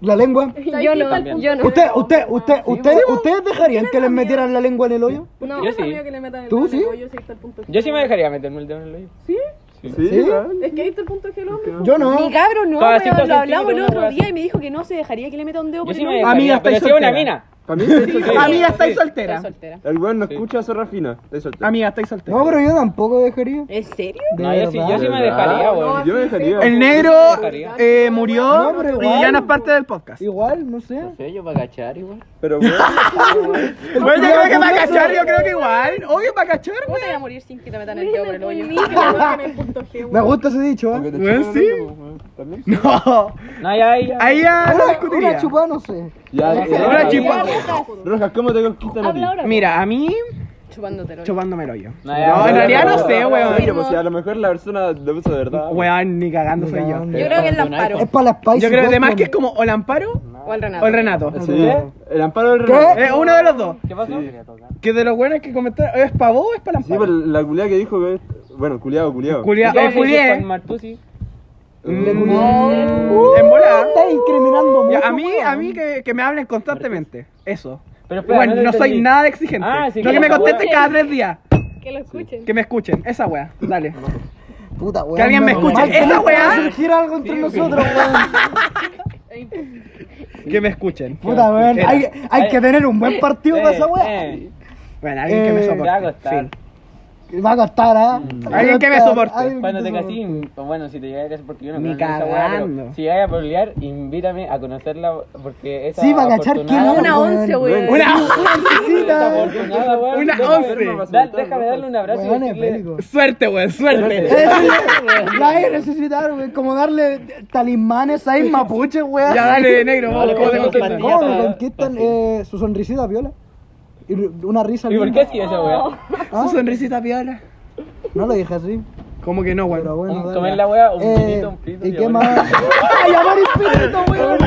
Speaker 1: La lengua.
Speaker 7: Yo no, yo no.
Speaker 1: Usted, usted, usted, usted, ustedes dejarían que les metieran la lengua en el hoyo?
Speaker 7: No,
Speaker 5: Yo
Speaker 12: Yo
Speaker 5: sí.
Speaker 12: que le metan el
Speaker 1: ¿Tú
Speaker 12: dedo en el
Speaker 1: sí?
Speaker 12: hoyo, sí, está el punto G.
Speaker 5: Yo sí me dejaría meterme el dedo en el hoyo.
Speaker 2: Sí, weón.
Speaker 12: Es que ahí está el punto G, el hombre.
Speaker 1: Yo no.
Speaker 7: Mi cabro no,
Speaker 5: Cada
Speaker 7: weón,
Speaker 5: cinco
Speaker 7: lo hablamos el
Speaker 5: centímetros,
Speaker 7: otro
Speaker 5: una
Speaker 7: día
Speaker 5: weá.
Speaker 7: y me dijo que no se dejaría que le meta un dedo
Speaker 5: Yo
Speaker 7: por
Speaker 5: sí
Speaker 7: el
Speaker 5: me
Speaker 7: hoyo.
Speaker 5: dejaría,
Speaker 4: Amiga, estáis
Speaker 5: pero sí una
Speaker 4: soltera.
Speaker 5: mina.
Speaker 2: Para mí, estáis soltera.
Speaker 4: Amiga, estáis soltera.
Speaker 7: Estoy soltera.
Speaker 2: El weón no escucha a Zorra Fina. Estáis soltera.
Speaker 4: Amiga, estáis soltera.
Speaker 1: No, pero yo tampoco dejaría.
Speaker 7: ¿En serio?
Speaker 1: De
Speaker 5: No, yo sí, yo
Speaker 1: verdad.
Speaker 5: sí me
Speaker 2: ¿Verdad?
Speaker 5: dejaría, weón.
Speaker 2: Yo me dejaría.
Speaker 4: El negro
Speaker 5: Dejaría.
Speaker 4: eh,
Speaker 1: No,
Speaker 4: murió
Speaker 1: pero igual.
Speaker 4: y ya no es parte del podcast.
Speaker 1: Igual, no sé.
Speaker 11: No sé, yo para agachar igual.
Speaker 2: Pero weón.
Speaker 4: Bueno, yo creo que va a cachar, yo creo que igual. Obvio, va a cachar,
Speaker 12: ¿Cómo te voy a morir sin que te metan el
Speaker 7: Uy,
Speaker 12: dedo
Speaker 7: me
Speaker 12: por el hoyo?
Speaker 7: poní.
Speaker 12: Que le metan el punto G,
Speaker 1: Me
Speaker 12: weón.
Speaker 1: gusta ese dicho,
Speaker 2: aunque
Speaker 1: ¿eh?
Speaker 2: te
Speaker 4: Weón,
Speaker 2: chupen
Speaker 4: sí.
Speaker 2: el hoyo, ¿También?
Speaker 4: No.
Speaker 5: No, ya, ya.
Speaker 4: Ahí ya lo
Speaker 1: Una,
Speaker 4: discutiría.
Speaker 1: una chupada, no sé.
Speaker 2: Ya, eh,
Speaker 5: Ah,
Speaker 4: Ahora
Speaker 2: Rojas,
Speaker 4: chupa.
Speaker 2: Rojas, ¿cómo te conquistan a ti?
Speaker 7: Habla ahora.
Speaker 4: Mira, a mí
Speaker 7: Chupándotelo.
Speaker 4: chupándome el hoyo.
Speaker 5: No,
Speaker 4: No,
Speaker 5: ya,
Speaker 4: en
Speaker 5: ya,
Speaker 4: realidad
Speaker 5: ya,
Speaker 4: no
Speaker 5: ya,
Speaker 4: sé,
Speaker 5: ya,
Speaker 4: weón.
Speaker 2: Mira, pues si a lo mejor la persona lo usa de verdad.
Speaker 4: Weón, ni cagando soy yo.
Speaker 7: Yo creo que es Lamparo
Speaker 1: Es para la Spice.
Speaker 4: Yo creo que además
Speaker 1: Girl,
Speaker 4: que es como o el Amparo
Speaker 7: o el Renato.
Speaker 4: o el Renato.
Speaker 2: ¿Sí? El amparo del
Speaker 1: ¿Qué?
Speaker 2: reloj.
Speaker 4: Es uno de los dos.
Speaker 5: ¿Qué pasó?
Speaker 4: Que de los buenos que comentaron, ¿es para vos o es para el
Speaker 2: Sí, pues
Speaker 4: Amparo?
Speaker 2: la culia que dijo que. Bueno, culiado, culiado. Mm.
Speaker 4: Julia,
Speaker 5: ¿Qué
Speaker 4: eh, Julié.
Speaker 5: Juan Martusi?
Speaker 4: No. En volada.
Speaker 1: Estás incriminando mucho.
Speaker 4: Ya, a mí,
Speaker 1: weón.
Speaker 4: a mí que, que me hablen constantemente. Eso.
Speaker 5: Pero espera,
Speaker 4: Bueno,
Speaker 5: te
Speaker 4: no soy
Speaker 5: entendí.
Speaker 4: nada de exigente.
Speaker 5: Ah, sí,
Speaker 4: no
Speaker 5: que
Speaker 4: que me
Speaker 5: la
Speaker 4: contesten
Speaker 6: wea-
Speaker 4: cada tres días.
Speaker 6: Que lo escuchen.
Speaker 4: Que me escuchen. Esa wea. Dale.
Speaker 1: Puta, weón.
Speaker 4: Que alguien me escuche.
Speaker 1: mal que
Speaker 4: Esa
Speaker 1: no pueda
Speaker 4: weá.
Speaker 1: surgir algo entre nosotros, weón.
Speaker 4: Que me escuchen.
Speaker 1: Puta, weón.
Speaker 4: Era.
Speaker 1: Hay, hay que tener un buen partido para esa weá.
Speaker 5: Eh,
Speaker 4: Bueno, alguien que me
Speaker 1: Eh,
Speaker 5: te va a
Speaker 4: soporte.
Speaker 5: costar.
Speaker 4: Fin.
Speaker 1: Va a costar, ¿ah? Va a
Speaker 4: Mm. Alguien que me
Speaker 1: costar,
Speaker 4: soporte.
Speaker 1: alguien que
Speaker 5: Cuando
Speaker 1: te
Speaker 5: te
Speaker 1: soporte.
Speaker 5: casís, pues bueno, si te llegas a casar, porque yo no
Speaker 4: Ni
Speaker 5: conozco esa weá, pero
Speaker 4: cagando.
Speaker 5: si llegas a pololear, invítame a conocerla, porque esa
Speaker 1: Sí, va a cachar quién
Speaker 5: afortunada-
Speaker 1: es.
Speaker 7: Una
Speaker 1: weón.
Speaker 7: once, weón.
Speaker 4: Una
Speaker 5: esa
Speaker 1: Necesita.
Speaker 5: afortunada, weón,
Speaker 4: Una
Speaker 5: déjame-
Speaker 4: once.
Speaker 5: da- Déjame darle un abrazo y
Speaker 1: Weón, es
Speaker 5: decirle-
Speaker 1: bélico.
Speaker 4: suerte, weón. Suerte.
Speaker 1: Ese- La hay necesitar, weón. Como darle talismanes ahí mapuche, weón.
Speaker 4: Ya dale, negro.
Speaker 5: No,
Speaker 4: vamos,
Speaker 5: le
Speaker 4: ¿cómo te
Speaker 5: pongo
Speaker 4: conquistan?
Speaker 5: pantalla.
Speaker 1: ¿Cómo me conquistan eh, su sonrisita viola? Y una risa.
Speaker 5: ¿Y por qué
Speaker 1: linda.
Speaker 5: así esa weá?
Speaker 4: Su sonrisita piola.
Speaker 1: No lo dije así.
Speaker 4: ¿Cómo que no,
Speaker 1: Pero
Speaker 4: weón?
Speaker 1: bueno,
Speaker 5: Un-
Speaker 1: dale.
Speaker 5: comer la wea, un
Speaker 1: Eh,
Speaker 5: pinito, un pito,
Speaker 1: ¿Y
Speaker 5: ya
Speaker 1: qué
Speaker 5: bueno.
Speaker 1: más? ¡Ay, amor infinito, weón!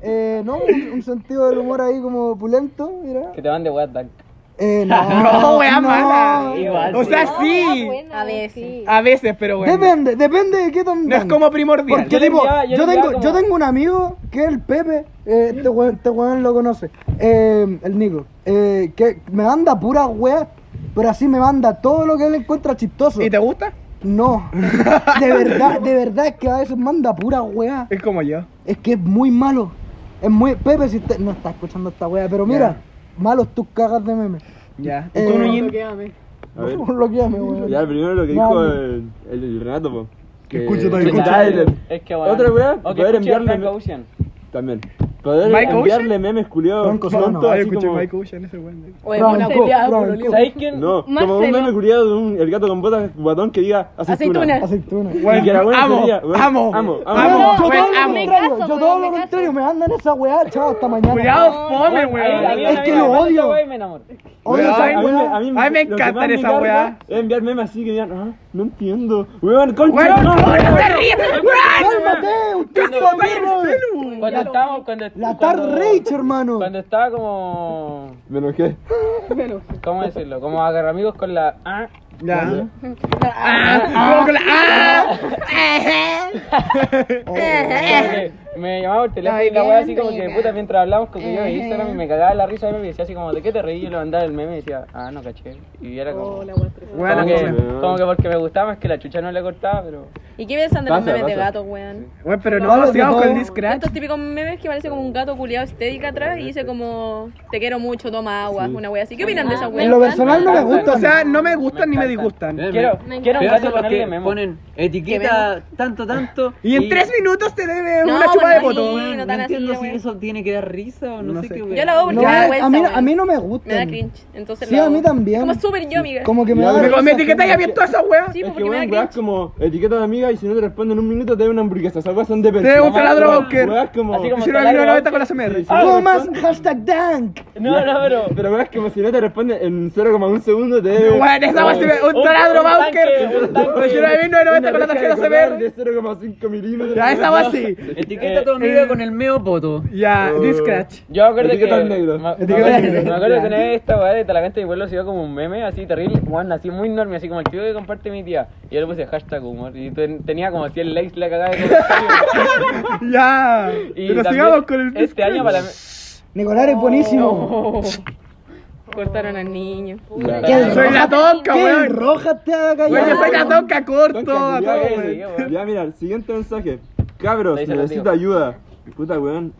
Speaker 1: Eh, no, un, un sentido del humor ahí como opulento, mira.
Speaker 5: Que te van de weá, Dank.
Speaker 1: Eh, no.
Speaker 4: No, weá mala.
Speaker 5: Igual,
Speaker 4: O
Speaker 5: sí.
Speaker 4: sea,
Speaker 6: No, era
Speaker 4: sí.
Speaker 6: buena,
Speaker 7: A veces.
Speaker 6: sí.
Speaker 4: A veces, pero bueno.
Speaker 1: Depende, depende de qué tan.
Speaker 4: No es como primordial.
Speaker 1: Porque
Speaker 5: Yo le
Speaker 1: tipo,
Speaker 5: enviaba- yo
Speaker 1: yo,
Speaker 5: le
Speaker 1: tengo,
Speaker 5: enviaba
Speaker 1: yo
Speaker 5: como-
Speaker 1: tengo un amigo que es el Pepe, eh, este, weón, este weón lo conoce, eh, el Nico, eh, que me manda pura wea, pero así me manda todo lo que él encuentra chistoso.
Speaker 4: ¿Y te gusta?
Speaker 1: No, de verdad, de verdad es que a veces manda pura wea,
Speaker 4: Es como yo.
Speaker 1: es que es muy malo, es muy, Pepe si te- no está escuchando esta wea, pero mira, malos tus cagas de meme.
Speaker 4: Ya.
Speaker 1: Eh,
Speaker 4: ¿Tú no Jim?
Speaker 2: A ver.
Speaker 1: Bloqueame, weón.
Speaker 2: Ya, primero lo que
Speaker 1: No,
Speaker 2: dijo
Speaker 1: no.
Speaker 2: el, el, el Renato, po. Que
Speaker 1: escuche todo,
Speaker 2: que
Speaker 1: escuche
Speaker 2: tal,
Speaker 5: todo.
Speaker 2: el-
Speaker 5: Es que weón.
Speaker 2: Otra weá,
Speaker 5: O que
Speaker 2: poder
Speaker 5: escuche a
Speaker 2: enviarle.
Speaker 5: Frank Ocean.
Speaker 2: También. Poder
Speaker 4: ¿Mike
Speaker 2: enviarle memes culiados.
Speaker 1: Franco Solano.
Speaker 2: tontos,
Speaker 4: Ay,
Speaker 2: así
Speaker 4: escuché
Speaker 2: como-
Speaker 4: Mike Ocean ese weón.
Speaker 7: O en una
Speaker 1: Franco,
Speaker 7: pelea por
Speaker 1: Franco.
Speaker 7: olivo.
Speaker 5: ¿Sabéis quién?
Speaker 2: No, como un
Speaker 6: Marcelo.
Speaker 2: meme culiado de un el gato con botas guatón que diga aceituna.
Speaker 7: Aceituna.
Speaker 1: Aceituna.
Speaker 2: Y que la buena
Speaker 4: amo,
Speaker 2: sería, weón,
Speaker 4: amo,
Speaker 2: amo,
Speaker 1: Weón,
Speaker 4: amo,
Speaker 1: yo
Speaker 4: weón,
Speaker 1: todo lo
Speaker 4: amo.
Speaker 6: me
Speaker 1: contrario,
Speaker 6: caso,
Speaker 1: yo
Speaker 6: weón,
Speaker 1: todo
Speaker 6: me
Speaker 1: lo
Speaker 6: caso.
Speaker 1: contrario, me andan esa weá, chao, hasta mañana.
Speaker 4: Cuidado, fome,
Speaker 5: Ahí la vi,
Speaker 4: weón.
Speaker 1: Es
Speaker 5: la
Speaker 1: que
Speaker 5: vi,
Speaker 1: lo
Speaker 5: me manda
Speaker 1: odio.
Speaker 5: esa weá y me enamoré.
Speaker 1: Oye,
Speaker 4: Weón,
Speaker 1: esa
Speaker 4: a mí me-
Speaker 1: weá.
Speaker 4: Ay, me
Speaker 2: lo que
Speaker 4: encantan
Speaker 2: más me
Speaker 4: esas
Speaker 2: carga
Speaker 4: weas.
Speaker 2: Es enviar memes así que digan, ah, no entiendo. Weón, concha.
Speaker 4: Weón,
Speaker 2: no,
Speaker 4: ¿cómo
Speaker 2: weón.
Speaker 4: te ríes?
Speaker 1: ¡Cálmate! ¡Usted
Speaker 4: Weón,
Speaker 1: está
Speaker 4: weón,
Speaker 1: perro!
Speaker 4: weón.
Speaker 5: Cuando estábamos, cuando
Speaker 1: La
Speaker 5: cuando-
Speaker 1: Tar Rage, hermano.
Speaker 5: Cuando estaba como.
Speaker 2: Me enojé.
Speaker 5: ¿Cómo decirlo? Como agarra amigos con la. Ah,
Speaker 4: Ya. Ah, con la- ah.
Speaker 5: Porque me llamaba por teléfono y la weá así como que puta mientras hablábamos con yo de Instagram y me cagaba la risa y me decía así como ¿de qué te reí? Yo le mandaba el meme y decía, ah no caché. Y era como.
Speaker 7: Hola, weón, estresante.
Speaker 4: Weón,
Speaker 5: como,
Speaker 13: pues,
Speaker 5: que,
Speaker 2: weón.
Speaker 5: como que porque me gustaba más que la chucha no le cortaba, pero.
Speaker 7: ¿Y qué piensan de
Speaker 2: Pasa,
Speaker 7: los memes de
Speaker 2: pasa.
Speaker 7: gatos, weón?
Speaker 4: Weón, pero
Speaker 1: No,
Speaker 4: no,
Speaker 1: no,
Speaker 4: lo sigamos
Speaker 1: no.
Speaker 4: con el scratch.
Speaker 7: Estos típicos memes que parece como un gato culiado estética atrás y dice como te quiero mucho, toma agua, una wea así. ¿Qué opinan de esa
Speaker 1: En lo
Speaker 7: wea?
Speaker 1: personal no me gusta.
Speaker 4: O sea, no me gustan ni
Speaker 5: Me
Speaker 4: me
Speaker 5: encantan.
Speaker 4: disgustan.
Speaker 5: Quiero,
Speaker 6: Me
Speaker 5: quiero un
Speaker 13: Eh, Pero
Speaker 5: gato
Speaker 13: son los
Speaker 5: ponerle
Speaker 13: que
Speaker 5: memo.
Speaker 13: ponen etiqueta tanto, tanto.
Speaker 4: Y en tres minutos te debe
Speaker 7: No,
Speaker 4: una chupa de
Speaker 7: bueno,
Speaker 4: poto.
Speaker 7: sí.
Speaker 4: weón.
Speaker 7: no
Speaker 13: No,
Speaker 7: tan así,
Speaker 13: entiendo si
Speaker 7: weón.
Speaker 13: eso tiene que dar risa o no,
Speaker 4: No
Speaker 13: sé
Speaker 4: sé.
Speaker 13: qué,
Speaker 4: Yo
Speaker 13: weón.
Speaker 7: Yo lo hago porque
Speaker 1: No,
Speaker 7: me da
Speaker 1: a,
Speaker 7: vergüenza.
Speaker 1: mí,
Speaker 7: weón.
Speaker 1: a mí no me
Speaker 7: Me da
Speaker 1: gusta.
Speaker 7: cringe. Entonces
Speaker 1: Sí,
Speaker 7: lo
Speaker 1: a mí
Speaker 7: hago.
Speaker 1: también.
Speaker 7: Como súper yo, amiga.
Speaker 1: Como que me
Speaker 2: Ya,
Speaker 1: da
Speaker 4: Me,
Speaker 1: risa
Speaker 4: me etiquetáis
Speaker 1: ajena.
Speaker 4: abierto a esa wea.
Speaker 7: Sí,
Speaker 2: Es
Speaker 7: porque
Speaker 2: que
Speaker 7: me da
Speaker 2: weón, weas
Speaker 7: cringe.
Speaker 2: como etiqueta de amiga y si no te responden en un minuto te dan una hamburguesa. Esas weas son de
Speaker 4: Te
Speaker 2: persona.
Speaker 4: gusta la droga, Oscar.
Speaker 2: Weas como.
Speaker 5: Así como-
Speaker 4: Hicieron la misma noveta con la CMR.
Speaker 2: Ah,
Speaker 1: Comas hashtag dank.
Speaker 5: No, no, pero.
Speaker 2: Pero weas como si no te responden en 0,1 segundo te debe.
Speaker 4: Weón, esa wea se me. Un
Speaker 5: Un-
Speaker 4: taladro,
Speaker 5: un tanque,
Speaker 4: Bowker.
Speaker 5: un tanque.
Speaker 4: Hicieron la misma noveta con la tarjeta CMR.
Speaker 2: De 0,5 milímetros.
Speaker 4: Ya, esa wea sí.
Speaker 13: Etiqueta a tu amiga con el meo poto.
Speaker 4: Ya,
Speaker 2: Eh,
Speaker 4: Discratch.
Speaker 5: eh, Yo me acuerdo que.
Speaker 2: Etiqueta al negro.
Speaker 5: Me,
Speaker 1: Etiqueta
Speaker 5: me
Speaker 1: al
Speaker 5: acuerdo-
Speaker 1: negro.
Speaker 5: me acuerdo que una
Speaker 4: Ya.
Speaker 5: vez esta weá de Talagante de mi pueblo se iba como un meme así terrible, weón, así muy enorme, así como el tío que comparte mi tía. Y yo le puse hashtag humor y ten- tenía como 100 likes la cagada de comentario.
Speaker 4: Ya.
Speaker 5: Y
Speaker 4: Pero
Speaker 5: también
Speaker 4: sigamos con el.
Speaker 5: Este año para la.
Speaker 1: Nicolás es buenísimo.
Speaker 4: Oh.
Speaker 7: Cortaron al niño.
Speaker 1: ¿Qué
Speaker 4: Soy la tonca,
Speaker 1: ¿Qué
Speaker 4: weón.
Speaker 1: roja te haga
Speaker 4: Weón, yo soy la
Speaker 1: callar?
Speaker 4: tonca corto.
Speaker 2: Tonka, culiao,
Speaker 4: a todo,
Speaker 5: ya,
Speaker 4: weón.
Speaker 5: ya, weón.
Speaker 2: Ya, mira, el siguiente mensaje. Cabros,
Speaker 5: Ahí se lo
Speaker 2: necesito
Speaker 5: digo.
Speaker 2: ayuda. Puta, weón.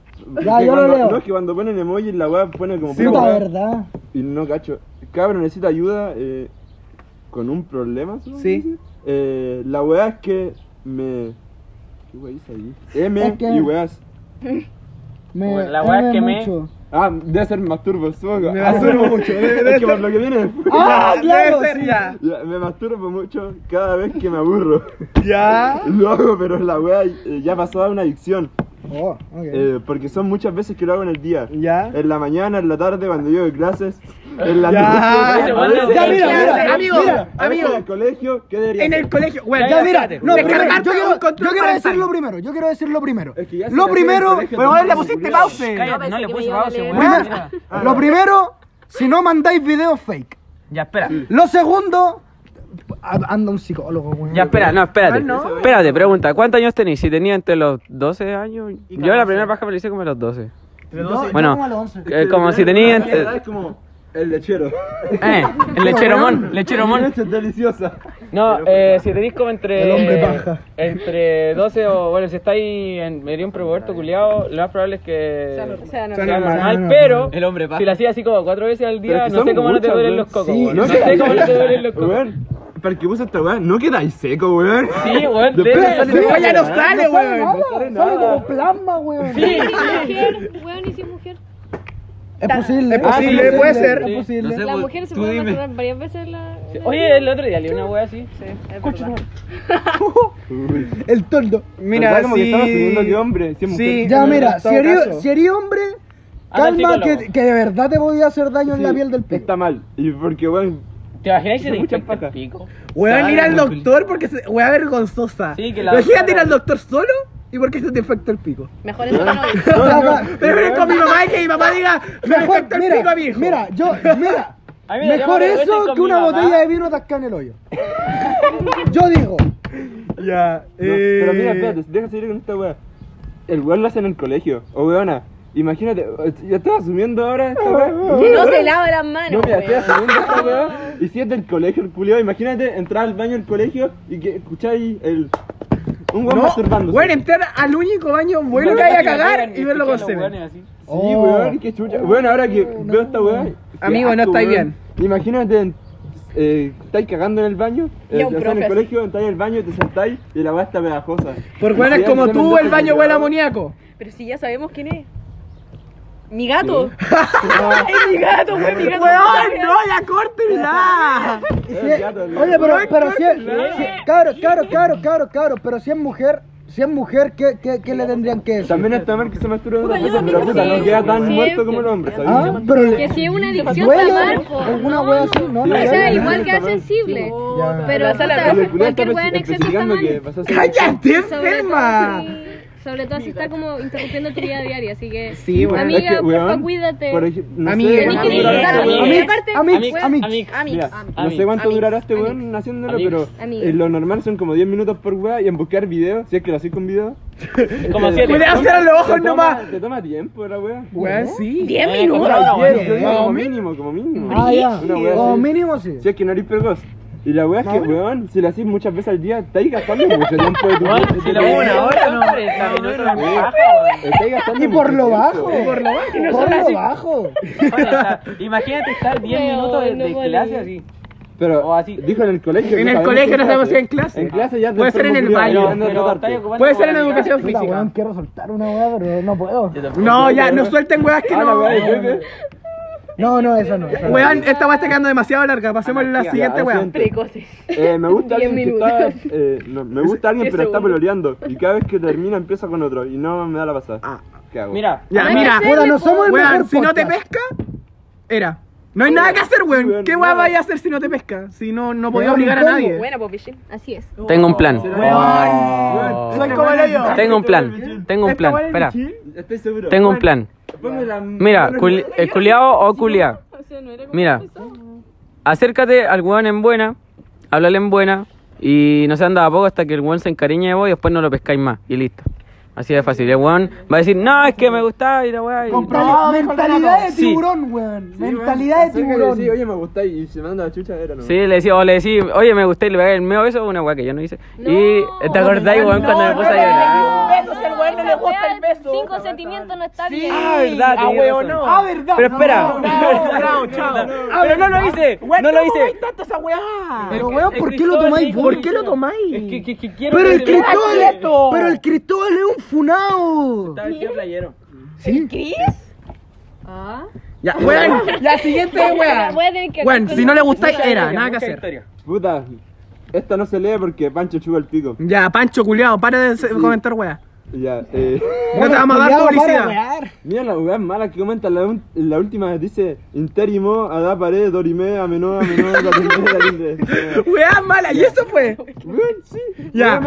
Speaker 1: Ya,
Speaker 2: Que
Speaker 1: yo lo
Speaker 2: cuando-
Speaker 1: leo.
Speaker 2: No, es que cuando ponen emoji la weá pone como. pura
Speaker 1: Puta
Speaker 2: weá.
Speaker 1: verdad.
Speaker 2: Y no cacho. Cabros, necesito ayuda eh, con un problema. ¿sí?
Speaker 4: Sí.
Speaker 2: Eh, la weá es que me. ¿Qué weá dice ahí? M
Speaker 1: Es que-
Speaker 2: y weás.
Speaker 1: Me
Speaker 5: Pues La weá
Speaker 1: me
Speaker 5: que me-
Speaker 1: mucho.
Speaker 2: Ah, debe ser masturbo, supongo.
Speaker 4: Me
Speaker 2: Ah,
Speaker 4: masturbo mucho, debe- debe
Speaker 2: es que por
Speaker 4: ser.
Speaker 2: lo que viene después.
Speaker 1: Ah,
Speaker 4: Ya,
Speaker 1: claro,
Speaker 4: debe ser,
Speaker 1: sí.
Speaker 4: ya.
Speaker 2: Ya, me masturbo mucho cada vez que me aburro.
Speaker 4: Ya.
Speaker 2: Lo hago, pero la weá eh, ya pasó a una adicción.
Speaker 1: Oh, ok.
Speaker 2: Eh, porque son muchas veces que lo hago en el día.
Speaker 4: Ya.
Speaker 2: En la mañana, en la tarde, cuando llego de clases. En la
Speaker 4: Ya,
Speaker 2: noche, parece-
Speaker 4: ya, mira, mira,
Speaker 2: Amigo,
Speaker 4: mira,
Speaker 2: a veces
Speaker 4: amigo.
Speaker 2: En el colegio, ¿qué debería
Speaker 4: En
Speaker 2: hacer?
Speaker 4: el colegio, güey,
Speaker 1: Ya, mira, no, primero,
Speaker 4: Descargarte
Speaker 1: yo quiero,
Speaker 4: un control
Speaker 1: yo quiero
Speaker 4: para
Speaker 1: decir
Speaker 4: estar.
Speaker 1: lo primero, yo quiero decir lo primero.
Speaker 2: Es que ya se
Speaker 1: Lo
Speaker 2: nació en el
Speaker 1: primero,
Speaker 2: colegio,
Speaker 4: Pero
Speaker 2: no
Speaker 4: ahora le
Speaker 2: se
Speaker 4: pusiste
Speaker 2: murió.
Speaker 4: pause.
Speaker 14: Cállate, no le puse pausa,
Speaker 1: Mira, lo primero, si no mandáis videos fake.
Speaker 15: Ya, espera.
Speaker 1: Lo segundo, a- anda un psicólogo, güey.
Speaker 15: Ya, espera, no, espérate.
Speaker 5: Espérate, pregunta, ¿cuántos años tenéis? Si tenía entre los 12 años. Yo la primera paja me la hice como a los 12.
Speaker 1: Yo- yo
Speaker 5: Bueno,
Speaker 1: como a los once.
Speaker 5: eh, como si eh, tenía entre-
Speaker 2: Es como el lechero.
Speaker 5: Eh, el lecheromón,
Speaker 2: La
Speaker 5: lecheromón.
Speaker 2: leche es deliciosa.
Speaker 5: No, eh, si tenéis como entre.
Speaker 1: El hombre paja.
Speaker 5: Entre 12 o. Bueno, si estáis en medio de un prepuberto culiado, lo más probable es que.
Speaker 8: O sea, no,
Speaker 5: sea normal,
Speaker 1: no, no.
Speaker 5: pero.
Speaker 16: El hombre paja.
Speaker 5: Si lo hacías así como cuatro veces al
Speaker 2: Pero
Speaker 5: día,
Speaker 2: es que
Speaker 5: no sé
Speaker 2: son
Speaker 5: cómo no te
Speaker 2: muchas,
Speaker 5: duelen
Speaker 2: weón.
Speaker 5: los cocos.
Speaker 1: Sí,
Speaker 5: weón.
Speaker 1: no
Speaker 5: no
Speaker 1: sé.
Speaker 5: sé cómo no te duelen los cocos.
Speaker 2: Weón, para que puse esta weá, no quedáis seco, weón.
Speaker 5: Sí, weón, de
Speaker 2: Después
Speaker 5: hecho,
Speaker 2: sale
Speaker 5: sí,
Speaker 2: seco,
Speaker 4: ya no
Speaker 2: weón.
Speaker 4: sale,
Speaker 1: No sale
Speaker 4: weón.
Speaker 1: nada, sale como plasma, güey.
Speaker 6: mujer, weón, y si es mujer.
Speaker 1: Es posible.
Speaker 4: Es posible,
Speaker 1: es
Speaker 4: puede ser.
Speaker 1: Es posible.
Speaker 16: No sé,
Speaker 6: Las
Speaker 16: pues,
Speaker 6: mujeres se
Speaker 16: tú
Speaker 6: pueden
Speaker 16: dime.
Speaker 6: masturbar varias veces en la. en la-
Speaker 5: Oye, el otro día leí una wea así.
Speaker 8: es verdad.
Speaker 1: El toldo.
Speaker 2: Verdad, como que estaba subiendo que hombre, si es mujer.
Speaker 1: Ya, mira, si
Speaker 2: todo
Speaker 1: eres
Speaker 2: caso.
Speaker 1: si eres hombre,
Speaker 5: Anda al
Speaker 1: calma que,
Speaker 5: psicólogo.
Speaker 1: que de verdad te podía hacer daño en la
Speaker 2: Sí,
Speaker 1: piel del pelo.
Speaker 2: Está mal. Y porque, weón,
Speaker 5: ¿Te imaginas que te
Speaker 2: Mucha
Speaker 5: infecta
Speaker 2: paja.
Speaker 5: el pico?
Speaker 4: Weón, ir al doctor porque se. Weón, vergonzosa.
Speaker 5: Sí, que la
Speaker 4: Imagínate
Speaker 5: doctora-
Speaker 4: ir al doctor solo y porque se te infecta el pico.
Speaker 8: Mejor eso que no.
Speaker 1: Ya, va.
Speaker 4: Pero ven con mi mamá y que mi mamá diga, me
Speaker 1: Mejor,
Speaker 4: infecta el pico a mi
Speaker 1: mira,
Speaker 4: hijo.
Speaker 1: mira, yo, mira,
Speaker 5: A mí me
Speaker 1: mejor
Speaker 5: llama de veces
Speaker 1: eso
Speaker 5: con
Speaker 1: que
Speaker 5: mi
Speaker 1: una
Speaker 5: mamá.
Speaker 1: botella de vino tasca en el hoyo. Yo digo,
Speaker 4: Ya,
Speaker 2: eh, No, pero
Speaker 4: Eh.
Speaker 2: mira, espérate, deja seguir con esta weá. El weón lo hace en el colegio, o weona. Imagínate, eh, yo estoy asumiendo ahora esta
Speaker 4: Ah,
Speaker 2: weá.
Speaker 8: No se lava las manos.
Speaker 2: No, mira, estoy
Speaker 8: weón.
Speaker 2: asumiendo esta weá. Y si es del colegio el culiao, imagínate entrar al baño del colegio y que escucháis el. Un weón
Speaker 4: No,
Speaker 2: masturbándose.
Speaker 4: weón, em- entrar al único baño bueno que hay a cagar y verlo con semen.
Speaker 2: Sí,
Speaker 1: Oh.
Speaker 2: weón, qué chucha. Bueno, ahora que veo esta weá. qué
Speaker 4: Amigo, no
Speaker 2: asco,
Speaker 4: estáis
Speaker 2: weón. Imagínate. Eh, estáis cagando en el baño,
Speaker 8: Y
Speaker 2: eh,
Speaker 8: a un
Speaker 2: o sea, en
Speaker 8: profe
Speaker 2: el
Speaker 8: así.
Speaker 2: colegio, entráis al baño, te sentáis y la weá está pegajosa.
Speaker 4: Por
Speaker 2: Y
Speaker 4: weones
Speaker 2: ya
Speaker 4: como
Speaker 2: se
Speaker 4: tú,
Speaker 2: mandaste
Speaker 4: el baño huele a
Speaker 2: culiao.
Speaker 4: amoníaco.
Speaker 8: Pero si ya sabemos quién es. Mi gato. es mi gato, fue mi gato.
Speaker 4: Weón, no, ya córtenla.
Speaker 1: si-
Speaker 2: El gato, el gato.
Speaker 1: oye, pero, pero si es,
Speaker 4: ¿eh?
Speaker 1: si- claro, claro, claro, claro, claro, pero si es mujer, si es mujer, ¿qué, qué, qué le tendrían que decir?
Speaker 2: También está mal que se masturbe
Speaker 14: Puta,
Speaker 2: otras
Speaker 14: yo
Speaker 2: veces,
Speaker 14: también
Speaker 2: pero puta,
Speaker 14: pensé
Speaker 2: no queda tan
Speaker 14: eso.
Speaker 2: muerto como el hombre, ¿sabes?
Speaker 1: Ah, pero le-
Speaker 6: Que si es una adicción
Speaker 1: duele,
Speaker 6: tamar, po.
Speaker 1: alguna
Speaker 6: No,
Speaker 1: wea así, no,
Speaker 2: Sí,
Speaker 1: no,
Speaker 6: O
Speaker 2: ya,
Speaker 6: sea,
Speaker 2: ya,
Speaker 6: igual
Speaker 2: ya,
Speaker 6: que
Speaker 2: está mal.
Speaker 6: hace cible.
Speaker 1: Ya. Ah,
Speaker 6: Pero
Speaker 8: Pero
Speaker 6: puta,
Speaker 8: la-
Speaker 2: Pero el culiao está
Speaker 6: cualquier weón en
Speaker 2: espe-
Speaker 6: exceso está
Speaker 2: especificando que
Speaker 6: mal.
Speaker 2: vas a hacer-
Speaker 4: ¡Cállate,
Speaker 6: Sobre todo
Speaker 4: enferma!
Speaker 6: si- Sobre todo si está como interrumpiendo tu vida diaria, así que.
Speaker 4: Sí, weón.
Speaker 6: Amiga,
Speaker 2: Es que,
Speaker 6: porfa,
Speaker 2: weón,
Speaker 6: cuídate.
Speaker 2: por ej- no sé
Speaker 4: Amiga,
Speaker 2: cuánto
Speaker 6: Tenés que
Speaker 2: durará este
Speaker 6: disfrutar, amiga.
Speaker 2: weón.
Speaker 6: Y
Speaker 1: Amix,
Speaker 6: aparte-
Speaker 1: amix, amix.
Speaker 8: Amix,
Speaker 2: Mira,
Speaker 8: amix.
Speaker 2: no sé cuánto
Speaker 8: amix,
Speaker 2: durará este
Speaker 8: amix.
Speaker 2: weón haciéndolo,
Speaker 5: Amix,
Speaker 2: pero
Speaker 6: amix.
Speaker 2: eh, lo normal son como 10 minutos por weá y en buscar videos, si es que lo haces con video. Eh,
Speaker 5: Como siete.
Speaker 4: Cuidado, cierra los ojos nomás.
Speaker 2: Te toma tiempo la weá.
Speaker 4: Weón, sí.
Speaker 8: Diez
Speaker 5: Eh,
Speaker 8: minutos.
Speaker 5: compra una,
Speaker 2: Diez, yo digo,
Speaker 4: Como
Speaker 2: como mínimo, como mínimo.
Speaker 1: Ah, ya.
Speaker 2: Una wea
Speaker 1: O
Speaker 2: así.
Speaker 1: mínimo sí.
Speaker 2: Si es que no eres precoz. Y la weá es que, weón, si lo haces muchas veces al día, estáis gastando mucho tiempo de tu vida.
Speaker 5: Si la una hora, no, 30 minutos de paja, weón.
Speaker 2: Estáis gastando
Speaker 1: Y por
Speaker 2: mucho
Speaker 1: lo
Speaker 2: tiempo.
Speaker 1: bajo.
Speaker 4: Y por lo bajo.
Speaker 1: Por lo bajo.
Speaker 5: Ahora, Imagínate estar 10
Speaker 6: Weón,
Speaker 5: minutos de,
Speaker 6: no
Speaker 5: de
Speaker 6: vale.
Speaker 5: clase así.
Speaker 2: Pero
Speaker 5: O así.
Speaker 2: dijo en el colegio.
Speaker 4: En
Speaker 2: no
Speaker 4: el
Speaker 2: sabemos
Speaker 4: colegio
Speaker 2: si
Speaker 4: no sabemos si en clase.
Speaker 2: En clase ya te
Speaker 4: Puede ser en el
Speaker 2: enfermo,
Speaker 4: baño.
Speaker 2: culiao, y anda a
Speaker 5: Pero
Speaker 2: tratarte.
Speaker 5: estáis ocupando
Speaker 4: Puede ser en
Speaker 5: la vida.
Speaker 4: educación
Speaker 1: Puta, weón,
Speaker 4: física.
Speaker 1: quiero soltar una wea, pero no puedo.
Speaker 5: Yo tampoco.
Speaker 4: No, ya, no suelten weas que
Speaker 2: Ah, la
Speaker 4: no.
Speaker 2: weá, yo creo que-
Speaker 1: No, no, esa no. esa no.
Speaker 4: Weón, esta wea está quedando demasiado larga. Pasemos a la
Speaker 2: Ah, Ya,
Speaker 4: siguiente
Speaker 2: la
Speaker 4: wea.
Speaker 2: siguiente.
Speaker 8: Precoces.
Speaker 2: Eh, me gusta
Speaker 8: Diez
Speaker 2: alguien que
Speaker 8: minutos.
Speaker 2: está. eh, no, me gusta alguien,
Speaker 8: Diez
Speaker 2: pero está
Speaker 8: segundos.
Speaker 2: peloreando. Y cada vez que termina, empieza con otro. Y no me da la pasada.
Speaker 4: Ah.
Speaker 2: ¿Qué hago?
Speaker 5: Mira,
Speaker 4: Ya,
Speaker 6: Ay,
Speaker 4: mira.
Speaker 6: no sé,
Speaker 1: Puta, no somos el mejor
Speaker 4: Weón, si no te
Speaker 1: podcast.
Speaker 4: pesca, era. No hay nada que hacer, weón.
Speaker 2: weón,
Speaker 4: ¿Qué weá
Speaker 2: nada.
Speaker 4: vaya a hacer si no te pesca? Si no, no podía
Speaker 1: Weón,
Speaker 4: obligar a
Speaker 1: ¿cómo?
Speaker 4: nadie.
Speaker 8: Buena, pues, Pichín.
Speaker 6: Así es.
Speaker 5: Tengo un plan.
Speaker 4: Soy como Este el hoyo.
Speaker 5: Tengo un plan. Tengo un plan. Espera.
Speaker 2: Estoy seguro.
Speaker 5: Tengo un plan.
Speaker 2: Ponme la-
Speaker 5: Mira, culi- el culiao eh, o culia.
Speaker 7: O sea, no era como
Speaker 5: Mira,
Speaker 7: empezó.
Speaker 5: acércate al weón en buena, háblale en buena y no se anda a poco hasta que el weón se encariñe de vos y después no lo pescáis más y listo. Así de fácil. El weón va a decir, no, es que me gustaba y la weá. y-
Speaker 1: Compra- mentalidad de
Speaker 5: Sí.
Speaker 1: tiburón, weón.
Speaker 2: Sí,
Speaker 1: mentalidad de
Speaker 2: acerca y
Speaker 1: tiburón.
Speaker 2: decí, oye, me gusta y se manda la chucha, era no.
Speaker 5: Sí, le decía, o le decía, oye, me gustó y le voy a dar el meo beso, una weá que yo no hice. Y te acordáis, weón, cuando me puse a llorar.
Speaker 4: Besos, el weón no le gusta el beso.
Speaker 6: Cinco sentimientos no está bien.
Speaker 5: Ah, verdad,
Speaker 4: Ah,
Speaker 5: tenía
Speaker 4: weón,
Speaker 5: razón.
Speaker 4: no.
Speaker 1: Ah, verdad.
Speaker 5: Pero espera.
Speaker 1: No,
Speaker 4: Chao, chao.
Speaker 5: Pero no lo hice,
Speaker 4: Weón,
Speaker 5: no lo
Speaker 4: ¿cómo
Speaker 5: hice.
Speaker 4: vais tanto esa weá?
Speaker 1: Pero, weón, ¿por qué lo
Speaker 5: Cristóbal
Speaker 1: tomáis
Speaker 5: dijo-
Speaker 1: vos?
Speaker 4: ¿Por qué lo tomáis?
Speaker 5: Es que, que- que quiero
Speaker 1: Pero
Speaker 5: que
Speaker 1: el
Speaker 5: se me-
Speaker 1: Cristóbal,
Speaker 4: quieto.
Speaker 1: pero el Cristóbal es un funao.
Speaker 5: Estaba vestido playero.
Speaker 6: Ah.
Speaker 4: Ya, weón, la siguiente weá.
Speaker 6: Voy a tener que-
Speaker 4: Weón, si no le gustáis, era, nada
Speaker 5: Historia,
Speaker 4: que
Speaker 5: mucha
Speaker 4: hacer.
Speaker 5: historia.
Speaker 2: Puta, esta no se lee porque Pancho chupa el pico.
Speaker 4: Ya, Pancho culiao, para de se- comentar weá.
Speaker 2: Ya, eh.
Speaker 4: No te vamos a dar
Speaker 2: Cuidado,
Speaker 4: publicidad.
Speaker 2: Mira la weá mala que comentan la, un- la última, dice Interimo, Adá Pared, Dorime, Amenó, Amenó,
Speaker 4: Weá mala, y eso fue. Ya.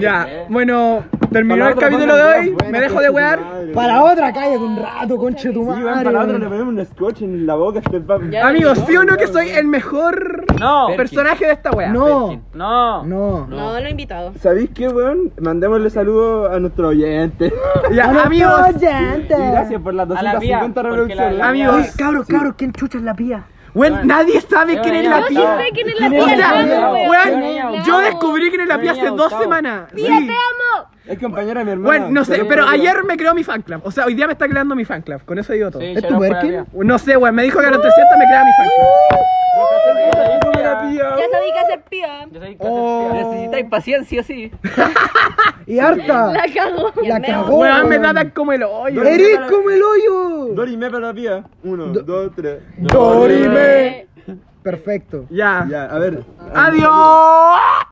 Speaker 4: Ya. Bueno, terminó
Speaker 2: Palabras
Speaker 4: el capítulo de
Speaker 2: buenas,
Speaker 4: hoy.
Speaker 2: buenas,
Speaker 4: Me dejo
Speaker 2: conche
Speaker 4: de
Speaker 2: tu
Speaker 4: wear.
Speaker 2: madre.
Speaker 1: Para otra calle de un rato, conche tu
Speaker 2: Sí, weón, para la otra le
Speaker 1: madre.
Speaker 2: ponemos un scotch en la boca a este papi.
Speaker 4: Amigos, ¿sí o no que soy el mejor
Speaker 5: No,
Speaker 4: personaje de esta weá?
Speaker 1: No,
Speaker 5: no.
Speaker 1: no.
Speaker 17: No, no, invitado.
Speaker 2: ¿Sabéis qué, weón? Mandémosle saludos a nuestro oyente.
Speaker 4: Ya, amigos.
Speaker 2: Y gracias por las
Speaker 5: A la
Speaker 2: 250
Speaker 5: vía, porque la-
Speaker 2: reproducciones.
Speaker 5: la
Speaker 4: Amigos.
Speaker 1: Oye, cabros, cabros, ¿quién chucha es la pía?
Speaker 4: Weón, nadie sabe
Speaker 5: Yo
Speaker 4: quién es
Speaker 5: venía
Speaker 4: la
Speaker 5: a
Speaker 4: pía.
Speaker 5: buscar.
Speaker 8: sé quién es la
Speaker 4: O
Speaker 8: tía,
Speaker 4: sea,
Speaker 8: no, weón.
Speaker 4: weón, yo
Speaker 8: Claro.
Speaker 4: descubrí quién es la pía hace dos semanas.
Speaker 8: Tía,
Speaker 4: Sí.
Speaker 8: te amo.
Speaker 2: Es compañera de mi hermana.
Speaker 4: Bueno, no sé,
Speaker 2: Saludos,
Speaker 4: pero
Speaker 2: amiga.
Speaker 4: ayer me creó mi fan club. O sea, hoy día me está creando mi fan club. Con eso digo todo.
Speaker 1: ¿Es tu Merkel?
Speaker 4: No sé, weón, me dijo que a los 300 me crea mi fan club.
Speaker 8: Ya sabía que hacer ¿eh? pía.
Speaker 1: Oh.
Speaker 18: Necesitáis paciencia, sí.
Speaker 1: Y harta.
Speaker 8: La cago.
Speaker 1: La cagó.
Speaker 4: Weón, me da tan como el hoyo.
Speaker 1: Oh. ¡Eres como el hoyo!
Speaker 2: Dorime para la pía. Uno, dos, tres.
Speaker 1: Dorime. Perfecto.
Speaker 4: Ya.
Speaker 2: Ya, a ver.
Speaker 4: Adiós.